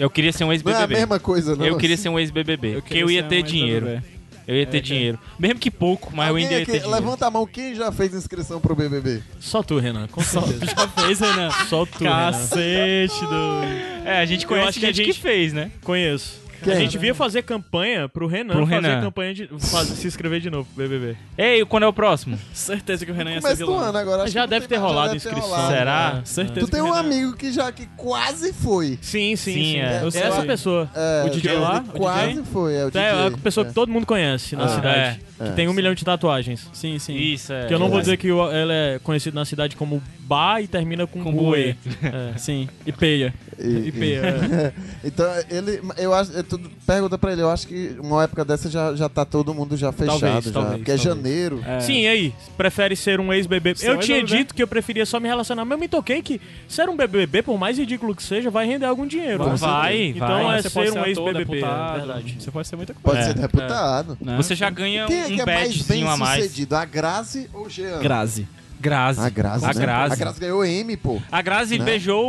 [SPEAKER 9] Eu queria ser um
[SPEAKER 3] Não é a
[SPEAKER 9] ex-BBB.
[SPEAKER 3] mesma coisa, não.
[SPEAKER 9] Eu queria ser um ex-BBB, porque eu um ia
[SPEAKER 2] um
[SPEAKER 9] ter dinheiro. Eu ia ter dinheiro. Mesmo que pouco, mas eu
[SPEAKER 3] Alguém
[SPEAKER 9] ainda ia
[SPEAKER 3] aqui-
[SPEAKER 9] ter dinheiro.
[SPEAKER 3] Levanta a mão, quem já fez inscrição pro BBB?
[SPEAKER 4] Só tu, Renan. Com certeza.
[SPEAKER 2] Já fez, Renan?
[SPEAKER 4] Só tu, Renan.
[SPEAKER 2] Cacete, doido.
[SPEAKER 9] né? É, a gente
[SPEAKER 4] Eu
[SPEAKER 9] conhece
[SPEAKER 4] acho que
[SPEAKER 9] gente,
[SPEAKER 4] a
[SPEAKER 9] que,
[SPEAKER 4] gente-
[SPEAKER 9] fez, né?
[SPEAKER 4] Conheço.
[SPEAKER 3] Quem?
[SPEAKER 4] A gente via fazer campanha pro Renan
[SPEAKER 9] Pro
[SPEAKER 4] fazer
[SPEAKER 9] Renan.
[SPEAKER 4] campanha de faz- se inscrever de novo pro BBB.
[SPEAKER 9] Ei, quando é o próximo?
[SPEAKER 2] Certeza que o
[SPEAKER 9] é
[SPEAKER 2] Renan ia ser
[SPEAKER 3] Começo do
[SPEAKER 2] vilão. Ah,
[SPEAKER 3] ano agora. acho
[SPEAKER 4] Já
[SPEAKER 3] que
[SPEAKER 4] deve
[SPEAKER 3] tem-
[SPEAKER 4] ter rolado
[SPEAKER 3] deve
[SPEAKER 4] inscrição.
[SPEAKER 3] rolado.
[SPEAKER 9] Será?
[SPEAKER 2] Certeza
[SPEAKER 3] Tu
[SPEAKER 2] que
[SPEAKER 3] tem
[SPEAKER 2] o
[SPEAKER 3] um
[SPEAKER 2] Renan-
[SPEAKER 3] amigo que já que quase foi.
[SPEAKER 4] Sim, sim,
[SPEAKER 9] Sim,
[SPEAKER 4] sim.
[SPEAKER 9] é.
[SPEAKER 2] Eu sei.
[SPEAKER 4] Essa pessoa.
[SPEAKER 3] É,
[SPEAKER 4] o DJ
[SPEAKER 3] ele
[SPEAKER 4] lá? O
[SPEAKER 3] Quase
[SPEAKER 4] DJ?
[SPEAKER 3] foi, é o DJ.
[SPEAKER 4] É, é a pessoa que todo mundo conhece na
[SPEAKER 3] Ah.
[SPEAKER 4] cidade.
[SPEAKER 3] É.
[SPEAKER 4] Que tem um milhão de tatuagens.
[SPEAKER 2] Sim, sim.
[SPEAKER 9] Isso, é.
[SPEAKER 4] que eu não vou
[SPEAKER 3] é.
[SPEAKER 4] dizer que o- ela é conhecida na cidade como Ba e termina com,
[SPEAKER 2] Com
[SPEAKER 4] Buê.
[SPEAKER 9] Então
[SPEAKER 2] Buê. Sim. E peia.
[SPEAKER 3] E-
[SPEAKER 2] IP, é.
[SPEAKER 3] então, ele, eu acho, eu, tu pergunta pra ele, eu acho que uma época dessa já, já tá todo mundo já fechado,
[SPEAKER 2] Talvez,
[SPEAKER 3] já,
[SPEAKER 2] talvez,
[SPEAKER 3] porque é
[SPEAKER 2] talvez.
[SPEAKER 3] janeiro.
[SPEAKER 2] É.
[SPEAKER 4] Sim, e aí? Prefere ser um ex-bebê?
[SPEAKER 2] Você
[SPEAKER 4] Eu
[SPEAKER 2] vai
[SPEAKER 4] tinha
[SPEAKER 2] jogar.
[SPEAKER 3] né?
[SPEAKER 4] dito que eu preferia só me relacionar, mas eu me toquei que ser um bebê, por mais ridículo que seja, vai render algum dinheiro.
[SPEAKER 9] Vai,
[SPEAKER 4] né?
[SPEAKER 9] vai.
[SPEAKER 4] Então é
[SPEAKER 2] Você pode
[SPEAKER 4] ser um
[SPEAKER 2] ator,
[SPEAKER 4] ex-BBB, é
[SPEAKER 2] deputado,
[SPEAKER 4] verdade.
[SPEAKER 2] Você pode ser muita coisa.
[SPEAKER 4] é,
[SPEAKER 3] Pode ser deputado.
[SPEAKER 2] né?
[SPEAKER 9] Você já ganha
[SPEAKER 3] Quem é que
[SPEAKER 9] um
[SPEAKER 3] é mais bem
[SPEAKER 9] badgezinho a mais.
[SPEAKER 3] sucedido, a Grazi ou o Jean?
[SPEAKER 2] Grazi.
[SPEAKER 9] um
[SPEAKER 3] Então,
[SPEAKER 9] Grazi.
[SPEAKER 3] A Grazi,
[SPEAKER 9] A
[SPEAKER 3] né?
[SPEAKER 9] Grazi.
[SPEAKER 3] A Grazi ganhou M, pô.
[SPEAKER 9] A Grazi
[SPEAKER 3] Né?
[SPEAKER 9] beijou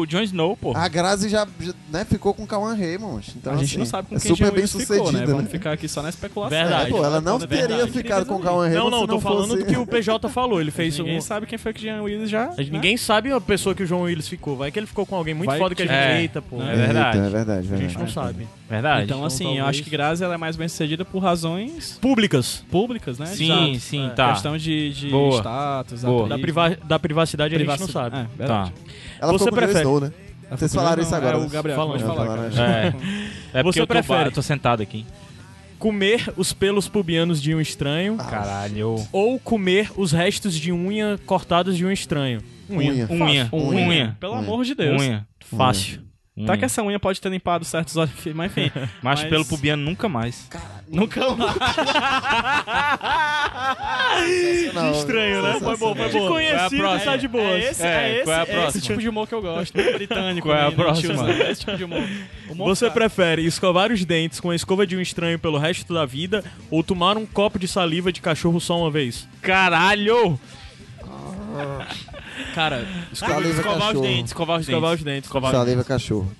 [SPEAKER 9] o Jon Snow, pô.
[SPEAKER 3] A Grazi já, já, né, ficou com o Cauan Raymond. Então,
[SPEAKER 2] a gente
[SPEAKER 3] assim,
[SPEAKER 2] não sabe com
[SPEAKER 3] é
[SPEAKER 2] quem o
[SPEAKER 3] super
[SPEAKER 2] Jean
[SPEAKER 3] bem
[SPEAKER 2] Willis ficou, né?
[SPEAKER 3] sucedida,
[SPEAKER 2] Vamos
[SPEAKER 3] né?
[SPEAKER 2] ficar aqui só na especulação.
[SPEAKER 4] Verdade.
[SPEAKER 3] É, pô, ela não
[SPEAKER 4] Verdade.
[SPEAKER 3] teria ficado com o Cauan Raymond
[SPEAKER 4] Não, não,
[SPEAKER 3] se
[SPEAKER 4] tô
[SPEAKER 3] É. não
[SPEAKER 4] falando
[SPEAKER 3] fosse...
[SPEAKER 4] do que o PJ falou. Ele fez
[SPEAKER 2] Ninguém
[SPEAKER 4] um.
[SPEAKER 2] sabe quem foi que o Jean Willis já. né?
[SPEAKER 4] Ninguém sabe a pessoa que o João Willis ficou. Vai que ele ficou com alguém muito
[SPEAKER 2] Vai Né?
[SPEAKER 4] foda que a
[SPEAKER 9] que-
[SPEAKER 4] gente.
[SPEAKER 9] É.
[SPEAKER 4] Eita, pô.
[SPEAKER 9] É
[SPEAKER 4] A
[SPEAKER 9] verdade.
[SPEAKER 3] Eita, é verdade, é
[SPEAKER 4] gente
[SPEAKER 3] verdade.
[SPEAKER 4] não sabe.
[SPEAKER 9] Verdade.
[SPEAKER 2] Então, assim, eu
[SPEAKER 4] talvez-
[SPEAKER 2] acho que Grazi ela é mais bem sucedida por razões
[SPEAKER 4] Públicas.
[SPEAKER 2] públicas, né?
[SPEAKER 9] sim,
[SPEAKER 2] Exato.
[SPEAKER 9] sim,
[SPEAKER 2] A
[SPEAKER 9] tá.
[SPEAKER 2] Questão de, de
[SPEAKER 9] Boa.
[SPEAKER 2] status,
[SPEAKER 9] Boa.
[SPEAKER 4] Da,
[SPEAKER 2] atriz,
[SPEAKER 4] priva- da privacidade a gente não
[SPEAKER 2] privacidade.
[SPEAKER 4] sabe.
[SPEAKER 2] É,
[SPEAKER 9] Tá.
[SPEAKER 2] verdade.
[SPEAKER 3] Ela ficou
[SPEAKER 4] Você
[SPEAKER 3] com o Jon
[SPEAKER 4] prefere-
[SPEAKER 3] Snow, né? Vocês falaram né? isso agora.
[SPEAKER 2] É,
[SPEAKER 3] né?
[SPEAKER 2] o Gabriel
[SPEAKER 4] Falando,
[SPEAKER 2] falando, de falar,
[SPEAKER 3] falando,
[SPEAKER 2] cara.
[SPEAKER 9] É. É porque
[SPEAKER 4] Você
[SPEAKER 9] eu tô,
[SPEAKER 4] prefere?
[SPEAKER 9] ba- eu tô sentado aqui.
[SPEAKER 4] Comer os pelos pubianos de um estranho
[SPEAKER 9] Caralho.
[SPEAKER 4] ou comer os restos de unha cortados de um estranho.
[SPEAKER 3] Unha.
[SPEAKER 9] Unha.
[SPEAKER 2] Fácil.
[SPEAKER 9] Unha.
[SPEAKER 2] Pelo
[SPEAKER 3] Unha.
[SPEAKER 2] amor de Deus.
[SPEAKER 9] Unha.
[SPEAKER 4] Fácil.
[SPEAKER 2] Tá
[SPEAKER 9] Unha.
[SPEAKER 2] que essa unha pode ter limpado certos olhos, mas enfim.
[SPEAKER 9] Mas
[SPEAKER 2] mas-
[SPEAKER 9] pelo pubiano nunca mais.
[SPEAKER 2] Nunca mais.
[SPEAKER 3] Não,
[SPEAKER 4] Estranho, né? Foi bom, foi bom.
[SPEAKER 9] Vai a
[SPEAKER 4] Conhecido,
[SPEAKER 9] próxima.
[SPEAKER 4] sai de boa.
[SPEAKER 2] É esse, é,
[SPEAKER 9] É,
[SPEAKER 2] esse,
[SPEAKER 9] qual é a
[SPEAKER 2] é esse
[SPEAKER 9] próxima?
[SPEAKER 2] tipo de humor que eu gosto. Britânico.
[SPEAKER 9] Qual é a
[SPEAKER 2] menino,
[SPEAKER 9] próxima?
[SPEAKER 2] tiozão, é Esse tipo de humor. Humor
[SPEAKER 4] Você
[SPEAKER 2] fraco.
[SPEAKER 4] prefere escovar os dentes com a escova de um estranho pelo resto da vida ou tomar um copo de saliva de cachorro só uma vez?
[SPEAKER 9] Caralho!
[SPEAKER 4] Cara,
[SPEAKER 3] Saliva
[SPEAKER 9] Escovar os
[SPEAKER 3] cachorro.
[SPEAKER 9] dentes, escovar os dentes.
[SPEAKER 4] escovar os dentes. Escovar os
[SPEAKER 3] Saliva cachorro.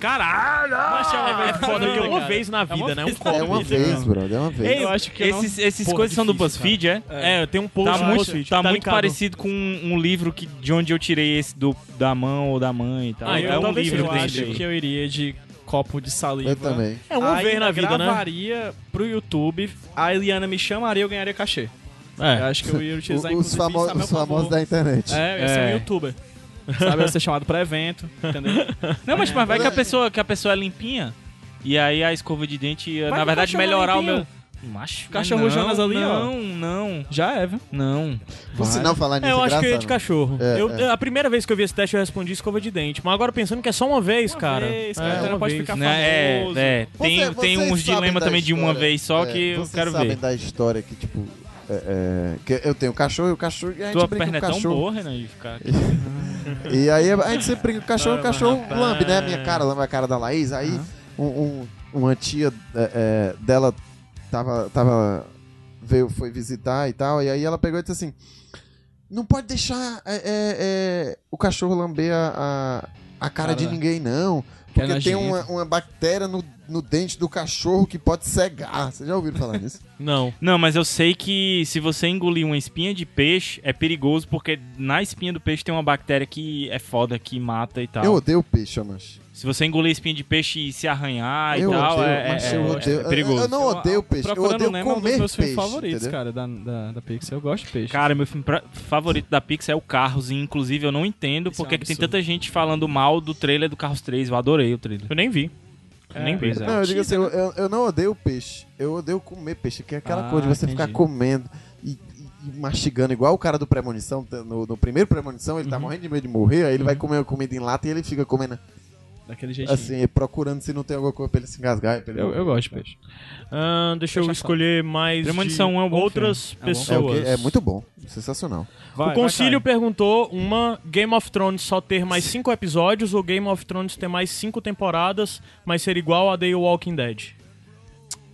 [SPEAKER 9] Caralho!
[SPEAKER 4] dentes. É foda que é uma
[SPEAKER 2] Cara,
[SPEAKER 4] vez na
[SPEAKER 2] é uma
[SPEAKER 4] vida, né? Um
[SPEAKER 2] vez na
[SPEAKER 4] copo.
[SPEAKER 3] É uma
[SPEAKER 2] Não,
[SPEAKER 3] vez, brother, é uma vez.
[SPEAKER 9] Ei,
[SPEAKER 2] Eu acho que eu não-
[SPEAKER 9] esses, esses
[SPEAKER 4] Porra,
[SPEAKER 9] coisas são do
[SPEAKER 4] difícil,
[SPEAKER 9] BuzzFeed, é?
[SPEAKER 4] É, tem um post
[SPEAKER 9] Tá
[SPEAKER 4] no
[SPEAKER 9] muito,
[SPEAKER 4] BuzzFeed,
[SPEAKER 9] tá muito
[SPEAKER 4] linkado.
[SPEAKER 9] parecido com um, um livro que, de onde eu tirei esse do, da mão ou da mãe e tal.
[SPEAKER 4] Ah,
[SPEAKER 9] é
[SPEAKER 4] eu
[SPEAKER 9] um
[SPEAKER 4] talvez
[SPEAKER 9] livro
[SPEAKER 2] eu
[SPEAKER 9] desse
[SPEAKER 2] acho
[SPEAKER 9] livro.
[SPEAKER 2] que eu iria de copo tá de saliva.
[SPEAKER 3] Eu também.
[SPEAKER 4] É uma vez
[SPEAKER 2] Ainda
[SPEAKER 4] na vida, né?
[SPEAKER 2] gravaria pro YouTube, a Eliana me chamaria, eu ganharia cachê. Eu
[SPEAKER 4] É.
[SPEAKER 2] acho que eu ia utilizar,
[SPEAKER 3] O- Os,
[SPEAKER 2] inclusive,
[SPEAKER 3] famo-
[SPEAKER 2] isso a meu
[SPEAKER 3] os famosos
[SPEAKER 2] favor.
[SPEAKER 3] da internet.
[SPEAKER 2] É, eu ia ser
[SPEAKER 9] É.
[SPEAKER 2] um youtuber. Sabe, eu ia ser chamado pra evento, entendeu?
[SPEAKER 9] Não, mas, mas vai que a, pessoa, que a pessoa é limpinha e aí a escova de dente ia,
[SPEAKER 2] Vai
[SPEAKER 9] na
[SPEAKER 2] que o
[SPEAKER 9] verdade,
[SPEAKER 2] cachorro é
[SPEAKER 9] melhorar o meu.
[SPEAKER 2] limpinho.
[SPEAKER 9] Macho,
[SPEAKER 2] Cachorro
[SPEAKER 9] não,
[SPEAKER 2] Jonas ali, ó.
[SPEAKER 9] Não, não,
[SPEAKER 2] Já é, viu?
[SPEAKER 9] não.
[SPEAKER 3] Por sinal, falar
[SPEAKER 4] É,
[SPEAKER 3] nisso,
[SPEAKER 4] eu acho que eu ia
[SPEAKER 3] engraçado.
[SPEAKER 4] de cachorro.
[SPEAKER 3] É,
[SPEAKER 4] eu,
[SPEAKER 3] é.
[SPEAKER 4] A primeira vez que eu vi esse teste, eu respondi escova de dente. Mas agora pensando que é só uma vez, cara.
[SPEAKER 2] vez,
[SPEAKER 4] É,
[SPEAKER 2] cara, então
[SPEAKER 4] uma
[SPEAKER 2] não pode
[SPEAKER 4] vez.
[SPEAKER 2] ficar
[SPEAKER 9] Né,
[SPEAKER 2] famoso.
[SPEAKER 9] é, é, tem,
[SPEAKER 3] Você-
[SPEAKER 9] tem
[SPEAKER 3] vocês
[SPEAKER 9] uns
[SPEAKER 3] sabem
[SPEAKER 9] dilemas
[SPEAKER 3] da
[SPEAKER 9] também de uma
[SPEAKER 3] história,
[SPEAKER 9] vez só
[SPEAKER 3] é,
[SPEAKER 9] que eu
[SPEAKER 3] vocês
[SPEAKER 9] quero
[SPEAKER 3] sabem
[SPEAKER 9] ver.
[SPEAKER 3] da história que, tipo... é, é, que eu tenho cachorro e o cachorro... E a gente
[SPEAKER 9] Tua
[SPEAKER 3] brinca com
[SPEAKER 9] perna
[SPEAKER 3] o
[SPEAKER 9] é tão
[SPEAKER 3] cachorro.
[SPEAKER 9] boa, Renan, de ficar aqui.
[SPEAKER 3] E aí a gente sempre brinca com o cachorro, o cachorro lambe, né? Minha cara, lambe a cara da Laís. Aí um- um- uma tia é, é, dela tava, tava. veio, foi visitar e tal. E aí ela pegou e disse assim: Não pode deixar é, é, é, o cachorro lamber a, a, a cara de ninguém, não.
[SPEAKER 2] Que é
[SPEAKER 3] Porque tem
[SPEAKER 2] nojento."
[SPEAKER 3] uma, uma bactéria no, no dente do cachorro que pode cegar. Vocês já ouviram falar nisso?
[SPEAKER 4] Não.
[SPEAKER 9] Não, mas eu sei que se você engolir uma espinha de peixe, é perigoso, porque na espinha do peixe tem uma bactéria que é foda, que mata e tal.
[SPEAKER 3] Eu odeio peixe, mas.
[SPEAKER 9] Se você engolir espinha de peixe e se arranhar e
[SPEAKER 3] eu
[SPEAKER 9] tal,
[SPEAKER 3] odeio,
[SPEAKER 9] é,
[SPEAKER 3] mas
[SPEAKER 9] é-
[SPEAKER 3] eu
[SPEAKER 9] é
[SPEAKER 3] odeio.
[SPEAKER 9] perigoso.
[SPEAKER 3] Eu, eu não odeio peixe, eu
[SPEAKER 2] Procurando
[SPEAKER 3] odeio
[SPEAKER 2] Nemo é um dos
[SPEAKER 3] comer
[SPEAKER 2] meus
[SPEAKER 3] peixe.
[SPEAKER 2] filmes favoritos,
[SPEAKER 3] entendeu?
[SPEAKER 2] cara, da, da, da Pixar. Eu gosto de peixe.
[SPEAKER 9] Cara, meu filme pra- favorito da Pixar é o Carros, e inclusive eu não entendo
[SPEAKER 2] Isso é um
[SPEAKER 9] porque que tem
[SPEAKER 2] absurdo.
[SPEAKER 9] tanta gente falando mal do trailer do Carros 3. Eu adorei o trailer.
[SPEAKER 4] Eu nem vi.
[SPEAKER 2] É.
[SPEAKER 9] Eu nem vi.
[SPEAKER 3] Não, eu digo assim, eu, eu- eu não odeio peixe. Eu odeio comer peixe, que é aquela
[SPEAKER 2] Ah,
[SPEAKER 3] coisa de você
[SPEAKER 2] entendi.
[SPEAKER 3] ficar comendo e, e- e mastigando, igual o cara do Premonição. tá- No, no primeiro Premonição, ele
[SPEAKER 2] Uhum.
[SPEAKER 3] tá morrendo de medo de morrer, aí ele vai comer a comida em lata e ele fica comendo
[SPEAKER 2] Daquele jeitinho.
[SPEAKER 3] assim, procurando se não tem alguma coisa pra ele se engasgar. e pra ele
[SPEAKER 2] eu,
[SPEAKER 3] morrer.
[SPEAKER 2] eu gosto de peixe.
[SPEAKER 4] Ah, deixa eu
[SPEAKER 2] Deixa eu
[SPEAKER 4] escolher mais
[SPEAKER 9] Premonição
[SPEAKER 4] de
[SPEAKER 9] é um bom
[SPEAKER 4] outras
[SPEAKER 2] filme. É um bom
[SPEAKER 3] É, o
[SPEAKER 4] pessoas.
[SPEAKER 3] que- é muito bom, sensacional.
[SPEAKER 2] Vai,
[SPEAKER 4] o Concílio
[SPEAKER 2] vai,
[SPEAKER 4] perguntou uma Game of Thrones só ter mais cinco episódios ou Game of Thrones ter mais cinco temporadas, mas ser igual a The Walking Dead.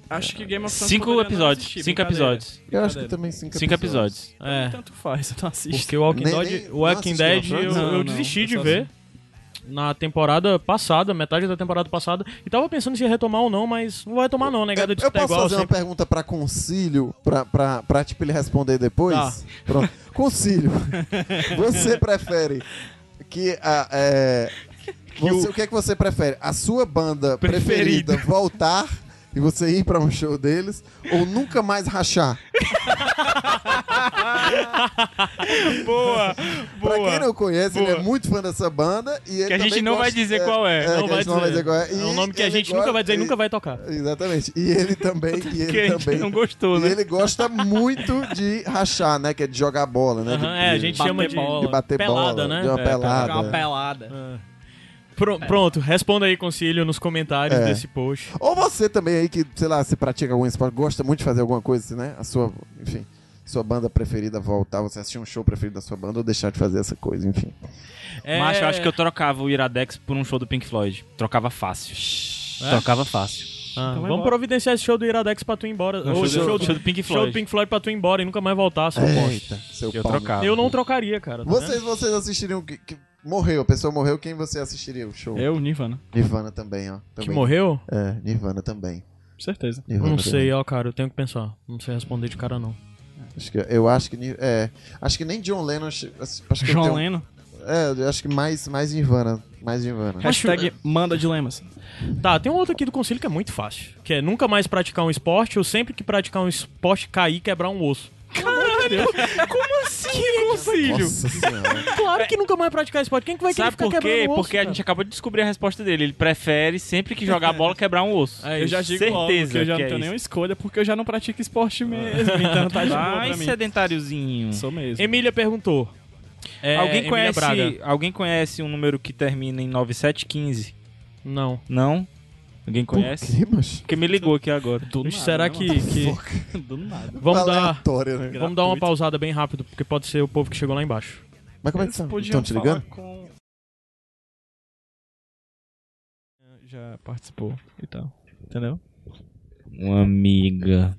[SPEAKER 2] cara. Acho que Game of Thrones
[SPEAKER 9] Cinco
[SPEAKER 2] poderia não
[SPEAKER 9] episódios.
[SPEAKER 2] existir,
[SPEAKER 9] Cinco
[SPEAKER 2] brincadeira.
[SPEAKER 9] episódios.
[SPEAKER 3] Eu acho que também cinco,
[SPEAKER 9] Cinco episódios.
[SPEAKER 4] É.
[SPEAKER 2] Tanto faz, eu não assisto.
[SPEAKER 4] Porque o Walking,
[SPEAKER 3] Nem-
[SPEAKER 4] Dead-
[SPEAKER 3] nem-
[SPEAKER 4] o Walking
[SPEAKER 3] não assistiu
[SPEAKER 4] Dead
[SPEAKER 3] Game
[SPEAKER 4] eu,
[SPEAKER 2] Thrones?
[SPEAKER 3] of
[SPEAKER 4] eu
[SPEAKER 2] Não, não,
[SPEAKER 4] desisti
[SPEAKER 2] eu
[SPEAKER 4] de
[SPEAKER 2] só
[SPEAKER 4] ver na temporada passada, metade da temporada passada, e tava pensando se ia retomar ou não, mas não vai tomar não,
[SPEAKER 3] Eu,
[SPEAKER 4] negada de
[SPEAKER 3] É, eu
[SPEAKER 4] tá
[SPEAKER 3] posso
[SPEAKER 4] igual
[SPEAKER 3] fazer uma
[SPEAKER 4] sempre.
[SPEAKER 3] pergunta pra Concílio, pra, pra, pra tipo, ele responder depois?
[SPEAKER 4] Tá.
[SPEAKER 3] Pronto. Concílio, você prefere que a. é, você- o... que é que você prefere? A sua banda
[SPEAKER 9] Preferida.
[SPEAKER 3] preferida, voltar e você ir pra um show deles ou nunca mais rachar?
[SPEAKER 9] Boa,
[SPEAKER 3] Pra quem não conhece, ele é muito fã dessa banda e ele
[SPEAKER 9] Que a gente
[SPEAKER 3] também
[SPEAKER 9] não vai
[SPEAKER 3] gosta-
[SPEAKER 9] dizer qual é.
[SPEAKER 3] que
[SPEAKER 4] Não
[SPEAKER 3] a
[SPEAKER 4] vai
[SPEAKER 3] gente não vai
[SPEAKER 4] dizer.
[SPEAKER 3] dizer qual é.
[SPEAKER 4] É um
[SPEAKER 3] E
[SPEAKER 4] nome que a
[SPEAKER 3] ele
[SPEAKER 4] gente
[SPEAKER 3] gosta-
[SPEAKER 4] nunca vai dizer e
[SPEAKER 3] ele-
[SPEAKER 4] nunca vai tocar.
[SPEAKER 3] Exatamente. E ele também. E
[SPEAKER 9] Que
[SPEAKER 3] ele
[SPEAKER 9] a gente
[SPEAKER 3] também.
[SPEAKER 9] não gostou,
[SPEAKER 3] E
[SPEAKER 9] né?
[SPEAKER 3] ele gosta muito de rachar, né? Que é de jogar bola, né? De-
[SPEAKER 4] Aham, é, a
[SPEAKER 3] de-
[SPEAKER 4] gente
[SPEAKER 3] de
[SPEAKER 4] chama de,
[SPEAKER 3] de bater
[SPEAKER 4] pelada,
[SPEAKER 3] bola,
[SPEAKER 4] né?
[SPEAKER 3] de uma
[SPEAKER 4] É,
[SPEAKER 3] pelada.
[SPEAKER 2] Jogar uma pelada.
[SPEAKER 4] Pro- Pronto, responda aí, Concílio, nos comentários
[SPEAKER 3] É.
[SPEAKER 4] desse post.
[SPEAKER 3] Ou você também aí que, sei lá, se pratica algum esporte, gosta muito de fazer alguma coisa, né? A sua, enfim, sua banda preferida voltar, você assistir um show preferido da sua banda ou deixar de fazer essa coisa, enfim.
[SPEAKER 4] É,
[SPEAKER 9] Macho, eu acho que eu trocava o Iradex por um show do Pink Floyd. Trocava fácil. Trocava fácil.
[SPEAKER 4] Ah, vamos providenciar esse show do Iradex pra tu ir embora.
[SPEAKER 9] Não,
[SPEAKER 4] Ou
[SPEAKER 9] show do- show do Pink
[SPEAKER 4] Show do
[SPEAKER 9] Floyd.
[SPEAKER 4] Pink Floyd pra tu ir embora e nunca mais voltar, seu bosta.
[SPEAKER 3] seu
[SPEAKER 9] Eu
[SPEAKER 3] pau no-
[SPEAKER 9] trocava.
[SPEAKER 4] Eu não trocaria, cara. tá
[SPEAKER 3] Vocês, vocês assistiriam. Que, que morreu, a pessoa morreu, quem você assistiria o show?
[SPEAKER 2] Eu, É Nirvana.
[SPEAKER 3] Nirvana também, ó.
[SPEAKER 4] vendo?
[SPEAKER 3] Também.
[SPEAKER 4] Que morreu?
[SPEAKER 3] É, Nirvana também.
[SPEAKER 2] Com certeza.
[SPEAKER 3] Nirvana
[SPEAKER 4] Não
[SPEAKER 3] também.
[SPEAKER 4] sei, ó, cara, eu tenho que pensar. Não sei responder de cara, não.
[SPEAKER 3] Acho que, eu acho que. Nir- É, acho que nem John Lennon. Acho, acho que eu
[SPEAKER 2] John
[SPEAKER 3] tenho-
[SPEAKER 2] Lennon.
[SPEAKER 3] É, eu acho que mais, mais Nirvana. Mais Nirvana.
[SPEAKER 2] Hashtag manda assim. dilemas.
[SPEAKER 4] Tá, tem um outro aqui do Concílio que é muito fácil. Que é nunca mais praticar um esporte ou sempre que praticar um esporte cair e quebrar um osso. Caralho! Como assim, Concílio?
[SPEAKER 3] Nossa senhora.
[SPEAKER 4] Claro que nunca mais praticar esporte. Quem que vai querer
[SPEAKER 9] Sabe
[SPEAKER 4] ficar
[SPEAKER 9] por quê?
[SPEAKER 4] quebrando um osso,
[SPEAKER 9] Porque a
[SPEAKER 4] cara?
[SPEAKER 9] gente acabou de descobrir a resposta dele. Ele prefere sempre que jogar a bola quebrar um osso.
[SPEAKER 4] É
[SPEAKER 2] eu
[SPEAKER 4] isso,
[SPEAKER 2] já digo
[SPEAKER 9] certeza
[SPEAKER 2] logo que eu já não
[SPEAKER 9] que é
[SPEAKER 2] tenho
[SPEAKER 9] isso.
[SPEAKER 2] nenhuma escolha, porque eu já não pratico esporte mesmo. Então tá de boa
[SPEAKER 9] Vai,
[SPEAKER 2] pra mim.
[SPEAKER 9] sedentáriozinho.
[SPEAKER 2] Sou mesmo.
[SPEAKER 4] Emília perguntou. É,
[SPEAKER 9] alguém,
[SPEAKER 4] Emília
[SPEAKER 9] conhece,
[SPEAKER 4] Braga.
[SPEAKER 9] alguém conhece um número que termina em 9715?
[SPEAKER 4] Não.
[SPEAKER 9] Não? Alguém conhece?
[SPEAKER 3] Que, macho?
[SPEAKER 9] Porque me ligou aqui agora.
[SPEAKER 4] Ixi, será que, que-
[SPEAKER 2] Do nada.
[SPEAKER 4] Vamos dar,
[SPEAKER 3] Aleatório, né?
[SPEAKER 4] vamos dar uma pausada bem rápido, porque pode ser o povo que chegou lá embaixo.
[SPEAKER 3] Mas como é que
[SPEAKER 2] Eles
[SPEAKER 3] são?
[SPEAKER 2] podiam
[SPEAKER 3] Estão te
[SPEAKER 2] falar
[SPEAKER 3] ligando?
[SPEAKER 2] com... Já participou então. e tal. Entendeu?
[SPEAKER 9] Uma amiga.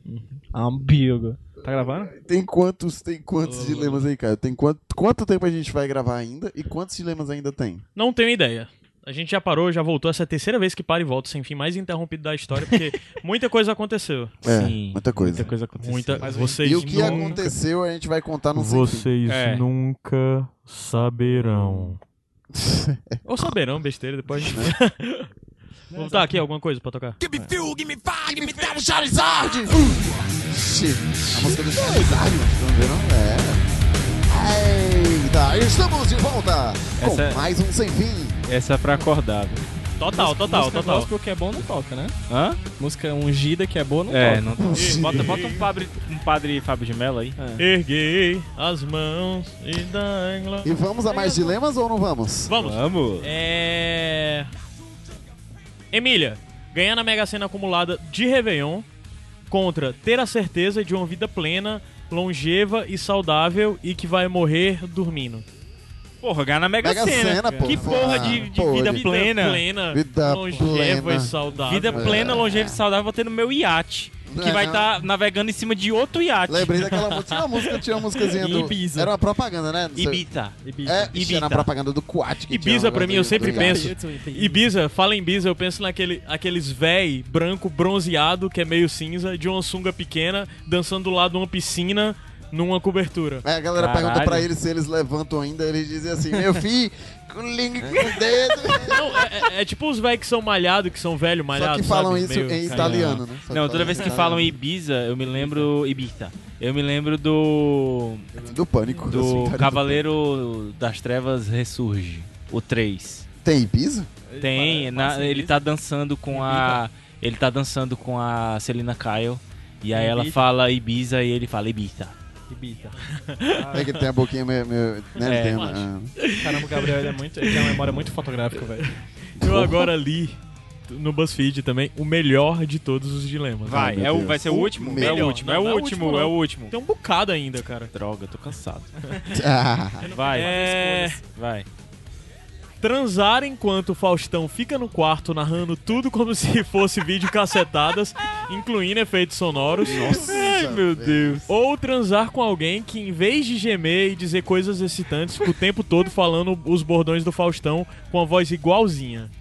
[SPEAKER 2] Amigo. Tá gravando?
[SPEAKER 3] Tem quantos, tem quantos dilemas aí, cara? Tem quanto, quanto tempo a gente vai gravar ainda e quantos dilemas ainda tem?
[SPEAKER 4] Não tenho ideia. A gente já parou, já voltou. Essa é a terceira vez que para e volta sem fim, mais interrompido da história, porque muita coisa aconteceu.
[SPEAKER 9] Sim.
[SPEAKER 3] é, muita coisa.
[SPEAKER 9] Muita coisa aconteceu.
[SPEAKER 4] Muita. Vocês
[SPEAKER 3] E o que
[SPEAKER 4] nunca,
[SPEAKER 3] aconteceu a gente vai contar no sem fim.
[SPEAKER 4] Vocês
[SPEAKER 9] É.
[SPEAKER 4] nunca saberão. Ou saberão, besteira, depois a gente. Né? Vamos tá aqui alguma coisa pra tocar.
[SPEAKER 3] Ixi, a música do Charizard, não viu não? É. Eita, estamos de volta com
[SPEAKER 9] Essa-
[SPEAKER 3] mais um sem fim.
[SPEAKER 9] Essa é pra acordar. viu?
[SPEAKER 4] Total, total,
[SPEAKER 2] Música
[SPEAKER 4] total.
[SPEAKER 2] gospel que é bom não toca, né?
[SPEAKER 9] Hã?
[SPEAKER 2] Música ungida que é boa não
[SPEAKER 9] É,
[SPEAKER 2] toca.
[SPEAKER 9] não... Ih, bota, bota um, padre, um padre Fábio de Mello aí.
[SPEAKER 4] Erguei as mãos e dai glória.
[SPEAKER 3] E vamos a mais dilemas ou não vamos?
[SPEAKER 4] Vamos.
[SPEAKER 9] Vamos.
[SPEAKER 4] É. Emília, ganhar na Mega Sena acumulada de Réveillon contra ter a certeza de uma vida plena, longeva e saudável e que vai morrer dormindo.
[SPEAKER 9] Porra, ganhar na Mega,
[SPEAKER 3] Mega
[SPEAKER 9] Sena.
[SPEAKER 3] Sena, pô.
[SPEAKER 9] Que porra de, de
[SPEAKER 3] Pô,
[SPEAKER 9] vida
[SPEAKER 3] de-
[SPEAKER 9] plena.
[SPEAKER 4] plena,
[SPEAKER 3] Vida
[SPEAKER 4] longeva
[SPEAKER 3] plena.
[SPEAKER 4] e saudável.
[SPEAKER 9] Vida plena, longeva e saudável, vou ter no meu iate. Que
[SPEAKER 3] É,
[SPEAKER 9] vai
[SPEAKER 3] não.
[SPEAKER 9] estar navegando em cima de outro iate.
[SPEAKER 3] Lembrei daquela música, tinha uma música, tinha uma musicazinha do...
[SPEAKER 9] Ibiza.
[SPEAKER 3] Era uma propaganda, né? Não sei-
[SPEAKER 9] Ibita.
[SPEAKER 3] É, Ibiza. na
[SPEAKER 9] Ibiza.
[SPEAKER 3] propaganda do Quat. que tinha um
[SPEAKER 4] Ibiza,
[SPEAKER 3] negócio
[SPEAKER 4] pra mim, eu
[SPEAKER 3] do-
[SPEAKER 4] sempre
[SPEAKER 3] do-
[SPEAKER 4] penso. Ibiza, fala em Ibiza, eu penso naquele aqueles véi branco bronzeado que é meio cinza, de uma sunga pequena, dançando do lado de uma piscina numa cobertura.
[SPEAKER 3] Aí É, a galera pergunta
[SPEAKER 9] Caralho.
[SPEAKER 3] pra eles se eles levantam ainda, eles dizem assim, meu filho, com o link com o dedo.
[SPEAKER 4] Não, é, é- é tipo os velhos que são malhados, que são velho
[SPEAKER 3] Só
[SPEAKER 4] malhado.
[SPEAKER 3] que falam
[SPEAKER 4] sabe?
[SPEAKER 3] isso
[SPEAKER 4] Meio-
[SPEAKER 3] em italiano, né? Só
[SPEAKER 9] Não,
[SPEAKER 3] que
[SPEAKER 9] toda vez que falam
[SPEAKER 3] falam em
[SPEAKER 9] Ibiza, eu me lembro. Ibita. Eu me lembro do.
[SPEAKER 3] italiano. Do pânico. Assim,
[SPEAKER 9] Do
[SPEAKER 3] cara,
[SPEAKER 9] Cavaleiro das Trevas Ressurge. O 3.
[SPEAKER 3] Tem Ibiza?
[SPEAKER 9] Tem. na- ele tá dançando com a. Ele tá dançando com a Celina Kyle. E aí ela fala Ibiza e ele fala Ibita.
[SPEAKER 3] É que tem a boquinha meio... meio né?
[SPEAKER 9] É,
[SPEAKER 3] tem
[SPEAKER 9] eu
[SPEAKER 3] uma-
[SPEAKER 2] Caramba, o Gabriel ele é muito, ele tem uma memória muito fotográfica, velho.
[SPEAKER 4] Eu agora li no BuzzFeed também o melhor de todos os dilemas.
[SPEAKER 9] Vai,
[SPEAKER 3] meu
[SPEAKER 9] é o,
[SPEAKER 3] Deus.
[SPEAKER 9] vai ser o
[SPEAKER 3] O
[SPEAKER 9] último? É
[SPEAKER 3] melhor.
[SPEAKER 9] o último,
[SPEAKER 4] Não,
[SPEAKER 9] é
[SPEAKER 4] não
[SPEAKER 9] o último,
[SPEAKER 4] não.
[SPEAKER 9] é o último.
[SPEAKER 4] Tem um bocado ainda, cara.
[SPEAKER 9] Droga, tô cansado.
[SPEAKER 3] Ah.
[SPEAKER 9] Vai,
[SPEAKER 4] É.
[SPEAKER 9] vai.
[SPEAKER 4] Transar enquanto o Faustão fica no quarto narrando tudo como se fosse vídeo cacetadas, incluindo efeitos sonoros.
[SPEAKER 3] Ai, meu Deus.
[SPEAKER 4] Ou transar com alguém que, em vez de gemer e dizer coisas excitantes, fica o tempo todo falando os bordões do Faustão com a voz igualzinha.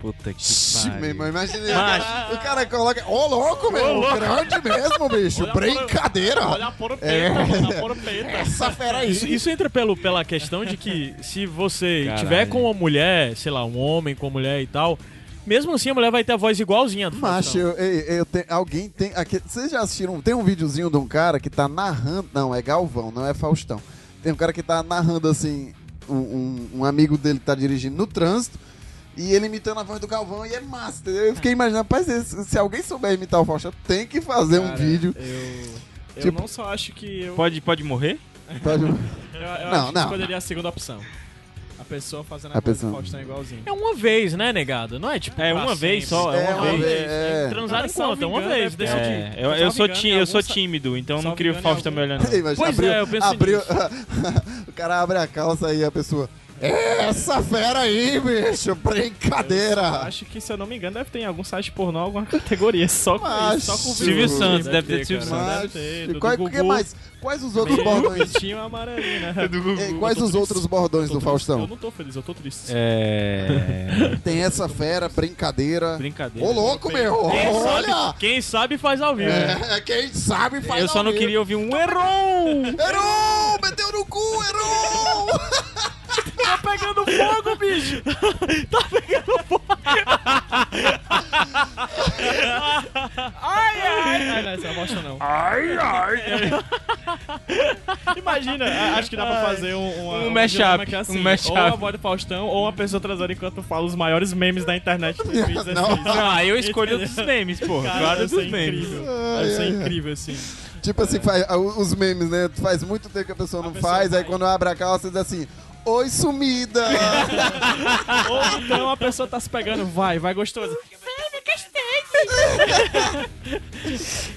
[SPEAKER 9] Puta que
[SPEAKER 3] Meu
[SPEAKER 9] pariu.
[SPEAKER 3] irmão, imagina. O cara coloca. Ô, louco, meu! Grande mesmo, bicho! Brincadeira!
[SPEAKER 4] a pora
[SPEAKER 3] É. mano, a
[SPEAKER 4] peta.
[SPEAKER 3] Essa fera aí.
[SPEAKER 4] Isso, isso entra pelo, pela questão de que se você
[SPEAKER 9] Caralho.
[SPEAKER 4] tiver com uma mulher, sei lá, um homem com uma mulher e tal, mesmo assim a mulher vai ter a voz igualzinha do
[SPEAKER 3] Macho,
[SPEAKER 4] Faustão.
[SPEAKER 3] eu, ei, eu te- alguém tem. Aqui, vocês já assistiram? Tem um videozinho de um cara que tá narrando. Não, é Galvão, não é Faustão. Tem um cara que tá narrando assim. Um, um- um amigo dele que tá dirigindo no trânsito. E ele imitando a voz do Galvão e é massa. entendeu? Eu fiquei imaginando, rapaz, se, se alguém souber imitar o Faustão, tem que fazer um vídeo.
[SPEAKER 2] Eu, eu
[SPEAKER 3] Tipo-
[SPEAKER 2] não só acho que eu,
[SPEAKER 9] Pode, pode morrer?
[SPEAKER 3] Pra...
[SPEAKER 2] eu, eu
[SPEAKER 3] Não,
[SPEAKER 2] acho que
[SPEAKER 3] não.
[SPEAKER 2] escolheria a segunda opção. A pessoa fazendo
[SPEAKER 3] A
[SPEAKER 2] a, coisa
[SPEAKER 3] pessoa.
[SPEAKER 2] do Faustão igualzinho.
[SPEAKER 4] É uma vez, né, negado? Não é tipo.
[SPEAKER 9] É
[SPEAKER 4] pra
[SPEAKER 9] uma vez
[SPEAKER 4] sempre.
[SPEAKER 9] só, é
[SPEAKER 3] É, uma uma vez, vez. é.
[SPEAKER 4] Transar
[SPEAKER 2] Ah,
[SPEAKER 4] em
[SPEAKER 2] salvo
[SPEAKER 4] conta, uma
[SPEAKER 2] engano,
[SPEAKER 4] vez,
[SPEAKER 2] deve ter
[SPEAKER 4] decidi.
[SPEAKER 9] É, eu,
[SPEAKER 2] Salvo
[SPEAKER 9] eu sou
[SPEAKER 2] engano,
[SPEAKER 9] ti-
[SPEAKER 2] em
[SPEAKER 9] eu sou
[SPEAKER 2] algum sa-
[SPEAKER 9] tímido, então não
[SPEAKER 2] salvo
[SPEAKER 9] queria o
[SPEAKER 2] engano, em
[SPEAKER 9] Faustão me olhando. não.
[SPEAKER 3] Imagina,
[SPEAKER 4] Pois
[SPEAKER 3] abriu,
[SPEAKER 4] é, eu pensei
[SPEAKER 3] abriu, O cara abre a calça e a pessoa. Essa fera aí, bicho! Brincadeira!
[SPEAKER 2] Acho que, se eu não me engano, deve ter em algum site pornô alguma categoria. Só com
[SPEAKER 3] Mas-
[SPEAKER 2] isso, só com o
[SPEAKER 9] Silvio
[SPEAKER 2] Bilu.
[SPEAKER 9] Santos, deve ter Silvio
[SPEAKER 2] cara.
[SPEAKER 9] Santos.
[SPEAKER 3] Mas,
[SPEAKER 2] Deve ter, do
[SPEAKER 3] qual,
[SPEAKER 2] Gugu.
[SPEAKER 3] que é mais? Quais os outros
[SPEAKER 2] Tem o
[SPEAKER 3] bordões?
[SPEAKER 2] Pitinho amarelinho, né?
[SPEAKER 3] eh, Quais
[SPEAKER 2] Eu tô
[SPEAKER 3] os
[SPEAKER 2] triste.
[SPEAKER 3] outros bordões
[SPEAKER 2] Eu tô triste. Eu
[SPEAKER 3] do Faustão?
[SPEAKER 2] não tô feliz, eu tô triste.
[SPEAKER 9] É.
[SPEAKER 3] Tem essa fera, brincadeira.
[SPEAKER 9] Brincadeira.
[SPEAKER 3] Ô louco, meu!
[SPEAKER 4] Quem
[SPEAKER 3] Olha!
[SPEAKER 4] É, sabe, quem sabe faz ao vivo.
[SPEAKER 3] É, quem sabe faz
[SPEAKER 9] Eu só
[SPEAKER 3] ao
[SPEAKER 9] não
[SPEAKER 3] vivo.
[SPEAKER 9] queria ouvir um errou!
[SPEAKER 3] Heron! Meteu no cu, Heron!
[SPEAKER 4] Pegando fogo, bicho!
[SPEAKER 2] Ai, não, essa bosta não. Ai, ai. Imagina, a- acho que dá pra fazer um... uma-
[SPEAKER 9] Um
[SPEAKER 2] uma
[SPEAKER 9] mashup,
[SPEAKER 2] dinâmica que é assim,
[SPEAKER 9] um mashup.
[SPEAKER 2] Ou a voz do Faustão, ou uma pessoa transando enquanto fala os maiores memes da internet Tipo, de 2016.
[SPEAKER 9] Não, aí Ah, eu escolho dos memes,
[SPEAKER 2] assim.
[SPEAKER 9] porra.
[SPEAKER 2] Cara,
[SPEAKER 9] Claro
[SPEAKER 2] deve
[SPEAKER 9] dos
[SPEAKER 2] ser
[SPEAKER 9] memes.
[SPEAKER 2] incrível.
[SPEAKER 3] Ai,
[SPEAKER 2] Deve ser
[SPEAKER 3] ai, ai.
[SPEAKER 2] incrível, assim.
[SPEAKER 3] Tipo assim, faz- ah, os memes, né? Faz muito tempo que a pessoa não
[SPEAKER 2] pessoa
[SPEAKER 3] faz, aí
[SPEAKER 2] vai.
[SPEAKER 3] quando abre a calça diz assim: Oi, sumida!
[SPEAKER 2] Ou então a pessoa tá se pegando, vai, vai gostosa.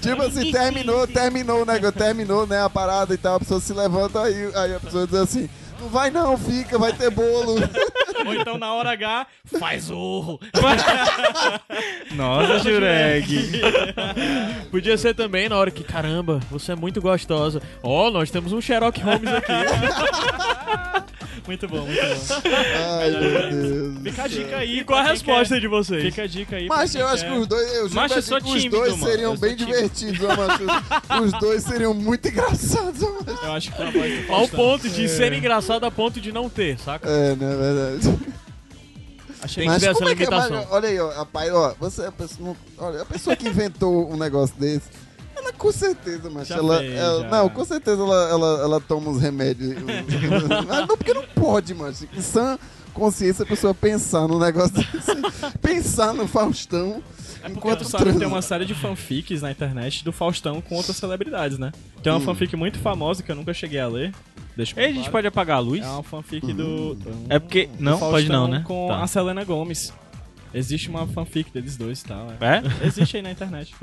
[SPEAKER 3] tipo assim, terminou, terminou, né? Terminou, né? A parada e tal, a pessoa se levanta, aí, aí a pessoa diz assim: Não vai não, fica, vai ter bolo.
[SPEAKER 2] Ou então na hora H, faz urro.
[SPEAKER 9] Nossa, Jureg.
[SPEAKER 4] Podia ser também na hora que, caramba, você é muito gostosa. Ó, nós temos um Sherlock Holmes aqui.
[SPEAKER 2] Muito bom, muito bom.
[SPEAKER 3] Ai, meu Deus.
[SPEAKER 2] Fica a dica aí.
[SPEAKER 4] E qual é a
[SPEAKER 2] pra quem
[SPEAKER 4] resposta de
[SPEAKER 2] quer-
[SPEAKER 4] vocês?
[SPEAKER 2] Fica a dica aí. pra
[SPEAKER 3] Mas
[SPEAKER 2] quem
[SPEAKER 3] eu acho
[SPEAKER 2] quer.
[SPEAKER 3] que os dois, eu juro
[SPEAKER 9] né? Macho,
[SPEAKER 3] pra
[SPEAKER 9] eu
[SPEAKER 3] ti
[SPEAKER 9] sou
[SPEAKER 3] que os
[SPEAKER 9] tímido,
[SPEAKER 3] dois
[SPEAKER 9] mano.
[SPEAKER 3] seriam
[SPEAKER 9] Eu sou
[SPEAKER 3] bem divertidos, ó, macho. Os dois seriam muito engraçados, ó, macho.
[SPEAKER 2] Eu acho que tá a É. voz do
[SPEAKER 4] Ao
[SPEAKER 2] Faustão.
[SPEAKER 4] ponto de ser engraçado a ponto de não ter, saca?
[SPEAKER 3] É, na verdade.
[SPEAKER 4] Tem que ter essa limitação.
[SPEAKER 3] mas, é olha aí, ó, rapaz, ó, você é a pessoa, não- olha, a pessoa que inventou um negócio desse, ela com certeza, mas
[SPEAKER 2] Já
[SPEAKER 3] ela,
[SPEAKER 2] fez,
[SPEAKER 3] ela-
[SPEAKER 2] já.
[SPEAKER 3] não, com certeza ela, ela, ela toma uns remédios. Mas não porque não pode, mas em sã consciência a pessoa pensar no negócio desse, pensar no Faustão.
[SPEAKER 2] Porque
[SPEAKER 3] enquanto
[SPEAKER 2] tu sabe que tem
[SPEAKER 3] transa.
[SPEAKER 2] uma série de fanfics na internet do Faustão com outras celebridades, né? Tem
[SPEAKER 3] Hum.
[SPEAKER 2] uma fanfic muito famosa que eu nunca cheguei a ler. Deixa eu
[SPEAKER 9] Ei, a gente pode apagar a luz?
[SPEAKER 2] É uma fanfic
[SPEAKER 3] Hum.
[SPEAKER 2] do.
[SPEAKER 9] É porque. Não,
[SPEAKER 2] do Faustão
[SPEAKER 9] pode não, né?
[SPEAKER 2] Com
[SPEAKER 9] Tá.
[SPEAKER 2] a Selena Gomes. Existe uma fanfic deles dois e tal. é.
[SPEAKER 9] É?
[SPEAKER 2] Existe aí na internet.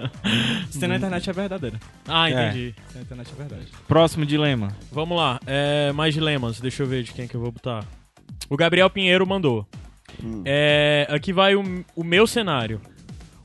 [SPEAKER 2] Se tem na internet é verdadeira.
[SPEAKER 4] Ah, entendi.
[SPEAKER 2] Se tem na internet é verdade.
[SPEAKER 9] Próximo dilema.
[SPEAKER 4] Vamos lá, é, mais dilemas. Deixa eu ver de quem é que eu vou botar. O Gabriel Pinheiro mandou. É, aqui vai o, o meu cenário.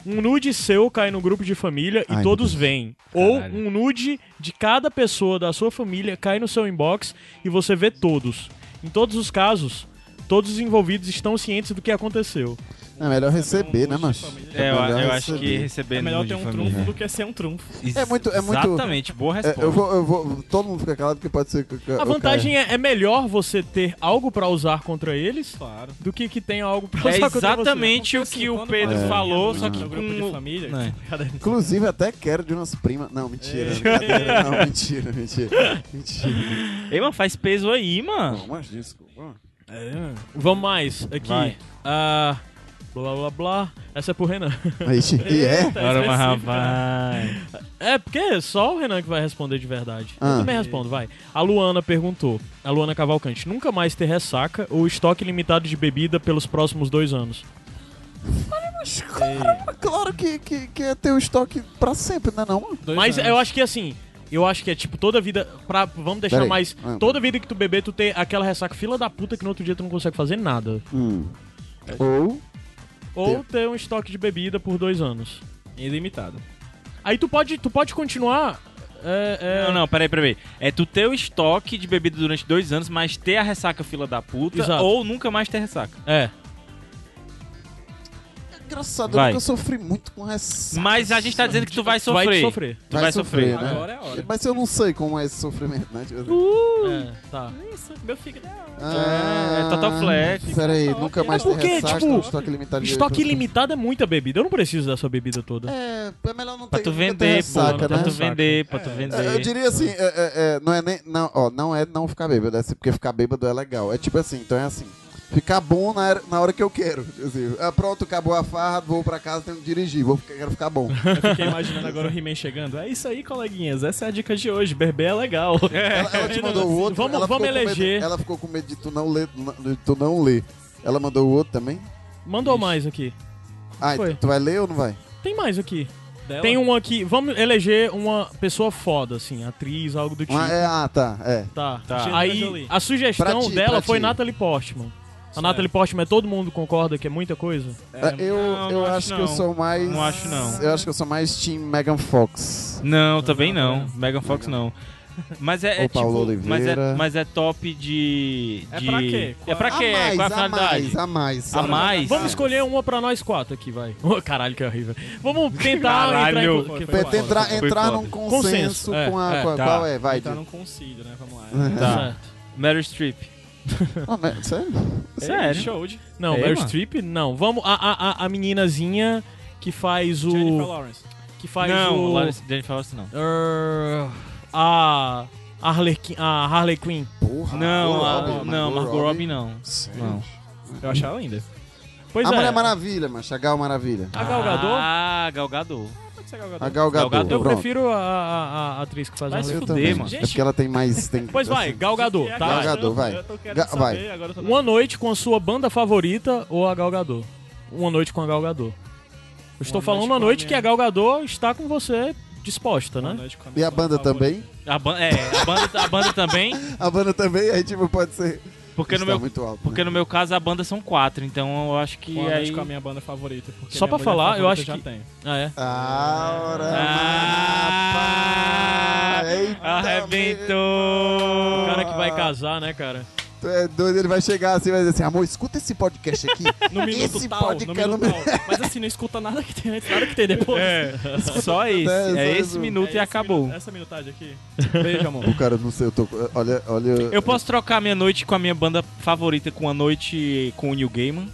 [SPEAKER 4] Um nude seu cai no grupo de família e
[SPEAKER 3] Ai,
[SPEAKER 4] todos vêm. Ou
[SPEAKER 9] Caralho.
[SPEAKER 4] um nude de cada pessoa da sua família cai no seu inbox e você vê todos. Em todos os casos, todos os envolvidos estão cientes do que aconteceu.
[SPEAKER 3] É melhor receber, né,
[SPEAKER 2] Um monte de
[SPEAKER 3] macho?
[SPEAKER 2] família.
[SPEAKER 9] É, eu,
[SPEAKER 3] melhor
[SPEAKER 9] eu acho que receber
[SPEAKER 2] É melhor
[SPEAKER 9] nude
[SPEAKER 2] ter
[SPEAKER 9] de
[SPEAKER 2] um
[SPEAKER 9] família.
[SPEAKER 2] trunfo do que ser um trunfo.
[SPEAKER 3] né? É muito- é muito-
[SPEAKER 9] Exatamente,
[SPEAKER 3] É,
[SPEAKER 9] boa resposta.
[SPEAKER 3] eu vou, eu vou, todo mundo fica calado porque pode ser que
[SPEAKER 4] A vantagem é, é melhor você ter algo pra usar contra eles
[SPEAKER 2] Claro.
[SPEAKER 4] do que que tenha algo pra
[SPEAKER 9] É
[SPEAKER 4] usar contra você.
[SPEAKER 9] exatamente o que o Pedro
[SPEAKER 3] É.
[SPEAKER 9] falou, só que
[SPEAKER 2] assim, no grupo de
[SPEAKER 9] com-
[SPEAKER 2] família.
[SPEAKER 9] Né.
[SPEAKER 3] Inclusive, até quero de umas primas. Não, mentira. brincadeira. Não, mentira, mentira. Mentira.
[SPEAKER 9] Ei, mano, faz peso aí, mano.
[SPEAKER 3] Não, mas desculpa.
[SPEAKER 4] Vamos mais aqui.
[SPEAKER 9] Vai.
[SPEAKER 4] Ah, blá blá blá. Essa é pro Renan.
[SPEAKER 3] Ixi, E é?
[SPEAKER 9] Agora, Tá mas
[SPEAKER 2] específico,
[SPEAKER 9] rapaz.
[SPEAKER 4] É porque é só o Renan que vai responder de verdade.
[SPEAKER 3] Ah.
[SPEAKER 4] Eu também respondo, vai. A Luana perguntou. A Luana Cavalcante. Nunca mais ter ressaca ou estoque limitado de bebida pelos próximos dois anos?
[SPEAKER 3] Mas Claro que, que, que é ter o estoque pra sempre, né não? mano?
[SPEAKER 2] Dois
[SPEAKER 4] Mas
[SPEAKER 2] anos.
[SPEAKER 4] eu acho que assim... Eu acho que é tipo toda vida. Pra, vamos deixar
[SPEAKER 3] Peraí.
[SPEAKER 4] mais.
[SPEAKER 3] Ah.
[SPEAKER 4] Toda vida que tu beber, tu ter aquela ressaca fila da puta que no outro dia tu não consegue fazer nada.
[SPEAKER 3] Hum. Ou...
[SPEAKER 4] Ou ter um estoque de bebida por dois anos.
[SPEAKER 2] Ilimitado.
[SPEAKER 4] Aí tu pode, tu pode continuar. É, é,
[SPEAKER 9] Não, não, peraí, peraí. É tu ter o estoque de bebida durante dois anos, mas ter a ressaca fila da puta,
[SPEAKER 4] Exato.
[SPEAKER 9] ou nunca mais ter ressaca.
[SPEAKER 4] É.
[SPEAKER 3] Engraçado,
[SPEAKER 9] Vai.
[SPEAKER 3] eu nunca sofri muito com ressaca.
[SPEAKER 9] Mas a gente tá dizendo que tu vai
[SPEAKER 4] Tu vai
[SPEAKER 9] sofrer.
[SPEAKER 4] te sofrer.
[SPEAKER 9] Tu vai, sofrer.
[SPEAKER 3] né?
[SPEAKER 2] Agora é a hora.
[SPEAKER 3] Mas eu não sei como é esse sofrimento, né? Tipo assim,
[SPEAKER 9] Uh!
[SPEAKER 4] É, tá.
[SPEAKER 2] Meu fígado é
[SPEAKER 3] ah,
[SPEAKER 9] é Total Flex.
[SPEAKER 3] Peraí, nunca mais ter
[SPEAKER 4] porque,
[SPEAKER 3] ressaca,
[SPEAKER 4] tipo,
[SPEAKER 3] estoque limitado. de-
[SPEAKER 4] Estoque ilimitado é muita bebida. Eu não preciso dessa bebida toda.
[SPEAKER 3] É, é melhor não ter
[SPEAKER 9] Pra tu
[SPEAKER 3] nunca ter
[SPEAKER 9] vender, pô.
[SPEAKER 3] ressaca,
[SPEAKER 9] pra
[SPEAKER 3] né?
[SPEAKER 9] tu vender, pra tu
[SPEAKER 3] É, Eu
[SPEAKER 9] vender.
[SPEAKER 3] diria assim, é, é, é, não é nem. Não, ó, não é não ficar bêbado, é assim, porque ficar bêbado é legal. É tipo assim, então é assim. Ficar bom na hora, na hora que eu quero. Quer dizer, ah, pronto, acabou a farra, vou pra casa, tenho que dirigir, vou, ficar- quero ficar bom.
[SPEAKER 2] Eu fiquei imaginando agora o He-Man chegando. É isso aí, coleguinhas. Essa é a dica de hoje. Bebê é legal.
[SPEAKER 3] Ela, ela te mandou o outro.
[SPEAKER 4] Vamos-
[SPEAKER 3] ela
[SPEAKER 4] vamos
[SPEAKER 3] ficou com medo-
[SPEAKER 4] eleger.
[SPEAKER 3] ela ficou com medo de tu não ler. De tu não ler. Ela mandou o outro também?
[SPEAKER 4] Mandou mais aqui.
[SPEAKER 3] Ah,
[SPEAKER 4] Foi.
[SPEAKER 3] então tu vai ler ou não vai?
[SPEAKER 4] Tem mais aqui. Tem um aqui. Vamos eleger uma pessoa foda, assim, atriz, algo do tipo.
[SPEAKER 3] Ah, é, ah, tá. É.
[SPEAKER 4] Tá.
[SPEAKER 9] Tá.
[SPEAKER 4] Aí
[SPEAKER 2] Jolie.
[SPEAKER 4] a sugestão
[SPEAKER 3] Pra ti, pra
[SPEAKER 4] dela foi
[SPEAKER 3] ti.
[SPEAKER 4] Natalie Portman. A Natalie Portman, todo mundo concorda que é muita coisa?
[SPEAKER 3] Ah, eu
[SPEAKER 9] não,
[SPEAKER 3] eu
[SPEAKER 9] não
[SPEAKER 3] acho,
[SPEAKER 9] acho
[SPEAKER 3] que eu
[SPEAKER 9] não.
[SPEAKER 3] sou mais.
[SPEAKER 9] Não acho não.
[SPEAKER 3] Eu acho que eu sou mais Team Megan Fox.
[SPEAKER 9] Não, também não. Megan Fox não. Mas é,
[SPEAKER 3] Ou
[SPEAKER 9] é tipo,
[SPEAKER 3] Paulo
[SPEAKER 9] mas é,
[SPEAKER 3] Oliveira.
[SPEAKER 9] mas é top de,
[SPEAKER 2] É
[SPEAKER 9] de-
[SPEAKER 2] pra quê?
[SPEAKER 9] É pra
[SPEAKER 3] a
[SPEAKER 9] quê?
[SPEAKER 3] mais,
[SPEAKER 9] Qual é a
[SPEAKER 3] a
[SPEAKER 9] finalidade?
[SPEAKER 3] mais, a mais.
[SPEAKER 9] A mais?
[SPEAKER 4] Vamos escolher uma pra nós quatro aqui, vai. Ô, caralho, que horrível. Vamos tentar
[SPEAKER 9] Caralho.
[SPEAKER 4] entrar em... co-
[SPEAKER 2] Foi- foi
[SPEAKER 3] Tenta
[SPEAKER 2] foda,
[SPEAKER 3] entrar,
[SPEAKER 9] foi
[SPEAKER 3] entrar
[SPEAKER 9] foda.
[SPEAKER 3] num consenso,
[SPEAKER 4] Consenso, é,
[SPEAKER 3] com a.
[SPEAKER 4] é,
[SPEAKER 3] com a-
[SPEAKER 9] tá.
[SPEAKER 3] Qual é? Vai.
[SPEAKER 2] Tá
[SPEAKER 3] Di.
[SPEAKER 2] num concílio, né? Vamos lá.
[SPEAKER 9] Tá.
[SPEAKER 4] Certo.
[SPEAKER 9] Meryl Streep.
[SPEAKER 3] Ah, mas- sério?
[SPEAKER 9] Sério?
[SPEAKER 2] Show de
[SPEAKER 4] Não,
[SPEAKER 9] É,
[SPEAKER 4] Meryl
[SPEAKER 9] mano.
[SPEAKER 4] Streep? Não. Vamos... A, a, a, a meninazinha que faz
[SPEAKER 2] Jennifer
[SPEAKER 4] o...
[SPEAKER 2] Lawrence.
[SPEAKER 4] Que faz
[SPEAKER 9] não,
[SPEAKER 4] o...
[SPEAKER 9] Lawrence- Jennifer Lawrence não.
[SPEAKER 4] Err, a... a Harley, Quinn- a Harley Quinn.
[SPEAKER 3] Porra.
[SPEAKER 9] não,
[SPEAKER 3] Margot
[SPEAKER 9] a-
[SPEAKER 3] Robbie,
[SPEAKER 9] não, Margot Robbie não.
[SPEAKER 3] Sério?
[SPEAKER 9] Não.
[SPEAKER 2] Eu achava linda.
[SPEAKER 4] Pois
[SPEAKER 3] A
[SPEAKER 4] é.
[SPEAKER 3] Mulher Maravilha, mas a Gal Maravilha.
[SPEAKER 4] A Gal Gadot?
[SPEAKER 9] Ah, Galgador.
[SPEAKER 2] Pode ser Gal Gadot.
[SPEAKER 3] A Gal Gadot.
[SPEAKER 9] Gadot.
[SPEAKER 4] Eu
[SPEAKER 3] pronto.
[SPEAKER 4] prefiro a, a- a atriz que faz a
[SPEAKER 9] Vai
[SPEAKER 4] Harley
[SPEAKER 9] se
[SPEAKER 3] Eu
[SPEAKER 9] fuder,
[SPEAKER 3] também.
[SPEAKER 9] mano.
[SPEAKER 3] É porque ela tem mais. Tem, assim,
[SPEAKER 4] Pois vai, Galgador,
[SPEAKER 2] é
[SPEAKER 4] tá?
[SPEAKER 3] Gal Gadot, vai.
[SPEAKER 2] Eu tô querendo
[SPEAKER 3] Ga-
[SPEAKER 2] saber,
[SPEAKER 3] vai.
[SPEAKER 2] agora eu tô-
[SPEAKER 4] Uma noite com a sua banda favorita ou a Galgador? Uma noite com a Galgador. Eu estou
[SPEAKER 2] Uma
[SPEAKER 4] falando
[SPEAKER 2] noite
[SPEAKER 4] uma
[SPEAKER 2] com a
[SPEAKER 4] noite que
[SPEAKER 2] minha.
[SPEAKER 4] a Galgador está com você disposta,
[SPEAKER 2] Uma
[SPEAKER 4] né?
[SPEAKER 2] noite com
[SPEAKER 3] E
[SPEAKER 2] minha
[SPEAKER 3] a banda
[SPEAKER 2] favorita.
[SPEAKER 3] também?
[SPEAKER 9] A ban- é, a banda, a banda também,
[SPEAKER 3] A banda também, aí tipo, pode ser.
[SPEAKER 9] porque no
[SPEAKER 3] Está
[SPEAKER 9] meu
[SPEAKER 3] muito alto.
[SPEAKER 9] porque
[SPEAKER 3] né?
[SPEAKER 9] no meu caso a banda são quatro, então eu acho que
[SPEAKER 2] Uma noite
[SPEAKER 9] aí
[SPEAKER 2] com a minha banda favorita. porque
[SPEAKER 4] Só
[SPEAKER 2] minha mulher
[SPEAKER 4] pra falar, eu
[SPEAKER 2] favorita
[SPEAKER 4] acho
[SPEAKER 2] já
[SPEAKER 4] que-
[SPEAKER 2] tem.
[SPEAKER 4] Ah, é?
[SPEAKER 3] Ah, ora,
[SPEAKER 9] Ah,
[SPEAKER 3] mas, rapaz, eita,
[SPEAKER 4] O
[SPEAKER 9] arrebentou.
[SPEAKER 4] cara que vai casar, né, cara?
[SPEAKER 3] Tu é doido, ele vai chegar assim e vai dizer assim, amor, escuta esse podcast aqui.
[SPEAKER 2] No minuto
[SPEAKER 3] esse
[SPEAKER 2] tal, no
[SPEAKER 3] podcast
[SPEAKER 2] minuto tal. Mas assim, não escuta nada que tem antes, nada que tem depois.
[SPEAKER 9] É, só esse,
[SPEAKER 3] É,
[SPEAKER 9] é
[SPEAKER 3] só
[SPEAKER 9] esse
[SPEAKER 3] isso.
[SPEAKER 9] minuto e
[SPEAKER 2] esse
[SPEAKER 9] acabou.
[SPEAKER 2] minu- essa minutagem aqui. Beijo, amor.
[SPEAKER 3] O cara, não sei, eu tô. Olha, olha.
[SPEAKER 9] Eu posso trocar minha noite com a minha banda favorita com a noite com o New Gaiman?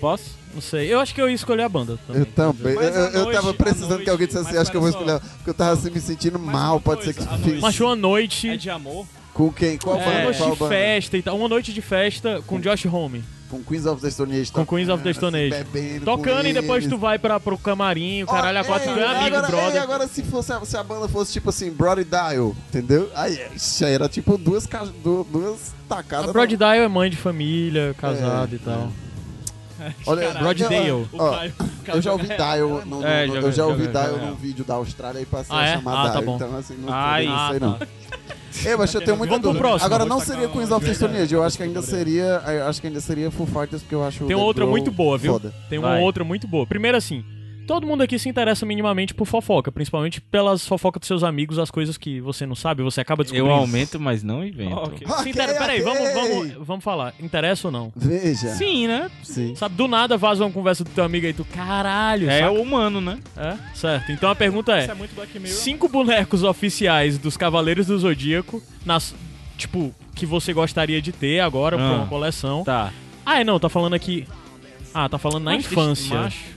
[SPEAKER 9] Posso?
[SPEAKER 4] Não sei. Eu acho que eu ia escolher a banda também.
[SPEAKER 3] Eu também. Eu,
[SPEAKER 2] Mas à
[SPEAKER 3] eu tava
[SPEAKER 2] noite,
[SPEAKER 3] precisando
[SPEAKER 2] à noite,
[SPEAKER 3] que alguém dissesse assim,
[SPEAKER 2] mas
[SPEAKER 3] acho que eu vou
[SPEAKER 2] pera
[SPEAKER 3] escolher. ela, Porque eu tava assim me sentindo
[SPEAKER 2] Mas
[SPEAKER 3] mal,
[SPEAKER 2] uma
[SPEAKER 3] pode ser
[SPEAKER 2] coisa,
[SPEAKER 3] que
[SPEAKER 2] à
[SPEAKER 3] fiz.
[SPEAKER 4] Mas uma
[SPEAKER 2] É
[SPEAKER 4] noite.
[SPEAKER 2] de amor?
[SPEAKER 3] Com quem? Qual
[SPEAKER 4] é,
[SPEAKER 3] banda?
[SPEAKER 4] uma noite
[SPEAKER 3] Qual
[SPEAKER 4] de
[SPEAKER 3] banda?
[SPEAKER 4] festa e tal. Uma noite de festa com Josh Home.
[SPEAKER 3] Com Queens of the Stone Age.
[SPEAKER 4] Com Queens of the
[SPEAKER 3] tocando,
[SPEAKER 4] Stone
[SPEAKER 3] assim,
[SPEAKER 4] Age.
[SPEAKER 3] bebendo
[SPEAKER 4] Tocando
[SPEAKER 3] com
[SPEAKER 4] e depois tu
[SPEAKER 3] eles.
[SPEAKER 4] vai pra, pro camarim, o caralho, a
[SPEAKER 3] Ó,
[SPEAKER 4] quatro
[SPEAKER 3] ei,
[SPEAKER 4] tu é amigo,
[SPEAKER 3] Ah, agora, ei,
[SPEAKER 4] brother.
[SPEAKER 3] agora se, fosse a, se a banda fosse tipo assim, Brody Dial, entendeu? Aí ixi, aí era tipo duas, ca- du- duas tacadas.
[SPEAKER 4] A Brod Dial é mãe de família, casada
[SPEAKER 3] É,
[SPEAKER 4] e tal.
[SPEAKER 3] Olha,
[SPEAKER 4] Brody
[SPEAKER 3] eu-
[SPEAKER 4] Dale.
[SPEAKER 2] O
[SPEAKER 3] ó,
[SPEAKER 2] Caio- o Caio
[SPEAKER 3] eu já ouvi
[SPEAKER 2] joga-
[SPEAKER 3] Dial, no, no-
[SPEAKER 9] É,
[SPEAKER 3] no-
[SPEAKER 9] joga-
[SPEAKER 3] eu já ouvi
[SPEAKER 9] joga-
[SPEAKER 3] Dial
[SPEAKER 9] joga-
[SPEAKER 3] num vídeo da Austrália e passei
[SPEAKER 4] Ah,
[SPEAKER 3] a
[SPEAKER 4] é?
[SPEAKER 3] chamar
[SPEAKER 4] Ah, tá
[SPEAKER 3] Dial,
[SPEAKER 4] bom.
[SPEAKER 3] então assim, não,
[SPEAKER 9] Ah,
[SPEAKER 3] eu não
[SPEAKER 4] ah,
[SPEAKER 3] sei
[SPEAKER 4] tá.
[SPEAKER 3] não. É, mas eu tenho muita
[SPEAKER 4] Vamos pro
[SPEAKER 3] dúvida.
[SPEAKER 4] próximo.
[SPEAKER 3] Agora
[SPEAKER 4] Vou
[SPEAKER 3] não
[SPEAKER 2] tacar
[SPEAKER 3] seria
[SPEAKER 2] um
[SPEAKER 3] Queens of the
[SPEAKER 2] joelho.
[SPEAKER 3] Stone Age, eu acho que ainda seria, eu acho que ainda seria Full Fighters porque eu acho
[SPEAKER 4] Tem
[SPEAKER 3] The
[SPEAKER 4] outra
[SPEAKER 3] Grohl
[SPEAKER 4] muito boa, viu?
[SPEAKER 3] Foda.
[SPEAKER 4] Tem uma
[SPEAKER 9] Vai.
[SPEAKER 4] outra muito boa. Primeiro assim, todo mundo aqui se interessa minimamente por fofoca, principalmente pelas fofocas dos seus amigos, as coisas que você não sabe, você acaba
[SPEAKER 9] Eu
[SPEAKER 4] descobrindo.
[SPEAKER 9] aumento, mas não invento.
[SPEAKER 4] Ok.
[SPEAKER 3] Ok,
[SPEAKER 4] Se inter...
[SPEAKER 3] ok.
[SPEAKER 4] Peraí, vamos, vamos, vamos falar. Interessa ou não?
[SPEAKER 3] Veja.
[SPEAKER 9] Sim, né?
[SPEAKER 3] Sim.
[SPEAKER 4] Sabe, do nada vaza uma conversa do teu amigo aí, tu, caralho,
[SPEAKER 9] É
[SPEAKER 4] saca?
[SPEAKER 9] o humano, né?
[SPEAKER 4] É, certo. Então a pergunta
[SPEAKER 2] Isso é
[SPEAKER 4] é,
[SPEAKER 2] muito Black Mirror.
[SPEAKER 4] cinco bonecos oficiais dos Cavaleiros do Zodíaco, nas, tipo, que você gostaria de ter agora pra
[SPEAKER 9] Ah.
[SPEAKER 4] uma coleção.
[SPEAKER 9] Tá.
[SPEAKER 4] Ah, é, não, tá falando aqui... Ah, tá falando na
[SPEAKER 9] Mas,
[SPEAKER 4] infância.
[SPEAKER 9] macho.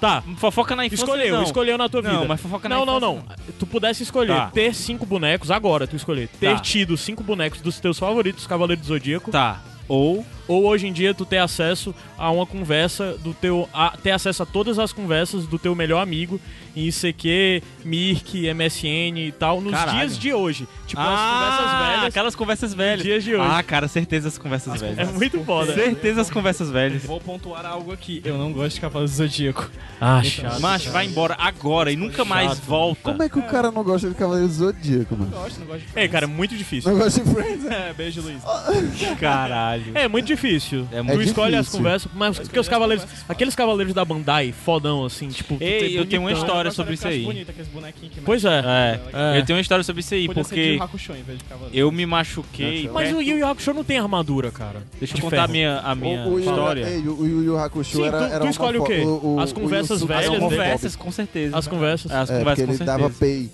[SPEAKER 4] Tá,
[SPEAKER 9] Fofoca na infância.
[SPEAKER 4] Escolheu,
[SPEAKER 9] não.
[SPEAKER 4] escolheu na tua vida.
[SPEAKER 9] Não, mas fofoca na
[SPEAKER 4] Não, não,
[SPEAKER 9] infância,
[SPEAKER 4] não. Tu pudesse escolher
[SPEAKER 9] Tá.
[SPEAKER 4] ter cinco bonecos, agora tu escolher, ter
[SPEAKER 9] Tá.
[SPEAKER 4] tido cinco bonecos dos teus favoritos Cavaleiros do Zodíaco,
[SPEAKER 9] Tá. Ou.
[SPEAKER 4] ou hoje em dia tu ter acesso a uma conversa do teu. A, ter acesso a todas as conversas do teu melhor amigo em ICQ, Mirk, MSN e tal, nos
[SPEAKER 9] Caralho.
[SPEAKER 4] dias de hoje. Tipo, as
[SPEAKER 9] Ah,
[SPEAKER 4] conversas velhas.
[SPEAKER 9] Aquelas conversas velhas.
[SPEAKER 4] Dias de hoje.
[SPEAKER 9] Ah, cara, certeza as conversas velhas.
[SPEAKER 4] É muito foda.
[SPEAKER 9] Certeza as conversas velhas.
[SPEAKER 2] Vou pontuar algo aqui. Eu não gosto de Cavaleiros do Zodíaco.
[SPEAKER 4] Ah,
[SPEAKER 9] Então,
[SPEAKER 4] chato.
[SPEAKER 9] Macho, vai embora agora e nunca mais volta.
[SPEAKER 3] Como é que o cara não gosta de Cavaleiros do Zodíaco, mano?
[SPEAKER 2] Gosto, não gosto de
[SPEAKER 4] É, cara, é muito difícil.
[SPEAKER 3] Não gosta de Friends?
[SPEAKER 2] É, beijo, Luiz.
[SPEAKER 9] Caralho.
[SPEAKER 4] É muito difícil.
[SPEAKER 9] É
[SPEAKER 4] tu
[SPEAKER 9] muito
[SPEAKER 4] escolhe as
[SPEAKER 3] difícil.
[SPEAKER 4] conversas, mas porque
[SPEAKER 9] é
[SPEAKER 4] os cavaleiros. Aqueles cavaleiros da Bandai, fodão, assim, tipo. tu tem
[SPEAKER 9] Ei, eu tenho uma
[SPEAKER 2] Então,
[SPEAKER 4] bonitão.
[SPEAKER 9] história sobre isso aí.
[SPEAKER 2] Bonita, aqueles bonequinhos que
[SPEAKER 4] Pois é.
[SPEAKER 9] É,
[SPEAKER 4] É.
[SPEAKER 9] eu tenho uma história sobre isso aí,
[SPEAKER 2] Podia ser
[SPEAKER 9] porque
[SPEAKER 2] de Hakusho em vez de Cavaleiros.
[SPEAKER 9] eu me machuquei.
[SPEAKER 4] Mas
[SPEAKER 9] perto-
[SPEAKER 4] o Yu Yu Hakusho não tem armadura, cara.
[SPEAKER 9] Deixa eu
[SPEAKER 4] de
[SPEAKER 9] contar a
[SPEAKER 4] ferro.
[SPEAKER 9] minha, a minha
[SPEAKER 3] O- o Yu-
[SPEAKER 9] história.
[SPEAKER 3] ei, o o Yu Yu Hakusho
[SPEAKER 4] Sim,
[SPEAKER 3] era,
[SPEAKER 4] tu-
[SPEAKER 3] era
[SPEAKER 4] tu
[SPEAKER 3] uma
[SPEAKER 4] escolhe o
[SPEAKER 3] fo-
[SPEAKER 4] quê?
[SPEAKER 3] o-
[SPEAKER 4] As
[SPEAKER 3] o
[SPEAKER 4] conversas
[SPEAKER 3] Yusuke
[SPEAKER 9] As
[SPEAKER 4] velhas
[SPEAKER 3] era um
[SPEAKER 4] dele.
[SPEAKER 9] conversas, com certeza.
[SPEAKER 4] As conversas.
[SPEAKER 9] As
[SPEAKER 3] É, porque
[SPEAKER 9] conversas,
[SPEAKER 3] ele
[SPEAKER 9] com
[SPEAKER 3] dava
[SPEAKER 9] certeza.
[SPEAKER 3] pay.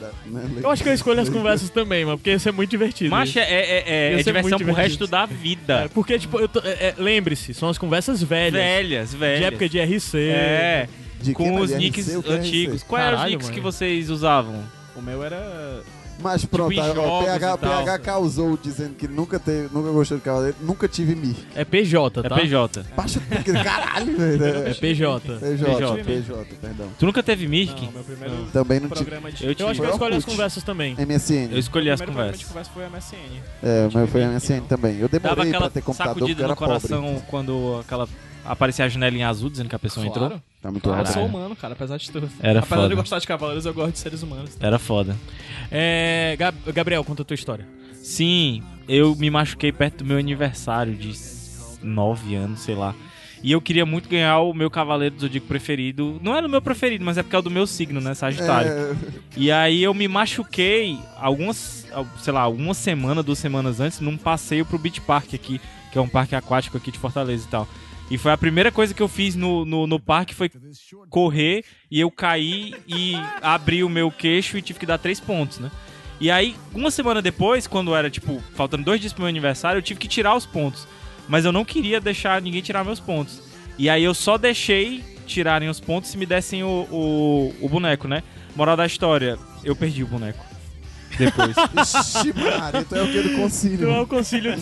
[SPEAKER 3] Da- né,
[SPEAKER 4] Eu acho que eu escolho as conversas também, mano, porque ia ser muito divertido.
[SPEAKER 9] Macho, é, é, é,
[SPEAKER 4] Ia
[SPEAKER 9] é
[SPEAKER 4] ser
[SPEAKER 9] diversão
[SPEAKER 4] muito
[SPEAKER 9] pro
[SPEAKER 4] divertido.
[SPEAKER 9] resto da
[SPEAKER 4] É,
[SPEAKER 9] vida.
[SPEAKER 4] porque, tipo, eu tô- é, é, lembre-se, são as conversas
[SPEAKER 3] É,
[SPEAKER 4] velhas.
[SPEAKER 9] Velhas,
[SPEAKER 4] De
[SPEAKER 9] velhas.
[SPEAKER 4] época de RC.
[SPEAKER 9] É,
[SPEAKER 3] De quem?
[SPEAKER 9] com
[SPEAKER 3] Da
[SPEAKER 9] os
[SPEAKER 3] DRC?
[SPEAKER 9] nicks
[SPEAKER 3] O que é
[SPEAKER 9] antigos.
[SPEAKER 3] RC?
[SPEAKER 9] Quais eram os
[SPEAKER 4] Caralho,
[SPEAKER 9] nicks que
[SPEAKER 4] mano.
[SPEAKER 9] vocês usavam?
[SPEAKER 2] O meu era
[SPEAKER 3] Mas pronto,
[SPEAKER 9] tipo em
[SPEAKER 3] aí, ó,
[SPEAKER 9] jogos
[SPEAKER 3] PH,
[SPEAKER 9] e tal.
[SPEAKER 3] PH causou dizendo que nunca teve, nunca gostou de Cavaleiro, nunca tive Mir.
[SPEAKER 4] É PJ,
[SPEAKER 9] É
[SPEAKER 4] tá?
[SPEAKER 9] PJ.
[SPEAKER 3] Baixa porque caralho, velho.
[SPEAKER 4] É
[SPEAKER 3] É
[SPEAKER 4] PJ.
[SPEAKER 3] PJ, PJ, perdão.
[SPEAKER 9] Tu nunca teve Mirk?
[SPEAKER 2] meu primeiro
[SPEAKER 3] Também não tive.
[SPEAKER 2] programa de...
[SPEAKER 9] Eu
[SPEAKER 4] Eu acho que
[SPEAKER 3] Foi
[SPEAKER 4] eu escolhi as
[SPEAKER 3] Orkut.
[SPEAKER 4] conversas também.
[SPEAKER 9] Eu
[SPEAKER 3] MSN.
[SPEAKER 9] escolhi
[SPEAKER 2] primeiro programa
[SPEAKER 9] as
[SPEAKER 2] de
[SPEAKER 9] conversas.
[SPEAKER 2] conversa foi a MSN.
[SPEAKER 3] É, mas foi MSN também. Eu
[SPEAKER 9] então. Dava
[SPEAKER 3] demorei pra
[SPEAKER 9] aquela
[SPEAKER 3] ter computador porque
[SPEAKER 9] sacudida
[SPEAKER 3] era
[SPEAKER 9] no
[SPEAKER 3] pobre.
[SPEAKER 9] coração quando aquela aparecia a janela em azul dizendo que a pessoa entrou.
[SPEAKER 3] Tá muito
[SPEAKER 2] Eu
[SPEAKER 9] Caralho.
[SPEAKER 2] sou humano, cara, apesar de tudo.
[SPEAKER 9] Era
[SPEAKER 2] apesar de
[SPEAKER 9] foda.
[SPEAKER 2] eu gostar de cavaleiros, eu gosto de seres humanos.
[SPEAKER 9] Era foda.
[SPEAKER 4] É, Gab- Gabriel, conta a tua história.
[SPEAKER 9] Sim, eu me machuquei perto do meu aniversário de 9 anos, sei lá. E eu queria muito ganhar o meu Cavaleiro do Zodíaco preferido. Não era o meu preferido, mas é porque é o do meu signo, né? Sagitário. E aí eu me machuquei algumas, al- sei lá, uma semana, duas semanas antes, num passeio pro Beach Park aqui, que é um parque aquático aqui de Fortaleza e tal. E foi a primeira coisa que eu fiz no, no, no parque foi correr e eu caí e abri o meu queixo e tive que dar três pontos, né? E aí, uma semana depois, quando era, tipo, faltando dois dias pro meu aniversário, eu tive que tirar os pontos. Mas eu não queria deixar ninguém tirar meus pontos. E aí eu só deixei tirarem os pontos se me dessem o, o, o boneco, né? Moral da história, eu perdi o boneco. Depois.
[SPEAKER 3] Ixi, Maria, tu é o que do concílio.
[SPEAKER 4] o concílio.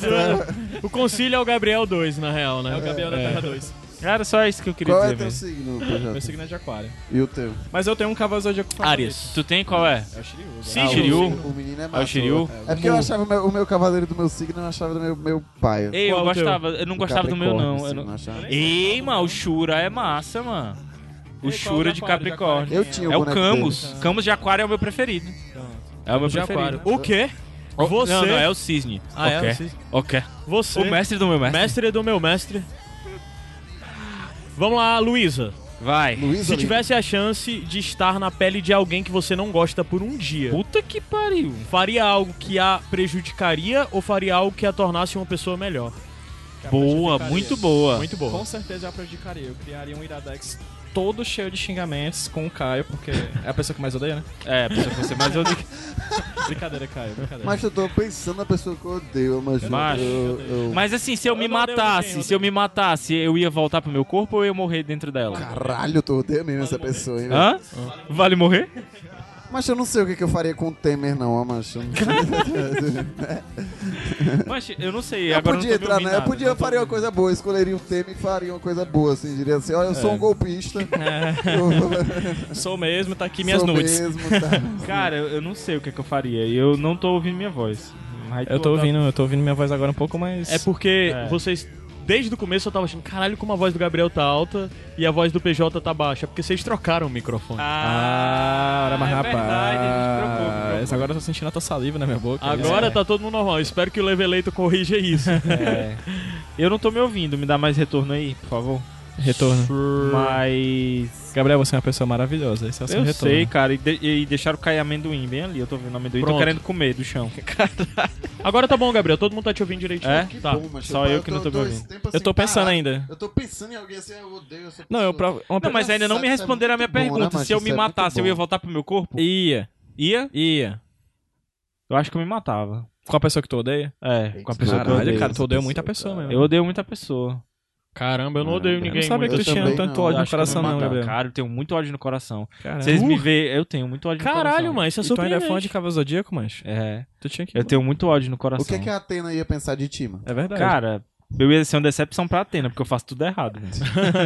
[SPEAKER 4] o concílio é o Gabriel 2, na real, né?
[SPEAKER 2] É o Gabriel da Terra 2.
[SPEAKER 9] Era só isso que eu queria
[SPEAKER 3] Qual é
[SPEAKER 9] dizer
[SPEAKER 3] teu signo,
[SPEAKER 9] mesmo.
[SPEAKER 2] Meu
[SPEAKER 3] PJ?
[SPEAKER 2] signo é de aquário.
[SPEAKER 3] E o teu?
[SPEAKER 2] Mas eu tenho um cavaleiro zodíaco favorito.
[SPEAKER 4] Áries.
[SPEAKER 9] Tu tem qual é?
[SPEAKER 2] É o Shiryu. velho.
[SPEAKER 9] Sim,
[SPEAKER 3] Ah, o-
[SPEAKER 9] Shiryu.
[SPEAKER 3] O, menino é massa.
[SPEAKER 9] o Shiryu.
[SPEAKER 3] É porque eu achava o meu, o meu cavaleiro do meu signo, eu achava do meu, meu pai.
[SPEAKER 9] Ei, eu
[SPEAKER 4] Qual o teu?
[SPEAKER 9] gostava. Eu não
[SPEAKER 3] Do
[SPEAKER 9] gostava do meu,
[SPEAKER 3] Capricórnio,
[SPEAKER 9] não. Eu
[SPEAKER 3] assim,
[SPEAKER 9] não-
[SPEAKER 3] achava.
[SPEAKER 9] Ei, mano, o Shura é massa, mano. O
[SPEAKER 2] Ei,
[SPEAKER 9] Shura
[SPEAKER 2] qual é?
[SPEAKER 9] de
[SPEAKER 2] de aquário, de
[SPEAKER 9] Capricórnio.
[SPEAKER 2] aquário?
[SPEAKER 3] Eu tinha
[SPEAKER 9] É o
[SPEAKER 3] boneco dele.
[SPEAKER 9] Camus. Camus de Aquário é o meu preferido. É o meu
[SPEAKER 4] De
[SPEAKER 9] preferido.
[SPEAKER 4] aquário. O quê? Você.
[SPEAKER 9] Não, não, é o Cisne.
[SPEAKER 4] Ah, é
[SPEAKER 9] Ok.
[SPEAKER 4] o Cisne.
[SPEAKER 9] Ok.
[SPEAKER 4] Você.
[SPEAKER 9] O mestre do meu mestre.
[SPEAKER 4] Mestre do meu mestre. Vamos lá, Luísa.
[SPEAKER 9] Vai.
[SPEAKER 3] Luiz
[SPEAKER 4] Se
[SPEAKER 3] Oliveira.
[SPEAKER 4] tivesse a chance de estar na pele de alguém que você não gosta por um dia,
[SPEAKER 9] Puta que pariu.
[SPEAKER 4] faria algo que a prejudicaria ou faria algo que a tornasse uma pessoa melhor?
[SPEAKER 2] Cara,
[SPEAKER 9] Boa,
[SPEAKER 2] prejudicaria.
[SPEAKER 9] muito boa.
[SPEAKER 4] Muito bom.
[SPEAKER 2] Com certeza já prejudicaria. Eu criaria um Iradex todo cheio de xingamentos com o Caio, porque é a pessoa que mais odeia, né?
[SPEAKER 9] É, precisa você mais eu
[SPEAKER 2] Brincadeira, Caio, brincadeira.
[SPEAKER 3] Mas eu tô pensando na pessoa que eu odeio, mas
[SPEAKER 9] Macho.
[SPEAKER 3] eu, eu-
[SPEAKER 9] Mas assim, se eu, me
[SPEAKER 4] não odeio
[SPEAKER 9] matasse,
[SPEAKER 4] ninguém, eu
[SPEAKER 9] se eu me matasse, eu ia voltar pro meu corpo ou eu ia morrer dentro dela?
[SPEAKER 3] Caralho, eu tô odeio mesmo essa pessoa, hein? velho?
[SPEAKER 9] Hã? Vale morrer?
[SPEAKER 3] Mas eu não sei o que, que eu faria com o Temer, não, ó, macho. Eu não sei.
[SPEAKER 9] Mas eu não sei,
[SPEAKER 3] Eu
[SPEAKER 9] agora
[SPEAKER 3] podia
[SPEAKER 9] eu não tô me
[SPEAKER 3] entrar, né? Eu
[SPEAKER 9] ouvindo
[SPEAKER 3] podia, eu faria uma coisa boa, escolheria o Temer e faria uma coisa boa, assim, diria assim, olha, eu
[SPEAKER 9] É.
[SPEAKER 3] sou um golpista. Eu
[SPEAKER 2] Sou mesmo, tá aqui minhas
[SPEAKER 3] sou
[SPEAKER 2] nudes.
[SPEAKER 3] mesmo, tá?
[SPEAKER 9] nada. Cara, eu eu não sei o que, é que eu faria. Eu não tô ouvindo minha voz. Mas
[SPEAKER 2] Eu
[SPEAKER 9] tu-
[SPEAKER 2] tô ouvindo, eu tô ouvindo minha voz agora um pouco mais.
[SPEAKER 4] É porque
[SPEAKER 9] tá É.
[SPEAKER 4] vocês, desde o começo eu tava achando, caralho, como a voz do Gabriel tá alta e a voz do PJ tá baixa. É porque vocês trocaram o microfone.
[SPEAKER 9] Ah,
[SPEAKER 2] Agora, mas
[SPEAKER 9] é
[SPEAKER 2] rapaz.
[SPEAKER 9] verdade, a gente trocou, trocou.
[SPEAKER 2] agora eu tô sentindo a tua saliva na minha boca.
[SPEAKER 4] Agora tá todo mundo normal. Espero que o Leveleito corrija isso.
[SPEAKER 9] É. Eu não tô me ouvindo, me dá mais retorno aí, por favor.
[SPEAKER 2] Retorno.
[SPEAKER 9] Mas.
[SPEAKER 2] Gabriel, você é uma pessoa maravilhosa. Esse é o seu
[SPEAKER 9] Eu
[SPEAKER 2] retorno.
[SPEAKER 9] sei, cara, e, de e deixaram cair amendoim bem ali. Eu tô vendo amendoim, tô
[SPEAKER 4] Pronto.
[SPEAKER 9] querendo comer do chão.
[SPEAKER 4] Agora tá bom, Gabriel. Todo mundo tá te ouvindo direitinho.
[SPEAKER 9] É?
[SPEAKER 4] Tá.
[SPEAKER 3] Bom, macho,
[SPEAKER 9] Só eu que não tô me
[SPEAKER 3] dois
[SPEAKER 9] ouvindo.
[SPEAKER 3] tempos
[SPEAKER 2] Eu tô
[SPEAKER 3] assim,
[SPEAKER 2] pensando
[SPEAKER 3] caralho,
[SPEAKER 2] ainda.
[SPEAKER 3] Eu tô pensando em alguém assim, eu odeio essa pessoa.
[SPEAKER 2] Não, eu provo. Uma
[SPEAKER 9] Não, mas ainda não me
[SPEAKER 3] Isso é
[SPEAKER 9] responderam a minha
[SPEAKER 3] muito bom, né,
[SPEAKER 9] pergunta.
[SPEAKER 3] macho?
[SPEAKER 9] se eu
[SPEAKER 3] Isso
[SPEAKER 9] me
[SPEAKER 3] é muito
[SPEAKER 9] matasse, eu
[SPEAKER 3] bom.
[SPEAKER 9] ia voltar pro meu corpo?
[SPEAKER 2] Ia,
[SPEAKER 9] Ia?
[SPEAKER 2] ia.
[SPEAKER 9] Eu acho que eu me matava.
[SPEAKER 2] Qual a pessoa que tu odeia?
[SPEAKER 9] É, com a pessoa que eu
[SPEAKER 2] Caralho,
[SPEAKER 9] odeio.
[SPEAKER 2] cara, tu odeia
[SPEAKER 3] pessoa,
[SPEAKER 2] muita pessoa mesmo.
[SPEAKER 9] Eu odeio muita pessoa.
[SPEAKER 4] Caramba, eu não odeio ninguém.
[SPEAKER 2] não sabia que
[SPEAKER 4] muito.
[SPEAKER 2] tu
[SPEAKER 3] eu
[SPEAKER 2] tinha
[SPEAKER 3] também
[SPEAKER 2] tanto
[SPEAKER 3] não.
[SPEAKER 2] ódio
[SPEAKER 9] Eu
[SPEAKER 2] no
[SPEAKER 9] acho que eu
[SPEAKER 2] coração,
[SPEAKER 9] me
[SPEAKER 2] não,
[SPEAKER 9] matava.
[SPEAKER 2] Gabriel.
[SPEAKER 9] Cara, eu tenho muito ódio no coração.
[SPEAKER 2] Caramba.
[SPEAKER 9] Vocês me veem, eu tenho muito ódio
[SPEAKER 4] Caralho,
[SPEAKER 9] no coração.
[SPEAKER 4] mano, isso é
[SPEAKER 2] E tu ainda é
[SPEAKER 4] surpreendente.
[SPEAKER 2] fã de Cavalo Zodíaco, mas?
[SPEAKER 9] É,
[SPEAKER 2] Tu tinha que.
[SPEAKER 9] eu tenho muito ódio no coração.
[SPEAKER 3] O que, é que a Atena ia pensar de ti, mano?
[SPEAKER 2] É verdade.
[SPEAKER 9] Cara, eu ia ser uma decepção pra Atena, porque eu faço tudo errado. né?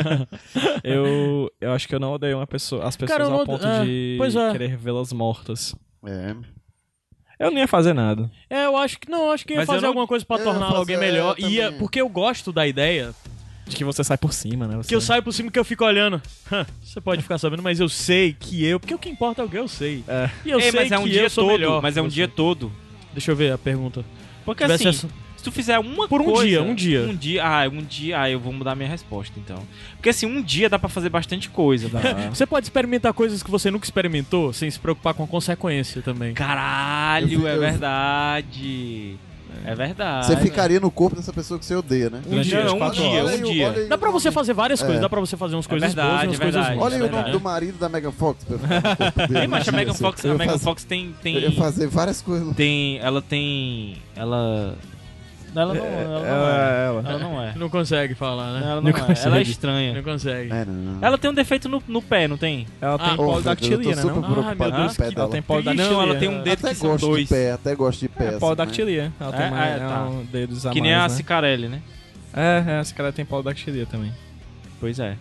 [SPEAKER 2] eu, eu acho que eu não odeio uma pessoa, as pessoas
[SPEAKER 4] Cara, eu não
[SPEAKER 2] ao
[SPEAKER 4] odeio-
[SPEAKER 2] ponto
[SPEAKER 4] é,
[SPEAKER 2] de
[SPEAKER 4] pois é.
[SPEAKER 2] querer vê-las mortas.
[SPEAKER 3] É.
[SPEAKER 2] Eu não ia fazer nada.
[SPEAKER 4] É, eu acho que. Não, eu acho que ia
[SPEAKER 9] Mas eu
[SPEAKER 4] fazer
[SPEAKER 9] não-
[SPEAKER 4] alguma coisa pra
[SPEAKER 3] Eu
[SPEAKER 4] tornar
[SPEAKER 3] faço-
[SPEAKER 4] alguém
[SPEAKER 3] é,
[SPEAKER 4] melhor.
[SPEAKER 3] eu
[SPEAKER 4] Ia,
[SPEAKER 3] também.
[SPEAKER 4] porque eu gosto da ideia
[SPEAKER 2] De que você sai por cima, né? Você...
[SPEAKER 4] que eu saio por cima que eu fico olhando. Hã, Você pode ficar sabendo, mas eu sei que eu. Porque o que importa é o que eu sei.
[SPEAKER 2] É.
[SPEAKER 4] E eu
[SPEAKER 9] Ei,
[SPEAKER 4] sei
[SPEAKER 9] mas é um
[SPEAKER 4] que
[SPEAKER 9] dia
[SPEAKER 4] eu sou
[SPEAKER 9] todo,
[SPEAKER 4] melhor.
[SPEAKER 9] mas é um
[SPEAKER 4] que
[SPEAKER 9] dia
[SPEAKER 4] você.
[SPEAKER 9] todo.
[SPEAKER 4] Deixa eu ver a pergunta.
[SPEAKER 9] Porque
[SPEAKER 4] Tivesse
[SPEAKER 9] assim,
[SPEAKER 4] essa-
[SPEAKER 9] se tu fizer uma
[SPEAKER 4] Por um
[SPEAKER 9] coisa-
[SPEAKER 4] dia, um dia.
[SPEAKER 9] Um dia, ah, um dia, ah, eu vou mudar minha resposta, então. Porque assim, um dia dá pra fazer bastante coisa, tá?
[SPEAKER 4] Você pode experimentar coisas que você nunca experimentou sem se preocupar com a consequência também.
[SPEAKER 9] Caralho,
[SPEAKER 3] Eu fico-
[SPEAKER 9] é
[SPEAKER 3] eu-
[SPEAKER 9] verdade. É verdade.
[SPEAKER 3] Você ficaria no corpo dessa pessoa que você odeia, né?
[SPEAKER 9] Um dia,
[SPEAKER 2] Durante
[SPEAKER 9] um
[SPEAKER 2] 24
[SPEAKER 9] dia,
[SPEAKER 2] horas.
[SPEAKER 9] um dia.
[SPEAKER 4] Dá pra você né? fazer várias
[SPEAKER 3] É.
[SPEAKER 4] coisas, dá pra você fazer umas coisas boas
[SPEAKER 9] verdade,
[SPEAKER 4] e umas
[SPEAKER 9] é
[SPEAKER 4] coisas
[SPEAKER 9] verdade.
[SPEAKER 4] ruins.
[SPEAKER 3] Olha aí o nome
[SPEAKER 9] verdade.
[SPEAKER 3] do marido da Megan Fox. pra eu ficar no corpo dele
[SPEAKER 9] Ei,
[SPEAKER 3] um
[SPEAKER 9] mas a
[SPEAKER 3] dia,
[SPEAKER 9] Megan
[SPEAKER 3] assim.
[SPEAKER 9] Fox,
[SPEAKER 3] Eu
[SPEAKER 9] a
[SPEAKER 3] ia
[SPEAKER 9] Megan
[SPEAKER 3] fazer-
[SPEAKER 9] Fox tem tem
[SPEAKER 3] Eu ia fazer várias coisas.
[SPEAKER 9] tem ela tem ela ela não, ela não é.
[SPEAKER 2] ela.
[SPEAKER 9] Ela não é.
[SPEAKER 4] No não consegue falar, né?
[SPEAKER 9] Ela
[SPEAKER 2] Não
[SPEAKER 9] não, é.
[SPEAKER 2] consegue.
[SPEAKER 9] Ela é estranha.
[SPEAKER 4] Não consegue.
[SPEAKER 3] É, não.
[SPEAKER 9] Ela tem um defeito no, no pé, não tem? Ela tem
[SPEAKER 4] Ah,
[SPEAKER 3] Ô, meu
[SPEAKER 2] polidactilia,
[SPEAKER 3] Deus,
[SPEAKER 2] né,
[SPEAKER 3] Eu tô super
[SPEAKER 2] não?
[SPEAKER 4] Ah,
[SPEAKER 3] preocupado
[SPEAKER 4] meu
[SPEAKER 3] com
[SPEAKER 4] Deus,
[SPEAKER 3] o pé
[SPEAKER 4] que
[SPEAKER 3] dela.
[SPEAKER 2] Ela tem
[SPEAKER 9] Não,
[SPEAKER 2] polidactilia.
[SPEAKER 9] ela tem um dedo
[SPEAKER 3] Até
[SPEAKER 9] que são
[SPEAKER 3] gosto de
[SPEAKER 9] dois.
[SPEAKER 3] pé, até gosto de pé.
[SPEAKER 2] É,
[SPEAKER 3] assim,
[SPEAKER 2] polidactilia. Ela tem
[SPEAKER 9] É,
[SPEAKER 2] mais,
[SPEAKER 9] é,
[SPEAKER 2] é,
[SPEAKER 9] tá.
[SPEAKER 2] um dedos a
[SPEAKER 9] Que nem
[SPEAKER 2] mais,
[SPEAKER 9] a
[SPEAKER 2] né?
[SPEAKER 9] Cicarelli, né?
[SPEAKER 2] É, é, esse cara tem polidactilia também.
[SPEAKER 9] Pois é.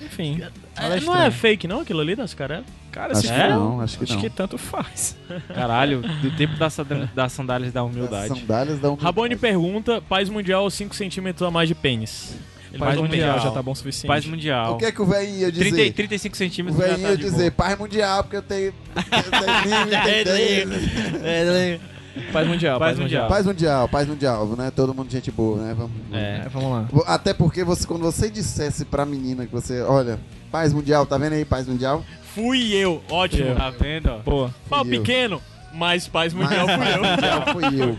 [SPEAKER 2] Enfim.
[SPEAKER 4] É,
[SPEAKER 2] ela
[SPEAKER 4] não é
[SPEAKER 2] estranha.
[SPEAKER 4] fake não aquilo ali das caras?
[SPEAKER 2] Cara,
[SPEAKER 3] Acho
[SPEAKER 2] se
[SPEAKER 3] que
[SPEAKER 2] for-
[SPEAKER 3] não, acho que
[SPEAKER 2] É? acho
[SPEAKER 3] não.
[SPEAKER 2] que tanto faz.
[SPEAKER 9] Caralho, do tempo das sada- das sandálias da
[SPEAKER 3] As
[SPEAKER 9] humildade.
[SPEAKER 3] sandálias dão...
[SPEAKER 4] Rabone pergunta, paz mundial 5 centímetros a mais de pênis. Ele
[SPEAKER 2] Paz
[SPEAKER 4] mandou um
[SPEAKER 2] mundial
[SPEAKER 9] mundial.
[SPEAKER 2] já tá bom o suficiente.
[SPEAKER 9] Paz mundial.
[SPEAKER 3] O que é que o velho ia dizer?
[SPEAKER 9] 30, 35
[SPEAKER 3] O
[SPEAKER 9] centímetros. já
[SPEAKER 3] velho
[SPEAKER 9] tá
[SPEAKER 3] ia
[SPEAKER 9] de
[SPEAKER 3] dizer, paz mundial, porque eu tenho...
[SPEAKER 9] É,
[SPEAKER 3] eu tenho livre, tem
[SPEAKER 9] boa. É,
[SPEAKER 2] Paz mundial,
[SPEAKER 9] Paz
[SPEAKER 2] paz mundial.
[SPEAKER 3] Paz mundial, paz mundial, né? Todo mundo gente boa, né? Vamos...
[SPEAKER 2] É, vamos lá.
[SPEAKER 3] Vo- Até porque você, quando você dissesse pra menina que você, olha, paz mundial, tá vendo aí, paz mundial?
[SPEAKER 4] Fui eu, ótimo.
[SPEAKER 9] Tá vendo? ó?
[SPEAKER 2] Boa.
[SPEAKER 4] Pau
[SPEAKER 3] eu.
[SPEAKER 4] pequeno, mas paz
[SPEAKER 3] Mas
[SPEAKER 4] mundial fui
[SPEAKER 3] paz
[SPEAKER 4] eu.
[SPEAKER 3] mundial fui eu.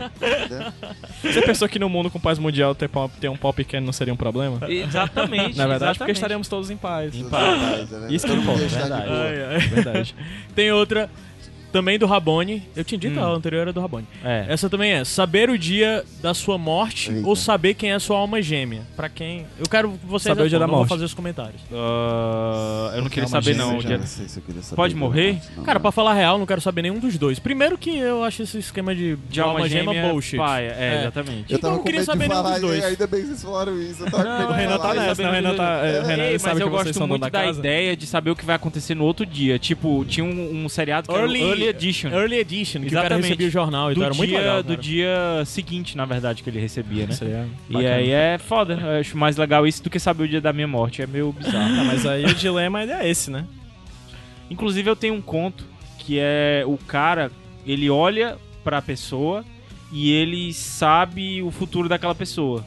[SPEAKER 3] né?
[SPEAKER 2] Você pensou que no mundo com paz mundial ter, pau- ter um pau pequeno não seria um problema?
[SPEAKER 9] Exatamente.
[SPEAKER 2] Na verdade, porque
[SPEAKER 9] exatamente.
[SPEAKER 2] estaremos todos em paz.
[SPEAKER 3] Essas paz, né?
[SPEAKER 2] Isso que
[SPEAKER 3] Todo
[SPEAKER 2] é bom,
[SPEAKER 3] mundo ia estar de
[SPEAKER 2] verdade.
[SPEAKER 3] boa.
[SPEAKER 4] Ai, ai.
[SPEAKER 2] Verdade.
[SPEAKER 4] Tem outra, também do Rabone. Eu tinha dito, a
[SPEAKER 9] Hum.
[SPEAKER 4] anterior era do Rabone.
[SPEAKER 9] É.
[SPEAKER 4] Essa também é, saber o dia da sua morte
[SPEAKER 3] Eita.
[SPEAKER 4] ou saber quem é sua alma gêmea. Pra quem... Eu quero que vocês
[SPEAKER 2] Saber o dia
[SPEAKER 4] respondam,
[SPEAKER 2] da
[SPEAKER 4] eu vou
[SPEAKER 2] morte.
[SPEAKER 4] fazer os comentários.
[SPEAKER 9] Ah, Uh, eu não queria
[SPEAKER 2] Calma,
[SPEAKER 9] saber,
[SPEAKER 2] gente,
[SPEAKER 9] não.
[SPEAKER 3] Eu
[SPEAKER 9] o
[SPEAKER 3] já
[SPEAKER 9] dia-
[SPEAKER 3] não sei se eu queria saber.
[SPEAKER 9] Pode morrer?
[SPEAKER 3] Não,
[SPEAKER 4] Cara,
[SPEAKER 3] não.
[SPEAKER 4] pra falar a real, não quero saber nenhum dos dois. Primeiro que eu acho esse esquema de, de
[SPEAKER 2] é
[SPEAKER 4] alma, gêmea, bullshit.
[SPEAKER 9] paia. É,
[SPEAKER 4] É.
[SPEAKER 9] exatamente.
[SPEAKER 3] Eu tava
[SPEAKER 4] não
[SPEAKER 3] com
[SPEAKER 4] queria
[SPEAKER 3] medo
[SPEAKER 4] saber
[SPEAKER 3] de
[SPEAKER 4] nenhum
[SPEAKER 3] falar,
[SPEAKER 4] dos dois.
[SPEAKER 3] e ainda bem que vocês falaram isso. Eu tava com medo
[SPEAKER 2] o
[SPEAKER 3] de
[SPEAKER 2] Renan tá
[SPEAKER 3] falar isso.
[SPEAKER 2] nessa, né? O Renan tá. é, o Renan
[SPEAKER 9] Ei,
[SPEAKER 2] ele
[SPEAKER 9] mas
[SPEAKER 2] sabe
[SPEAKER 9] eu
[SPEAKER 2] que vocês
[SPEAKER 9] gosto
[SPEAKER 2] são dono
[SPEAKER 9] muito
[SPEAKER 2] da
[SPEAKER 9] da,
[SPEAKER 2] casa.
[SPEAKER 9] ideia de saber o que vai acontecer no outro dia. Tipo, tinha um, um seriado que
[SPEAKER 4] Early,
[SPEAKER 9] era o Early Edition.
[SPEAKER 4] Early Edition, que o cara
[SPEAKER 9] Exatamente.
[SPEAKER 4] recebia o jornal e
[SPEAKER 9] do,
[SPEAKER 2] Então
[SPEAKER 4] tal. Era
[SPEAKER 9] dia,
[SPEAKER 4] muito legal.
[SPEAKER 9] do dia seguinte, na verdade, que ele recebia, né?
[SPEAKER 2] Seria
[SPEAKER 9] E aí é foda. Eu acho mais legal isso do que saber o dia da minha morte. É meio bizarro.
[SPEAKER 2] Mas aí o dilema ele é esse, né?
[SPEAKER 9] Inclusive eu tenho um conto que é o cara, ele olha pra pessoa e ele sabe o futuro daquela pessoa.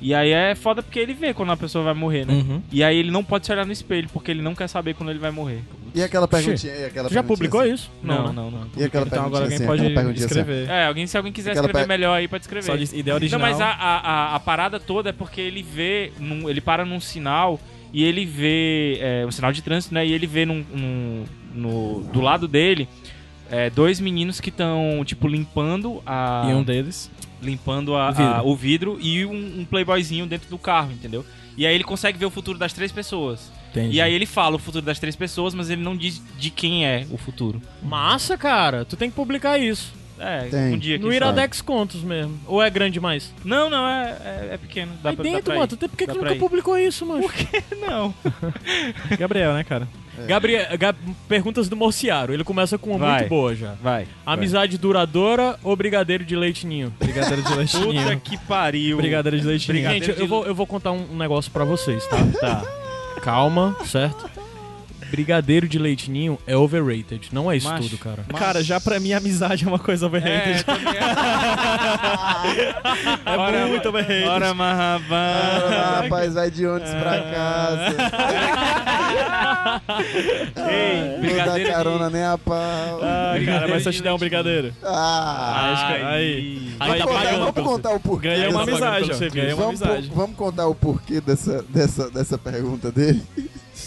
[SPEAKER 9] E aí é foda porque ele vê quando a pessoa vai morrer, né?
[SPEAKER 2] Uhum.
[SPEAKER 9] E aí ele não pode se olhar no espelho porque ele não quer saber quando ele vai morrer.
[SPEAKER 3] E aquela perguntinha, e aquela
[SPEAKER 4] Tu
[SPEAKER 3] perguntinha
[SPEAKER 4] já publicou
[SPEAKER 3] assim?
[SPEAKER 4] isso?
[SPEAKER 9] Não,
[SPEAKER 4] né?
[SPEAKER 9] não, não.
[SPEAKER 3] E aquela
[SPEAKER 2] Então agora
[SPEAKER 3] perguntinha
[SPEAKER 2] alguém
[SPEAKER 3] assim,
[SPEAKER 2] pode
[SPEAKER 3] aquela perguntinha assim,
[SPEAKER 2] escrever.
[SPEAKER 9] É, alguém se alguém quiser
[SPEAKER 3] Aquela
[SPEAKER 9] escrever
[SPEAKER 3] pe-
[SPEAKER 9] melhor aí pode escrever.
[SPEAKER 2] Só de ideia original.
[SPEAKER 9] É Não, mas a, a, a- a parada toda é porque ele vê, num- ele para num sinal e ele vê é, um sinal de trânsito, né? E ele vê num, num- no, do lado dele é, dois meninos que estão tipo limpando a
[SPEAKER 2] E um deles.
[SPEAKER 9] limpando a-
[SPEAKER 2] Vidro.
[SPEAKER 9] a- o vidro e um, um playboyzinho dentro do carro, entendeu? E aí ele consegue ver o futuro das três pessoas.
[SPEAKER 2] Entendi.
[SPEAKER 9] E aí ele fala o futuro das três pessoas, mas ele não diz de quem é o futuro.
[SPEAKER 4] Massa, cara. Tu tem que publicar isso.
[SPEAKER 9] É,
[SPEAKER 3] Tem.
[SPEAKER 9] um dia que
[SPEAKER 4] No Iradex Contos mesmo. Ou é grande demais?
[SPEAKER 9] Não, não, é, é, é pequeno. Dá
[SPEAKER 4] Aí
[SPEAKER 9] pra, dá
[SPEAKER 4] dentro,
[SPEAKER 9] pra ir.
[SPEAKER 4] mano. Tu tem- Por que,
[SPEAKER 9] Dá
[SPEAKER 4] que tu
[SPEAKER 9] pra
[SPEAKER 4] nunca
[SPEAKER 9] ir.
[SPEAKER 4] publicou isso, mano?
[SPEAKER 9] Não.
[SPEAKER 2] Gabriel, né, cara?
[SPEAKER 3] É.
[SPEAKER 4] Gabriel, Gab- perguntas do Morciaro. Ele começa com uma
[SPEAKER 9] Vai.
[SPEAKER 4] muito boa já.
[SPEAKER 9] Vai.
[SPEAKER 4] Amizade duradoura ou brigadeiro de leite ninho?
[SPEAKER 2] Brigadeiro de
[SPEAKER 9] Puta
[SPEAKER 2] leitinho.
[SPEAKER 9] que pariu.
[SPEAKER 2] Brigadeiro de leitinho.
[SPEAKER 9] Brigadeiro.
[SPEAKER 4] Gente, eu
[SPEAKER 9] de-
[SPEAKER 4] vou, eu vou contar um um negócio pra vocês, tá?
[SPEAKER 9] Tá.
[SPEAKER 4] Calma, certo? Brigadeiro de leite ninho é overrated. Não é isso
[SPEAKER 9] Macho.
[SPEAKER 4] tudo, cara.
[SPEAKER 2] Cara, já pra mim amizade é uma coisa overrated. É, muito overrated.
[SPEAKER 9] Ora, marrabá.
[SPEAKER 3] Ah, rapaz, vai de ônibus pra casa.
[SPEAKER 9] Ei,
[SPEAKER 3] Não dá
[SPEAKER 9] brigadeiro.
[SPEAKER 3] carona nem a pau.
[SPEAKER 2] Ai, cara, mas se eu te der um brigadeiro.
[SPEAKER 3] Ah,
[SPEAKER 9] Aí.
[SPEAKER 4] Aí
[SPEAKER 3] vamos
[SPEAKER 4] tá
[SPEAKER 3] contar-
[SPEAKER 4] pagando.
[SPEAKER 3] vamos contar o porquê.
[SPEAKER 2] Ganhei É uma
[SPEAKER 3] dessa-
[SPEAKER 2] amizade,
[SPEAKER 4] pelo
[SPEAKER 2] ó.
[SPEAKER 4] serviço.
[SPEAKER 2] Ganhei uma
[SPEAKER 3] Vamos,
[SPEAKER 2] amizade.
[SPEAKER 3] po- vamos contar o porquê dessa, dessa, dessa pergunta dele?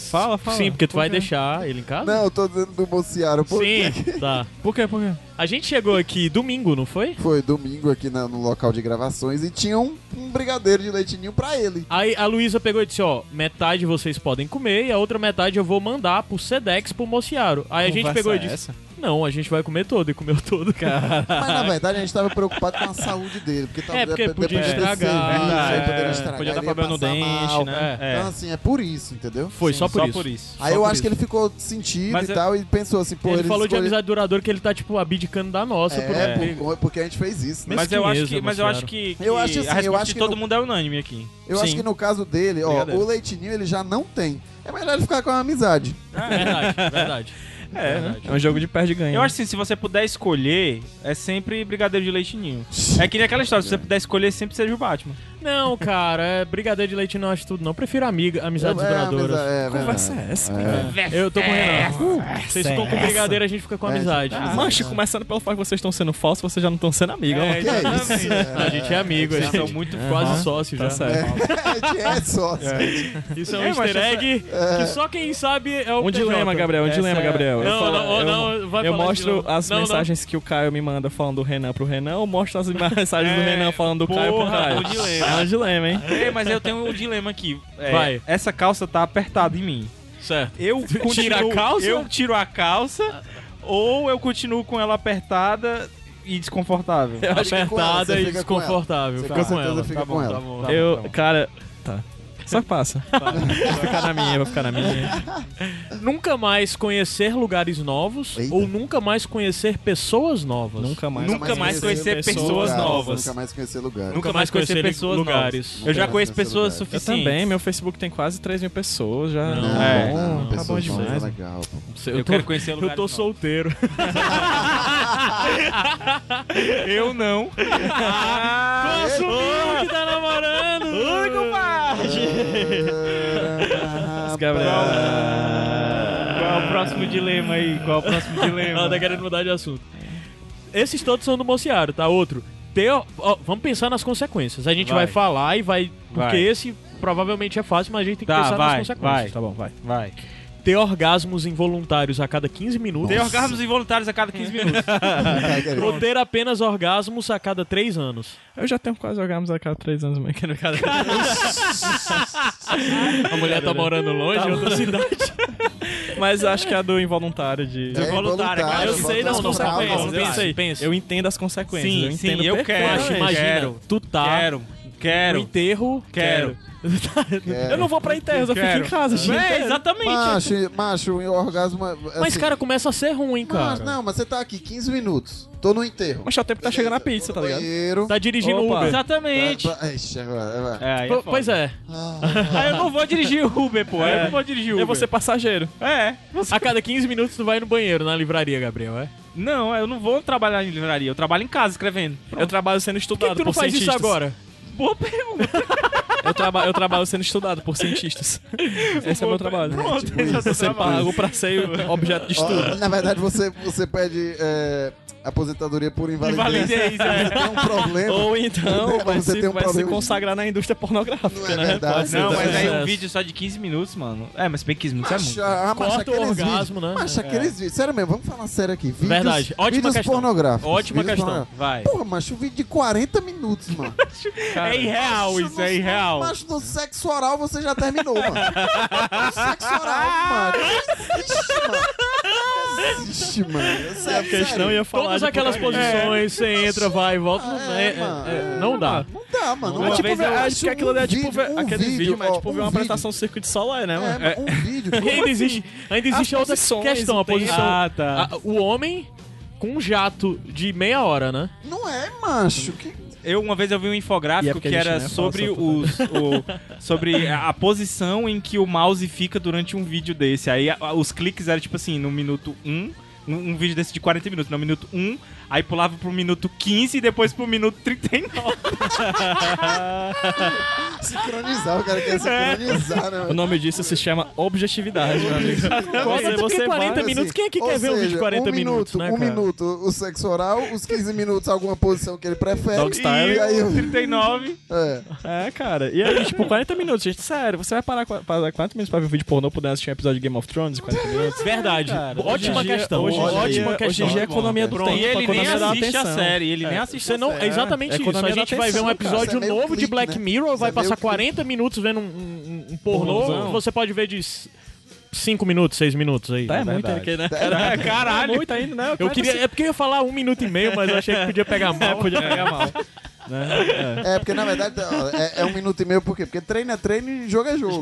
[SPEAKER 2] Fala, fala.
[SPEAKER 4] Sim, porque tu vai
[SPEAKER 2] Por quê?
[SPEAKER 4] deixar ele em casa?
[SPEAKER 3] Não, eu tô dizendo do Bolsonaro. Por quê?
[SPEAKER 4] Sim, tá.
[SPEAKER 2] Por quê, por quê?
[SPEAKER 4] A gente chegou aqui domingo, não foi?
[SPEAKER 3] Foi domingo aqui na- no local de gravações e tinha um, um brigadeiro de leitinho pra ele.
[SPEAKER 4] Aí a Luísa pegou e disse, ó, metade vocês podem comer e a outra metade eu vou mandar pro Sedex, pro Mociaro. Aí a gente
[SPEAKER 2] Conversa é
[SPEAKER 4] pegou e disse,
[SPEAKER 2] essa?
[SPEAKER 4] não, a gente vai comer todo e comeu todo, cara.
[SPEAKER 3] Mas na verdade a gente tava preocupado com a saúde dele. Porque tava
[SPEAKER 4] É, porque
[SPEAKER 3] depois
[SPEAKER 4] podia
[SPEAKER 3] de ter
[SPEAKER 4] estragar,
[SPEAKER 3] serviço,
[SPEAKER 4] verdade,
[SPEAKER 3] aí poderia
[SPEAKER 9] é,
[SPEAKER 3] estragar,
[SPEAKER 9] podia dar
[SPEAKER 3] ele ia
[SPEAKER 9] problema no
[SPEAKER 3] passar
[SPEAKER 9] dente,
[SPEAKER 3] mal.
[SPEAKER 9] né? É.
[SPEAKER 3] Então assim, é por isso, entendeu?
[SPEAKER 4] Foi, só, por,
[SPEAKER 9] Só
[SPEAKER 4] isso.
[SPEAKER 9] por isso.
[SPEAKER 3] Aí eu
[SPEAKER 4] por
[SPEAKER 3] acho
[SPEAKER 4] isso.
[SPEAKER 3] que ele ficou sentido
[SPEAKER 9] Mas
[SPEAKER 3] e
[SPEAKER 9] é-
[SPEAKER 3] tal e pensou assim, pô,
[SPEAKER 4] ele
[SPEAKER 3] eles
[SPEAKER 4] falou de
[SPEAKER 3] escolhe-
[SPEAKER 4] amizade duradoura que ele tá, tipo, abdicando da nossa. por- um
[SPEAKER 3] É, por- porque a gente fez isso, né?
[SPEAKER 9] Mas eu acho que,
[SPEAKER 4] Mesquinheza,
[SPEAKER 9] mas eu acho que, que
[SPEAKER 3] Eu acho assim,
[SPEAKER 9] a resposta
[SPEAKER 3] eu acho
[SPEAKER 9] de
[SPEAKER 3] que
[SPEAKER 9] todo
[SPEAKER 3] no-
[SPEAKER 9] mundo é unânime aqui.
[SPEAKER 3] Eu acho
[SPEAKER 4] Sim.
[SPEAKER 3] que no caso dele, ó,
[SPEAKER 9] Brigadeiro.
[SPEAKER 3] o leitinho ele já não tem. É melhor ele ficar com a amizade.
[SPEAKER 4] Verdade, verdade. É, verdade.
[SPEAKER 2] É um jogo de perde e ganha.
[SPEAKER 9] Eu acho assim, se você puder escolher, é sempre brigadeiro de leite ninho. É que nem aquela história, se você puder escolher, sempre seja o Batman.
[SPEAKER 4] Não, cara, é brigadeiro de leite não acho tudo, não. Prefiro amiga, amizades
[SPEAKER 3] É,
[SPEAKER 4] duradouras.
[SPEAKER 3] amizade- é,
[SPEAKER 2] Conversa
[SPEAKER 3] verdade.
[SPEAKER 2] é essa,
[SPEAKER 4] Eu tô com o Renan. Uh, Vocês ficam com
[SPEAKER 2] essa.
[SPEAKER 4] brigadeiro, a gente fica com
[SPEAKER 3] É,
[SPEAKER 4] amizade.
[SPEAKER 3] tá.
[SPEAKER 2] Ah, Macho, começando pelo fato que vocês estão sendo falsos, vocês já não estão sendo amigos.
[SPEAKER 9] É,
[SPEAKER 3] Que é isso?
[SPEAKER 4] A gente é amigo, a
[SPEAKER 9] Vocês
[SPEAKER 4] gente
[SPEAKER 9] são muito
[SPEAKER 4] quase sócio
[SPEAKER 2] Tá
[SPEAKER 4] já.
[SPEAKER 2] certo.
[SPEAKER 3] A gente é sócio.
[SPEAKER 4] Isso é um
[SPEAKER 9] É, mas
[SPEAKER 4] easter
[SPEAKER 9] essa-
[SPEAKER 4] egg que só quem sabe é o
[SPEAKER 2] Um
[SPEAKER 4] TJ.
[SPEAKER 2] dilema, Gabriel, um
[SPEAKER 9] Essa- é-
[SPEAKER 2] dilema, Gabriel. Eu
[SPEAKER 4] Não,
[SPEAKER 2] falo-
[SPEAKER 4] não, oh,
[SPEAKER 2] eu-
[SPEAKER 4] não, vai
[SPEAKER 2] Eu
[SPEAKER 4] falar de
[SPEAKER 2] mostro
[SPEAKER 4] dilema.
[SPEAKER 2] as
[SPEAKER 4] Não, não.
[SPEAKER 2] mensagens que o Caio me manda falando do Renan pro Renan, ou mostro as mensagens do
[SPEAKER 9] É,
[SPEAKER 2] Renan falando do Caio pro
[SPEAKER 9] Porra,
[SPEAKER 2] Caio.
[SPEAKER 9] do dilema.
[SPEAKER 2] É um dilema, hein?
[SPEAKER 9] É, mas eu tenho um dilema aqui. É,
[SPEAKER 4] Vai.
[SPEAKER 9] Essa calça tá apertada em mim.
[SPEAKER 4] Certo.
[SPEAKER 9] Eu continuo,
[SPEAKER 4] Tira a calça?
[SPEAKER 9] Eu tiro a calça ou eu continuo com ela apertada e desconfortável?
[SPEAKER 3] acho que com ela,
[SPEAKER 4] Apertada
[SPEAKER 3] você
[SPEAKER 4] e
[SPEAKER 3] fica com ela.
[SPEAKER 4] desconfortável.
[SPEAKER 3] Você
[SPEAKER 4] Fica então.
[SPEAKER 3] com
[SPEAKER 4] com
[SPEAKER 3] certeza
[SPEAKER 4] ela.
[SPEAKER 3] fica
[SPEAKER 9] Tá
[SPEAKER 3] com
[SPEAKER 9] bom,
[SPEAKER 3] ela.
[SPEAKER 9] tá bom, tá
[SPEAKER 2] Eu,
[SPEAKER 9] bom, tá bom.
[SPEAKER 2] cara. Tá. Só passa. Vou ficar na minha, vou ficar na minha.
[SPEAKER 4] Nunca mais conhecer lugares novos
[SPEAKER 3] Eita.
[SPEAKER 4] ou nunca mais conhecer pessoas novas.
[SPEAKER 2] Nunca mais.
[SPEAKER 9] Nunca mais conhecer pessoas
[SPEAKER 3] lugares,
[SPEAKER 9] novas.
[SPEAKER 3] Nunca mais conhecer lugares.
[SPEAKER 9] Nunca mais conhecer pessoas
[SPEAKER 4] lugares.
[SPEAKER 9] novas.
[SPEAKER 3] Nunca
[SPEAKER 9] Eu já
[SPEAKER 3] mais
[SPEAKER 9] conheço
[SPEAKER 3] conhecer
[SPEAKER 9] pessoas
[SPEAKER 3] lugares.
[SPEAKER 2] Eu
[SPEAKER 9] suficientes.
[SPEAKER 2] também, meu Facebook tem quase 3 mil pessoas já.
[SPEAKER 4] Não.
[SPEAKER 2] Tá
[SPEAKER 9] É.
[SPEAKER 2] bom,
[SPEAKER 3] Não,
[SPEAKER 2] tá bom
[SPEAKER 3] pessoas novas é
[SPEAKER 2] demais.
[SPEAKER 3] legal, pô.
[SPEAKER 2] Eu,
[SPEAKER 9] Eu
[SPEAKER 2] tô-
[SPEAKER 9] quero conhecer
[SPEAKER 4] Eu
[SPEAKER 9] lugares
[SPEAKER 4] tô
[SPEAKER 9] novos.
[SPEAKER 4] solteiro.
[SPEAKER 9] Eu não. Ah,
[SPEAKER 4] Assumiu que tá namorando! Ai,
[SPEAKER 9] Qual é o próximo dilema aí? Qual é o próximo dilema?
[SPEAKER 4] Ela tá querendo mudar de assunto. Esses todos são do Mociaro, tá? Outro. Ter, ó, vamos pensar nas consequências. A gente vai,
[SPEAKER 9] Vai.
[SPEAKER 4] falar e vai. Porque
[SPEAKER 9] Vai.
[SPEAKER 4] esse provavelmente é fácil, mas a gente tem que
[SPEAKER 9] Tá,
[SPEAKER 4] pensar nas
[SPEAKER 9] vai,
[SPEAKER 4] consequências.
[SPEAKER 9] vai.
[SPEAKER 4] Tá bom, vai.
[SPEAKER 9] Vai.
[SPEAKER 4] Ter orgasmos involuntários a cada 15 minutos.
[SPEAKER 9] Tem orgasmos involuntários a cada 15 minutos.
[SPEAKER 4] Ou ter apenas orgasmos a cada 3 anos.
[SPEAKER 2] eu já tenho quase orgasmos a cada 3 anos, mas quero é cada
[SPEAKER 4] A mulher tá morando longe, em outra cidade.
[SPEAKER 2] Mas acho que é a do involuntário de.
[SPEAKER 3] É involuntário,
[SPEAKER 9] cara. Eu
[SPEAKER 3] volta
[SPEAKER 9] sei das
[SPEAKER 3] ao normal,
[SPEAKER 9] consequências.
[SPEAKER 3] volta
[SPEAKER 9] Eu
[SPEAKER 3] ao
[SPEAKER 4] Pensa aí,
[SPEAKER 9] sei.
[SPEAKER 4] pensa.
[SPEAKER 2] Eu entendo as consequências.
[SPEAKER 9] Sim,
[SPEAKER 2] eu
[SPEAKER 9] sim,
[SPEAKER 2] entendo
[SPEAKER 9] eu quero.
[SPEAKER 4] Macho,
[SPEAKER 2] perfeitamente.
[SPEAKER 4] imagina,
[SPEAKER 9] Quero.
[SPEAKER 4] tu tá
[SPEAKER 9] Quero.
[SPEAKER 4] no
[SPEAKER 9] Quero.
[SPEAKER 4] enterro.
[SPEAKER 9] Quero.
[SPEAKER 2] Eu não vou pra enterros, eu fico
[SPEAKER 9] Quero.
[SPEAKER 2] em casa,
[SPEAKER 9] É,
[SPEAKER 2] gente.
[SPEAKER 9] exatamente.
[SPEAKER 3] Macho, macho, e o orgasmo. é- Assim,
[SPEAKER 4] Mas, cara, começa a ser ruim, cara.
[SPEAKER 3] mas, não, mas você tá aqui 15 minutos. Tô no enterro.
[SPEAKER 2] Mas o tempo tá chegando a pizza, tá ligado?
[SPEAKER 3] Banheiro.
[SPEAKER 4] Tá dirigindo
[SPEAKER 2] Opa.
[SPEAKER 4] Uber.
[SPEAKER 9] Exatamente.
[SPEAKER 3] Tá- tá- Ixi, agora, vai.
[SPEAKER 9] É, aí é
[SPEAKER 4] Po-
[SPEAKER 9] foda.
[SPEAKER 4] Pois é.
[SPEAKER 9] Ah, eu não vou dirigir o Uber, pô. é, Eu não vou dirigir o Uber.
[SPEAKER 2] Eu vou ser passageiro.
[SPEAKER 9] É.
[SPEAKER 4] A cada 15 minutos tu vai no banheiro, na livraria, Gabriel, é?
[SPEAKER 9] Não, eu não vou trabalhar em livraria. Eu trabalho em casa escrevendo.
[SPEAKER 2] Eu trabalho sendo
[SPEAKER 4] Por que
[SPEAKER 2] estudado
[SPEAKER 4] tu não
[SPEAKER 2] por
[SPEAKER 4] faz
[SPEAKER 2] cientistas.
[SPEAKER 4] isso agora?
[SPEAKER 9] Boa pergunta.
[SPEAKER 2] Eu, traba- eu trabalho sendo estudado por cientistas. Esse é o meu trabalho.
[SPEAKER 9] Pronto, esse é o seu
[SPEAKER 2] Você
[SPEAKER 9] trabalho.
[SPEAKER 2] pago pra ser objeto de estudo.
[SPEAKER 3] Ó, Na verdade, você, você pede é, aposentadoria por invalidez.
[SPEAKER 9] Invalidez, é.
[SPEAKER 3] Tem um problema.
[SPEAKER 2] Ou então
[SPEAKER 3] Ou
[SPEAKER 2] vai,
[SPEAKER 3] você
[SPEAKER 2] se,
[SPEAKER 3] tem um
[SPEAKER 2] vai se
[SPEAKER 3] problema de-
[SPEAKER 2] consagrar na indústria pornográfica,
[SPEAKER 3] Não é
[SPEAKER 2] né?
[SPEAKER 3] verdade.
[SPEAKER 2] Pode ser
[SPEAKER 9] Não,
[SPEAKER 2] também.
[SPEAKER 9] mas aí um
[SPEAKER 4] Sucesso.
[SPEAKER 9] vídeo só de 15 minutos, mano. É, mas se bem que 15 minutos é muito.
[SPEAKER 3] Macho, ah, macho,
[SPEAKER 4] Corta o
[SPEAKER 3] aqueles
[SPEAKER 4] orgasmo,
[SPEAKER 3] vídeos,
[SPEAKER 4] né?
[SPEAKER 3] Macho,
[SPEAKER 2] É.
[SPEAKER 3] aqueles vídeos. Sério mesmo, vamos falar sério aqui. Vídeos,
[SPEAKER 4] Verdade. Ótima
[SPEAKER 3] vídeos
[SPEAKER 4] questão.
[SPEAKER 3] pornográficos.
[SPEAKER 4] Ótima
[SPEAKER 3] Vídeos
[SPEAKER 4] questão.
[SPEAKER 3] pornográficos.
[SPEAKER 9] Vai.
[SPEAKER 4] é
[SPEAKER 3] Porra, macho, um vídeo de 40 minutos, mano.
[SPEAKER 9] É irreal
[SPEAKER 3] Macho,
[SPEAKER 9] isso, é
[SPEAKER 3] no-
[SPEAKER 9] irreal.
[SPEAKER 3] Macho, no sexo oral você já terminou, mano. No sexo oral, mano. Não existe, mano. Não existe, mano. Sério,
[SPEAKER 2] A questão é-
[SPEAKER 3] sério.
[SPEAKER 2] ia falar
[SPEAKER 4] Todas
[SPEAKER 2] de
[SPEAKER 4] aquelas
[SPEAKER 2] pornografia.
[SPEAKER 4] posições, você
[SPEAKER 2] É.
[SPEAKER 4] entra, vai e volta.
[SPEAKER 3] Ah,
[SPEAKER 4] não,
[SPEAKER 3] é,
[SPEAKER 4] é- é-
[SPEAKER 3] mano.
[SPEAKER 4] é- não dá.
[SPEAKER 3] Não dá, mano.
[SPEAKER 9] Uma
[SPEAKER 2] É tipo,
[SPEAKER 9] vez eu
[SPEAKER 2] ver- acho
[SPEAKER 3] acho
[SPEAKER 2] que aquilo ali é tipo
[SPEAKER 3] um
[SPEAKER 2] ver-
[SPEAKER 3] vídeo,
[SPEAKER 2] aquele
[SPEAKER 3] um
[SPEAKER 2] vídeo,
[SPEAKER 3] vídeo,
[SPEAKER 2] mas é
[SPEAKER 3] ó,
[SPEAKER 2] tipo ver
[SPEAKER 3] um
[SPEAKER 2] uma
[SPEAKER 3] vídeo.
[SPEAKER 2] apresentação do circuito solar, né? mano?
[SPEAKER 3] É, um vídeo.
[SPEAKER 4] Ainda existe, ainda existe a outra
[SPEAKER 2] posições,
[SPEAKER 4] questão, a
[SPEAKER 2] tem-
[SPEAKER 4] posição.
[SPEAKER 9] Ah, tá.
[SPEAKER 4] a- o homem com um jato de meia hora, né?
[SPEAKER 3] Não é, macho. Que...
[SPEAKER 9] Eu uma vez eu vi um
[SPEAKER 2] E é
[SPEAKER 9] infográfico
[SPEAKER 2] porque
[SPEAKER 9] que
[SPEAKER 2] a gente,
[SPEAKER 9] era
[SPEAKER 2] né, fala
[SPEAKER 9] sobre
[SPEAKER 2] sobre
[SPEAKER 9] os o- sobre a a posição em que o mouse fica durante um vídeo desse. Aí a- a- os cliques eram tipo assim, no minuto 1, um, um vídeo desse de 40 minutos, no minuto 1, aí pulava pro minuto 15 e depois pro minuto 39.
[SPEAKER 3] Sincronizar, o cara quer sincronizar, né?
[SPEAKER 2] O nome disso se chama objetividade, né? meu amigo.
[SPEAKER 4] Você, você 40
[SPEAKER 3] Assim,
[SPEAKER 4] minutos, quem é que
[SPEAKER 3] ou
[SPEAKER 4] quer ver um vídeo de
[SPEAKER 3] seja,
[SPEAKER 4] 40
[SPEAKER 3] um
[SPEAKER 4] minutos,
[SPEAKER 3] minuto,
[SPEAKER 4] né,
[SPEAKER 3] Um
[SPEAKER 4] cara?
[SPEAKER 3] minuto o sexo oral, os 15 minutos alguma posição que ele prefere.
[SPEAKER 2] Dog style.
[SPEAKER 3] E aí,
[SPEAKER 9] E o 39.
[SPEAKER 3] é.
[SPEAKER 2] É, cara. E aí, tipo, 40 minutos, gente. Sério, você vai parar qua- parar 40 minutos pra ver um vídeo pornô podendo assistir um episódio de Game of Thrones? em 40 minutos?
[SPEAKER 4] Verdade. ótima
[SPEAKER 2] Hoje em dia-
[SPEAKER 4] questão.
[SPEAKER 2] Hoje, em dia-
[SPEAKER 4] ótima
[SPEAKER 2] Hoje
[SPEAKER 4] questão.
[SPEAKER 2] em dia é economia do
[SPEAKER 4] Pronto.
[SPEAKER 2] tempo,
[SPEAKER 9] E ele nem
[SPEAKER 2] economia da
[SPEAKER 9] assiste a
[SPEAKER 2] atenção.
[SPEAKER 9] série, ele nem assiste
[SPEAKER 4] Você não, é exatamente
[SPEAKER 2] É
[SPEAKER 4] isso. A
[SPEAKER 2] economia da
[SPEAKER 4] gente vai ver
[SPEAKER 2] atenção, cara.
[SPEAKER 4] um episódio
[SPEAKER 3] Isso é meio
[SPEAKER 4] novo de
[SPEAKER 3] clique,
[SPEAKER 4] Black
[SPEAKER 3] né?
[SPEAKER 4] Mirror,
[SPEAKER 3] Isso
[SPEAKER 4] vai
[SPEAKER 3] é meio
[SPEAKER 4] passar
[SPEAKER 3] clique.
[SPEAKER 4] 40 minutos vendo um, um- um pornô,
[SPEAKER 2] Pornozão.
[SPEAKER 4] você pode ver de 5 minutos, 6 minutos aí.
[SPEAKER 2] Tá, é muito aqui, né?
[SPEAKER 9] Caralho.
[SPEAKER 2] É muito ainda, né?
[SPEAKER 4] Eu queria, é porque eu ia falar um minuto e meio, mas eu achei que podia pegar mal.
[SPEAKER 2] Podia pegar mal.
[SPEAKER 3] É, porque na verdade ó, é, é um minuto e meio, por quê? Porque treino é treino e jogo é jogo.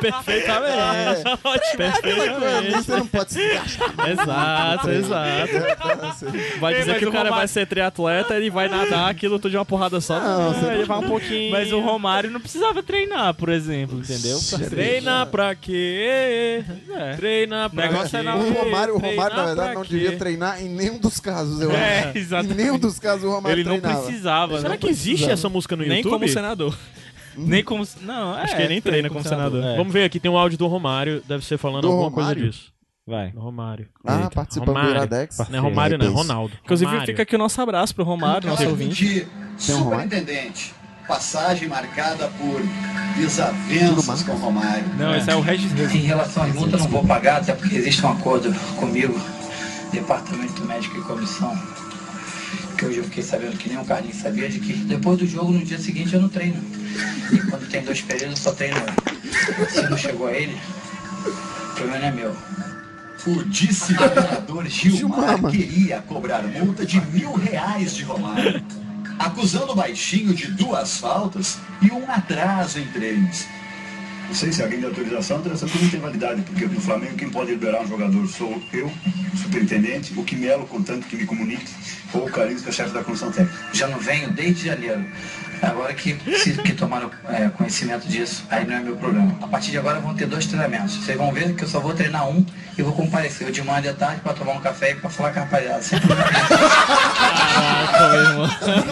[SPEAKER 2] Perfeitamente.
[SPEAKER 3] É, aquela coisa ali, Então, você não pode se Então, gastar.
[SPEAKER 2] Exato, exato.
[SPEAKER 3] assim, então,
[SPEAKER 4] Então,
[SPEAKER 2] Vai
[SPEAKER 9] Ei,
[SPEAKER 2] dizer
[SPEAKER 9] mas
[SPEAKER 2] que
[SPEAKER 9] o
[SPEAKER 2] o cara
[SPEAKER 9] Romário-
[SPEAKER 2] vai ser triatleta, ele vai nadar aquilo tudo de uma porrada só.
[SPEAKER 3] Não, você
[SPEAKER 2] Ah, ele vai um pouquinho.
[SPEAKER 9] Mas o Romário não precisava treinar, por exemplo,
[SPEAKER 4] tá
[SPEAKER 9] entendeu?
[SPEAKER 4] Treina pra quê?
[SPEAKER 2] é.
[SPEAKER 4] Treina pra
[SPEAKER 9] negócio
[SPEAKER 4] quê?
[SPEAKER 9] é na-
[SPEAKER 3] É. O Romário, o Romário, na
[SPEAKER 4] Treinar
[SPEAKER 3] verdade,
[SPEAKER 4] pra
[SPEAKER 3] não
[SPEAKER 4] quê?
[SPEAKER 3] devia treinar em nenhum dos casos, eu acho.
[SPEAKER 9] É,
[SPEAKER 3] Em
[SPEAKER 9] exatamente.
[SPEAKER 3] nenhum dos casos o Romário
[SPEAKER 9] Ele não
[SPEAKER 3] treinava.
[SPEAKER 9] precisava.
[SPEAKER 4] Será
[SPEAKER 9] não
[SPEAKER 4] que
[SPEAKER 3] né?
[SPEAKER 4] existe essa música no
[SPEAKER 2] né? Nem
[SPEAKER 4] YouTube?
[SPEAKER 2] como senador.
[SPEAKER 9] Nem como. Não,
[SPEAKER 2] Uhum. Acho
[SPEAKER 9] é,
[SPEAKER 2] que ele nem treina como senador.
[SPEAKER 9] É.
[SPEAKER 4] Vamos ver aqui, tem um áudio do Romário, deve ser falando
[SPEAKER 3] Do
[SPEAKER 4] alguma
[SPEAKER 3] Romário?
[SPEAKER 4] coisa disso.
[SPEAKER 9] Vai.
[SPEAKER 4] Do Romário.
[SPEAKER 3] Ah,
[SPEAKER 4] Eita,
[SPEAKER 3] participando do Iradex.
[SPEAKER 4] Não é Romário, não, é
[SPEAKER 3] Parabéns.
[SPEAKER 4] Ronaldo.
[SPEAKER 2] Inclusive,
[SPEAKER 4] Romário.
[SPEAKER 2] fica aqui o nosso abraço pro Romário, nosso ouvinte.
[SPEAKER 10] de
[SPEAKER 3] Tem um Romário?
[SPEAKER 10] superintendente. Passagem marcada por
[SPEAKER 3] Tudo
[SPEAKER 10] desavenças
[SPEAKER 3] mais?
[SPEAKER 10] com o Romário.
[SPEAKER 9] Não, esse é o Regis
[SPEAKER 10] Em relação à multa, não vou pagar, até porque existe um acordo comigo, Departamento Médico e Comissão, que hoje eu fiquei sabendo que nem o Carlinhos sabia, de que depois do jogo, no dia seguinte, eu não treino. E quando tem dois períodos, eu só treino. um. Se não chegou a ele, o problema não é meu. O disse governador Gilmar queria
[SPEAKER 2] é.
[SPEAKER 10] cobrar multa de mil reais de Romário, acusando o baixinho de duas faltas e um atraso em treinos.
[SPEAKER 11] Não sei se alguém de autorização, a autorização não tem validade, porque no Flamengo quem pode liberar um jogador sou eu, o superintendente, o Quimelo, contanto que me comunique, ou o Carlinhos, que é chefe da comissão técnica.
[SPEAKER 10] Já não venho desde janeiro. Agora que, se, que tomaram é, conhecimento disso, aí não é meu problema. A partir de agora vão ter dois treinamentos. Vocês vão ver que eu só vou treinar um e vou comparecer o de manhã e de tarde para tomar um café e para falar carpalhada.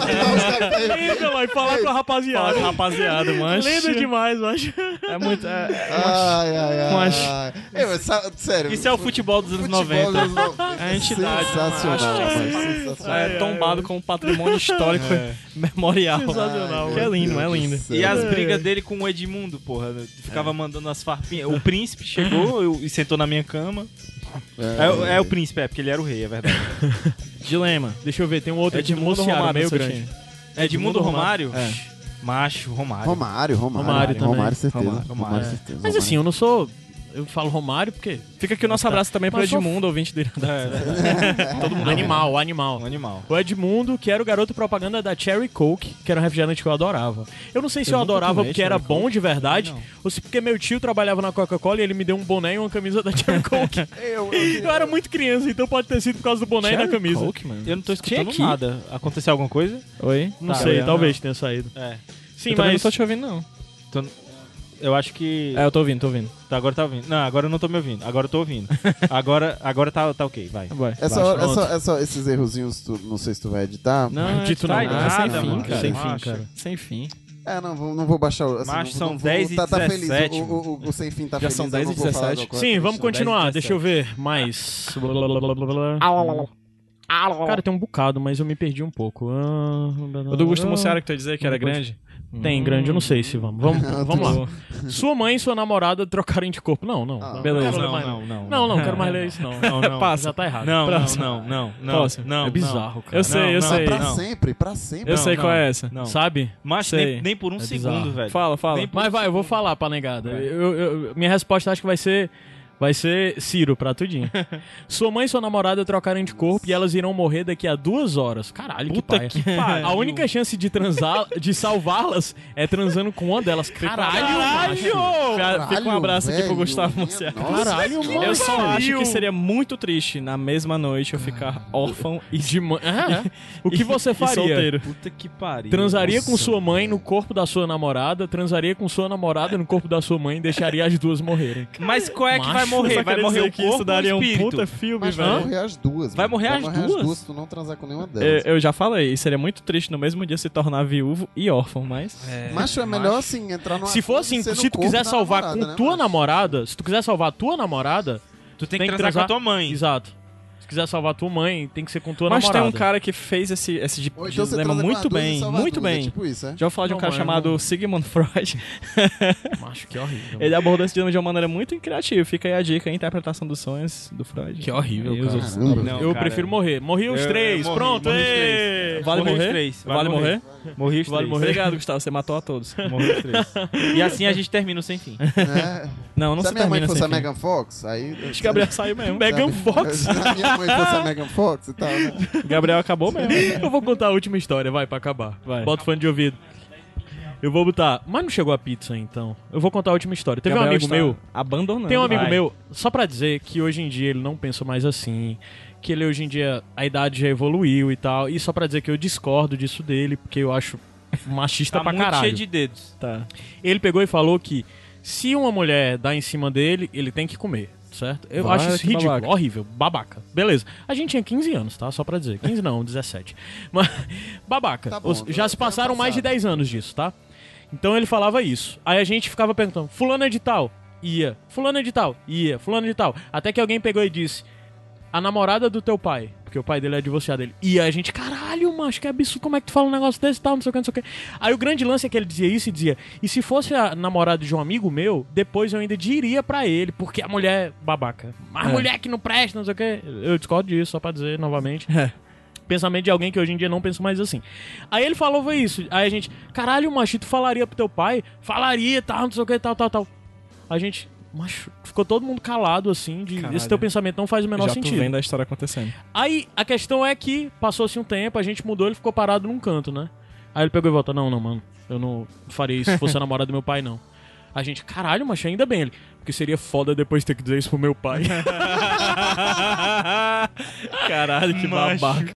[SPEAKER 4] Ídolo, e falar com a rapaziada.
[SPEAKER 2] Fala com a rapaziada, mancha.
[SPEAKER 4] Lenda demais, mancha.
[SPEAKER 2] É muito. É, é,
[SPEAKER 3] Ai, ai, ai.
[SPEAKER 2] Mancha.
[SPEAKER 3] Ei, mas sa- sério.
[SPEAKER 2] Isso é o futebol dos anos
[SPEAKER 3] futebol
[SPEAKER 2] 90.
[SPEAKER 3] dos anos 90.
[SPEAKER 2] É a entidade.
[SPEAKER 3] Sensacional, rapaz,
[SPEAKER 9] Tá,
[SPEAKER 3] sensacional.
[SPEAKER 2] É tombado como patrimônio histórico
[SPEAKER 9] É,
[SPEAKER 2] memorial.
[SPEAKER 4] Sensacional,
[SPEAKER 2] Que é
[SPEAKER 4] mano.
[SPEAKER 2] lindo, é lindo.
[SPEAKER 9] E as brigas dele com o Edmundo, porra. né? Ficava mandando as farpinhas. O príncipe chegou eu- e sentou na minha cama. É, o- é o príncipe, é, porque ele era o rei, é verdade.
[SPEAKER 2] Dilema.
[SPEAKER 4] Deixa eu ver, tem um outro aqui,
[SPEAKER 2] Edmundo
[SPEAKER 4] Mociara,
[SPEAKER 2] Romário,
[SPEAKER 4] meio
[SPEAKER 2] seu
[SPEAKER 4] grande.
[SPEAKER 2] time.
[SPEAKER 9] Edmundo Romário?
[SPEAKER 2] É.
[SPEAKER 9] Macho, Romário.
[SPEAKER 3] é. Romário, Romário.
[SPEAKER 4] Romário também.
[SPEAKER 3] certeza.
[SPEAKER 9] Romário,
[SPEAKER 3] Romário,
[SPEAKER 9] Romário.
[SPEAKER 3] certeza.
[SPEAKER 4] Mas assim, eu não sou... Eu falo Romário porque... Tá.
[SPEAKER 2] Fica aqui o nosso abraço também pro
[SPEAKER 4] Mas só-
[SPEAKER 2] Edmundo, ouvinte do Irandá.
[SPEAKER 4] é. Todo mundo animal, animal.
[SPEAKER 9] Um animal.
[SPEAKER 4] O Edmundo, que era o garoto propaganda da Cherry Coke, que era um refrigerante que eu adorava. Eu não sei se
[SPEAKER 2] Eu
[SPEAKER 4] eu,
[SPEAKER 2] nunca
[SPEAKER 4] adorava
[SPEAKER 2] tomei
[SPEAKER 4] porque era
[SPEAKER 2] Cherry
[SPEAKER 4] bom de verdade, ou se porque meu tio trabalhava na Coca-Cola e ele me deu um boné e uma camisa da Cherry Coke. eu, era muito criança, então pode ter sido por causa do boné e da camisa.
[SPEAKER 2] mano.
[SPEAKER 9] Eu não tô
[SPEAKER 4] escutando
[SPEAKER 9] escutando nada. Aconteceu alguma coisa?
[SPEAKER 2] Oi?
[SPEAKER 4] Não
[SPEAKER 9] Tá,
[SPEAKER 4] sei,
[SPEAKER 9] eu
[SPEAKER 4] talvez tenha saído.
[SPEAKER 9] É.
[SPEAKER 4] Sim,
[SPEAKER 2] eu também
[SPEAKER 4] mas
[SPEAKER 2] não tô te ouvindo, não.
[SPEAKER 9] Eu acho que.
[SPEAKER 2] É, eu tô ouvindo, tô ouvindo.
[SPEAKER 9] Tá, agora tá ouvindo. Não, agora eu não tô me ouvindo. Agora eu tô ouvindo. agora agora tá, tá ok, vai.
[SPEAKER 2] Vai.
[SPEAKER 3] Essa hora, é só, é só esses errozinhos, tu, não sei se tu vai editar.
[SPEAKER 2] Não,
[SPEAKER 4] Dito
[SPEAKER 2] tá
[SPEAKER 4] não,
[SPEAKER 2] aí,
[SPEAKER 4] nada,
[SPEAKER 2] sem
[SPEAKER 4] mano.
[SPEAKER 2] fim, cara.
[SPEAKER 4] Sem
[SPEAKER 9] Macho.
[SPEAKER 4] fim, cara.
[SPEAKER 2] Sem fim.
[SPEAKER 3] É, não, vou, não vou baixar o. Assim,
[SPEAKER 9] Macho,
[SPEAKER 3] não-
[SPEAKER 9] são
[SPEAKER 3] não vou-
[SPEAKER 9] 10 e
[SPEAKER 3] tá, tá
[SPEAKER 9] 17,
[SPEAKER 3] feliz. O, o, o, o sem fim tá
[SPEAKER 2] Já
[SPEAKER 3] feliz.
[SPEAKER 2] são
[SPEAKER 3] eu
[SPEAKER 2] 10 e
[SPEAKER 3] não vou falar
[SPEAKER 2] 17.
[SPEAKER 3] do
[SPEAKER 4] Sim, vamos
[SPEAKER 3] Corinthians.
[SPEAKER 4] continuar. Deixa eu ver. Mais. Cara, tem um bocado, mas eu me perdi um pouco. Ah,
[SPEAKER 2] O do Gusto Muciara que tu ia dizer que era grande?
[SPEAKER 4] Tem grande, eu não sei se vamos. Vamos, vamos lá. Sua mãe e sua namorada trocarem de corpo. Não, não. não
[SPEAKER 2] beleza.
[SPEAKER 4] quero ler
[SPEAKER 9] Não,
[SPEAKER 4] mais,
[SPEAKER 9] não, não,
[SPEAKER 4] Não, não, quero mais ler isso, não. Não, não.
[SPEAKER 2] Passa.
[SPEAKER 4] Já tá errado.
[SPEAKER 9] Não, não,
[SPEAKER 2] Próximo.
[SPEAKER 9] não, não, não.
[SPEAKER 2] Próximo.
[SPEAKER 9] Não,
[SPEAKER 2] É bizarro,
[SPEAKER 9] não.
[SPEAKER 2] cara. Eu sei, eu sei.
[SPEAKER 3] Pra
[SPEAKER 9] não.
[SPEAKER 3] sempre, pra sempre.
[SPEAKER 2] Eu
[SPEAKER 9] Não,
[SPEAKER 2] sei qual
[SPEAKER 9] não.
[SPEAKER 2] é essa.
[SPEAKER 9] Não.
[SPEAKER 4] Sabe?
[SPEAKER 9] Macho,
[SPEAKER 2] Sei.
[SPEAKER 9] nem, nem por um segundo,
[SPEAKER 4] bizarro.
[SPEAKER 9] velho.
[SPEAKER 2] Fala, fala.
[SPEAKER 9] Nem por-
[SPEAKER 4] Mas vai, eu vou falar pra negada. Eu- eu- minha resposta acho que vai ser. Vai ser Ciro pra tudinho. Sua mãe e sua namorada trocarem de corpo e elas irão morrer daqui a duas horas. Caralho,
[SPEAKER 9] Puta
[SPEAKER 4] que paia.
[SPEAKER 9] que pariu.
[SPEAKER 4] A única chance de transar, de salvá-las é transando com uma delas.
[SPEAKER 3] tá
[SPEAKER 4] Caralho,
[SPEAKER 2] Caralho!
[SPEAKER 4] macho.
[SPEAKER 2] Cara, Fica um abraço aqui pro Gustavo Muciara.
[SPEAKER 3] Caralho,
[SPEAKER 2] Eu só acho que seria muito triste na mesma noite eu ficar órfão e
[SPEAKER 4] De ma- Ah, é. O que você
[SPEAKER 2] e
[SPEAKER 4] faria?
[SPEAKER 2] solteiro.
[SPEAKER 9] Puta que pariu.
[SPEAKER 4] Transaria com um
[SPEAKER 9] Nossa.
[SPEAKER 4] sua mãe no corpo da sua namorada, transaria com sua namorada no corpo da sua mãe e deixaria as duas morrerem.
[SPEAKER 9] Mas qual é que vai
[SPEAKER 4] Macho,
[SPEAKER 9] morrer?
[SPEAKER 4] só
[SPEAKER 9] Vai
[SPEAKER 4] queria
[SPEAKER 9] morrer
[SPEAKER 4] dizer
[SPEAKER 9] o
[SPEAKER 4] que
[SPEAKER 9] corpo
[SPEAKER 4] isso daria
[SPEAKER 9] ou
[SPEAKER 4] um
[SPEAKER 9] o espírito?
[SPEAKER 4] puta filme,
[SPEAKER 3] Mas vai
[SPEAKER 4] velho.
[SPEAKER 3] morrer as duas.
[SPEAKER 9] Vai
[SPEAKER 3] mano.
[SPEAKER 9] morrer as duas?
[SPEAKER 3] se tu não transar com nenhuma
[SPEAKER 2] Eu,
[SPEAKER 3] delas.
[SPEAKER 2] eu já falei, seria muito triste no mesmo dia se tornar viúvo e órfão, mas.
[SPEAKER 3] Macho é melhor assim, entrar numa.
[SPEAKER 4] Se for assim,
[SPEAKER 3] ser no
[SPEAKER 4] se tu
[SPEAKER 3] corpo da
[SPEAKER 4] quiser salvar
[SPEAKER 3] namorada,
[SPEAKER 4] com
[SPEAKER 3] né,
[SPEAKER 4] tua
[SPEAKER 3] macho?
[SPEAKER 4] namorada, se tu quiser salvar a tua namorada,
[SPEAKER 9] Tu tem, que transar, com a tua mãe.
[SPEAKER 4] Exato. Se quiser salvar tua mãe, tem que ser com tua
[SPEAKER 2] Mas tem um
[SPEAKER 4] namorada.
[SPEAKER 2] cara que fez esse, esse di-
[SPEAKER 3] Ou então você
[SPEAKER 2] dilema
[SPEAKER 3] transa com as
[SPEAKER 2] muito
[SPEAKER 3] duas e
[SPEAKER 2] bem,
[SPEAKER 3] salva
[SPEAKER 2] muito
[SPEAKER 3] duas, é
[SPEAKER 2] bem.
[SPEAKER 3] tipo isso, é?
[SPEAKER 2] Já vou falar de um
[SPEAKER 4] Não,
[SPEAKER 2] cara
[SPEAKER 4] mas
[SPEAKER 2] chamado
[SPEAKER 4] não-
[SPEAKER 2] Sigmund Freud.
[SPEAKER 4] Macho, que horrível.
[SPEAKER 2] Ele abordou esse dilema de uma maneira muito criativa. Fica aí a dica, a interpretação dos sonhos do Freud.
[SPEAKER 4] Que horrível.
[SPEAKER 2] Meu Deus.
[SPEAKER 4] Deus
[SPEAKER 3] Caramba.
[SPEAKER 9] Não,
[SPEAKER 4] eu
[SPEAKER 9] cara.
[SPEAKER 4] prefiro morrer. Morri os
[SPEAKER 9] Eu- eu
[SPEAKER 4] três,
[SPEAKER 9] morri,
[SPEAKER 4] pronto.
[SPEAKER 9] morri os
[SPEAKER 4] ê!
[SPEAKER 2] Vale
[SPEAKER 9] Morri os
[SPEAKER 2] morrer?
[SPEAKER 9] três,
[SPEAKER 2] Vale morrer?
[SPEAKER 9] Morri os
[SPEAKER 2] Vale
[SPEAKER 9] três.
[SPEAKER 2] morrer? Obrigado, Gustavo. Você matou a todos.
[SPEAKER 9] Morri os três. E assim a gente termina o sem fim.
[SPEAKER 3] É.
[SPEAKER 2] Não, não
[SPEAKER 3] se
[SPEAKER 2] se
[SPEAKER 3] a minha mãe
[SPEAKER 2] termina
[SPEAKER 3] fosse a
[SPEAKER 2] assim.
[SPEAKER 3] Megan Fox, aí.
[SPEAKER 2] Acho que Gabriel saiu mesmo.
[SPEAKER 4] Megan Fox.
[SPEAKER 3] Se a minha mãe fosse a Megan Fox e tal, né?
[SPEAKER 2] Gabriel acabou mesmo.
[SPEAKER 4] Eu vou contar a última história, vai, pra acabar.
[SPEAKER 2] Vai.
[SPEAKER 4] Bota o fone de ouvido. Eu vou botar. Mas não chegou a pizza, então. Eu vou contar a última história. Teve um
[SPEAKER 2] Gabriel
[SPEAKER 4] amigo
[SPEAKER 2] está
[SPEAKER 4] meu.
[SPEAKER 2] Abandonando.
[SPEAKER 4] Tem um amigo
[SPEAKER 2] Vai.
[SPEAKER 4] meu, só pra dizer que hoje em dia ele não pensa mais assim. Que ele hoje em dia, a idade já evoluiu e tal. E só pra dizer que eu discordo disso dele, porque eu acho machista
[SPEAKER 9] Tá
[SPEAKER 4] pra
[SPEAKER 9] muito
[SPEAKER 4] caralho.
[SPEAKER 9] cheio de dedos.
[SPEAKER 2] Tá.
[SPEAKER 4] Ele pegou e falou que se uma mulher dá em cima dele, ele tem que comer, certo? Eu
[SPEAKER 2] Vai,
[SPEAKER 4] acho isso
[SPEAKER 2] que
[SPEAKER 4] ridículo,
[SPEAKER 2] babaca.
[SPEAKER 4] horrível, babaca. Beleza. A gente tinha 15 anos, tá? Só pra dizer. 15 não, 17. Mas, babaca.
[SPEAKER 3] Tá bom,
[SPEAKER 4] Os- já
[SPEAKER 3] tá-
[SPEAKER 4] se passaram
[SPEAKER 3] tá
[SPEAKER 4] mais de
[SPEAKER 3] passado.
[SPEAKER 4] 10 anos disso, tá? Então ele falava isso. Aí a gente ficava perguntando, fulano é de tal? Ia. Fulano é de tal? Ia. Fulano é de tal? Até que alguém pegou e disse, a namorada do teu pai, porque o pai dele é divorciado dele. E a gente, caralho, macho, que absurdo, como é que tu fala um negócio desse e tal, não sei o que, não sei o que. Aí o grande lance é que ele dizia isso e dizia, e se fosse a namorada de um amigo meu, depois eu ainda diria pra ele, porque a mulher é babaca. Mas
[SPEAKER 2] É. É.
[SPEAKER 4] mulher que não presta, não sei o que. Eu discordo disso, só pra dizer novamente. pensamento de alguém que hoje em dia não pensa mais assim. Aí ele falou foi isso. Aí a gente, caralho, macho, tu falaria pro teu pai? Falaria, tal, não sei o que, tal, tal, tal. A gente, macho, ficou todo mundo calado assim, de,
[SPEAKER 2] Caralho.
[SPEAKER 4] esse teu pensamento não faz o menor
[SPEAKER 2] Já
[SPEAKER 4] sentido.
[SPEAKER 2] tô vendo a história acontecendo.
[SPEAKER 4] Aí a questão é que passou-se um tempo, a gente mudou, ele ficou parado num canto, né? Aí ele pegou e volta: Não, não, mano, eu não faria isso se fosse a namorada do meu pai, não. A gente, caralho, macho, ainda bem ele. Porque seria foda depois ter que dizer isso pro meu pai. caralho, que
[SPEAKER 9] Macho.
[SPEAKER 4] babaca.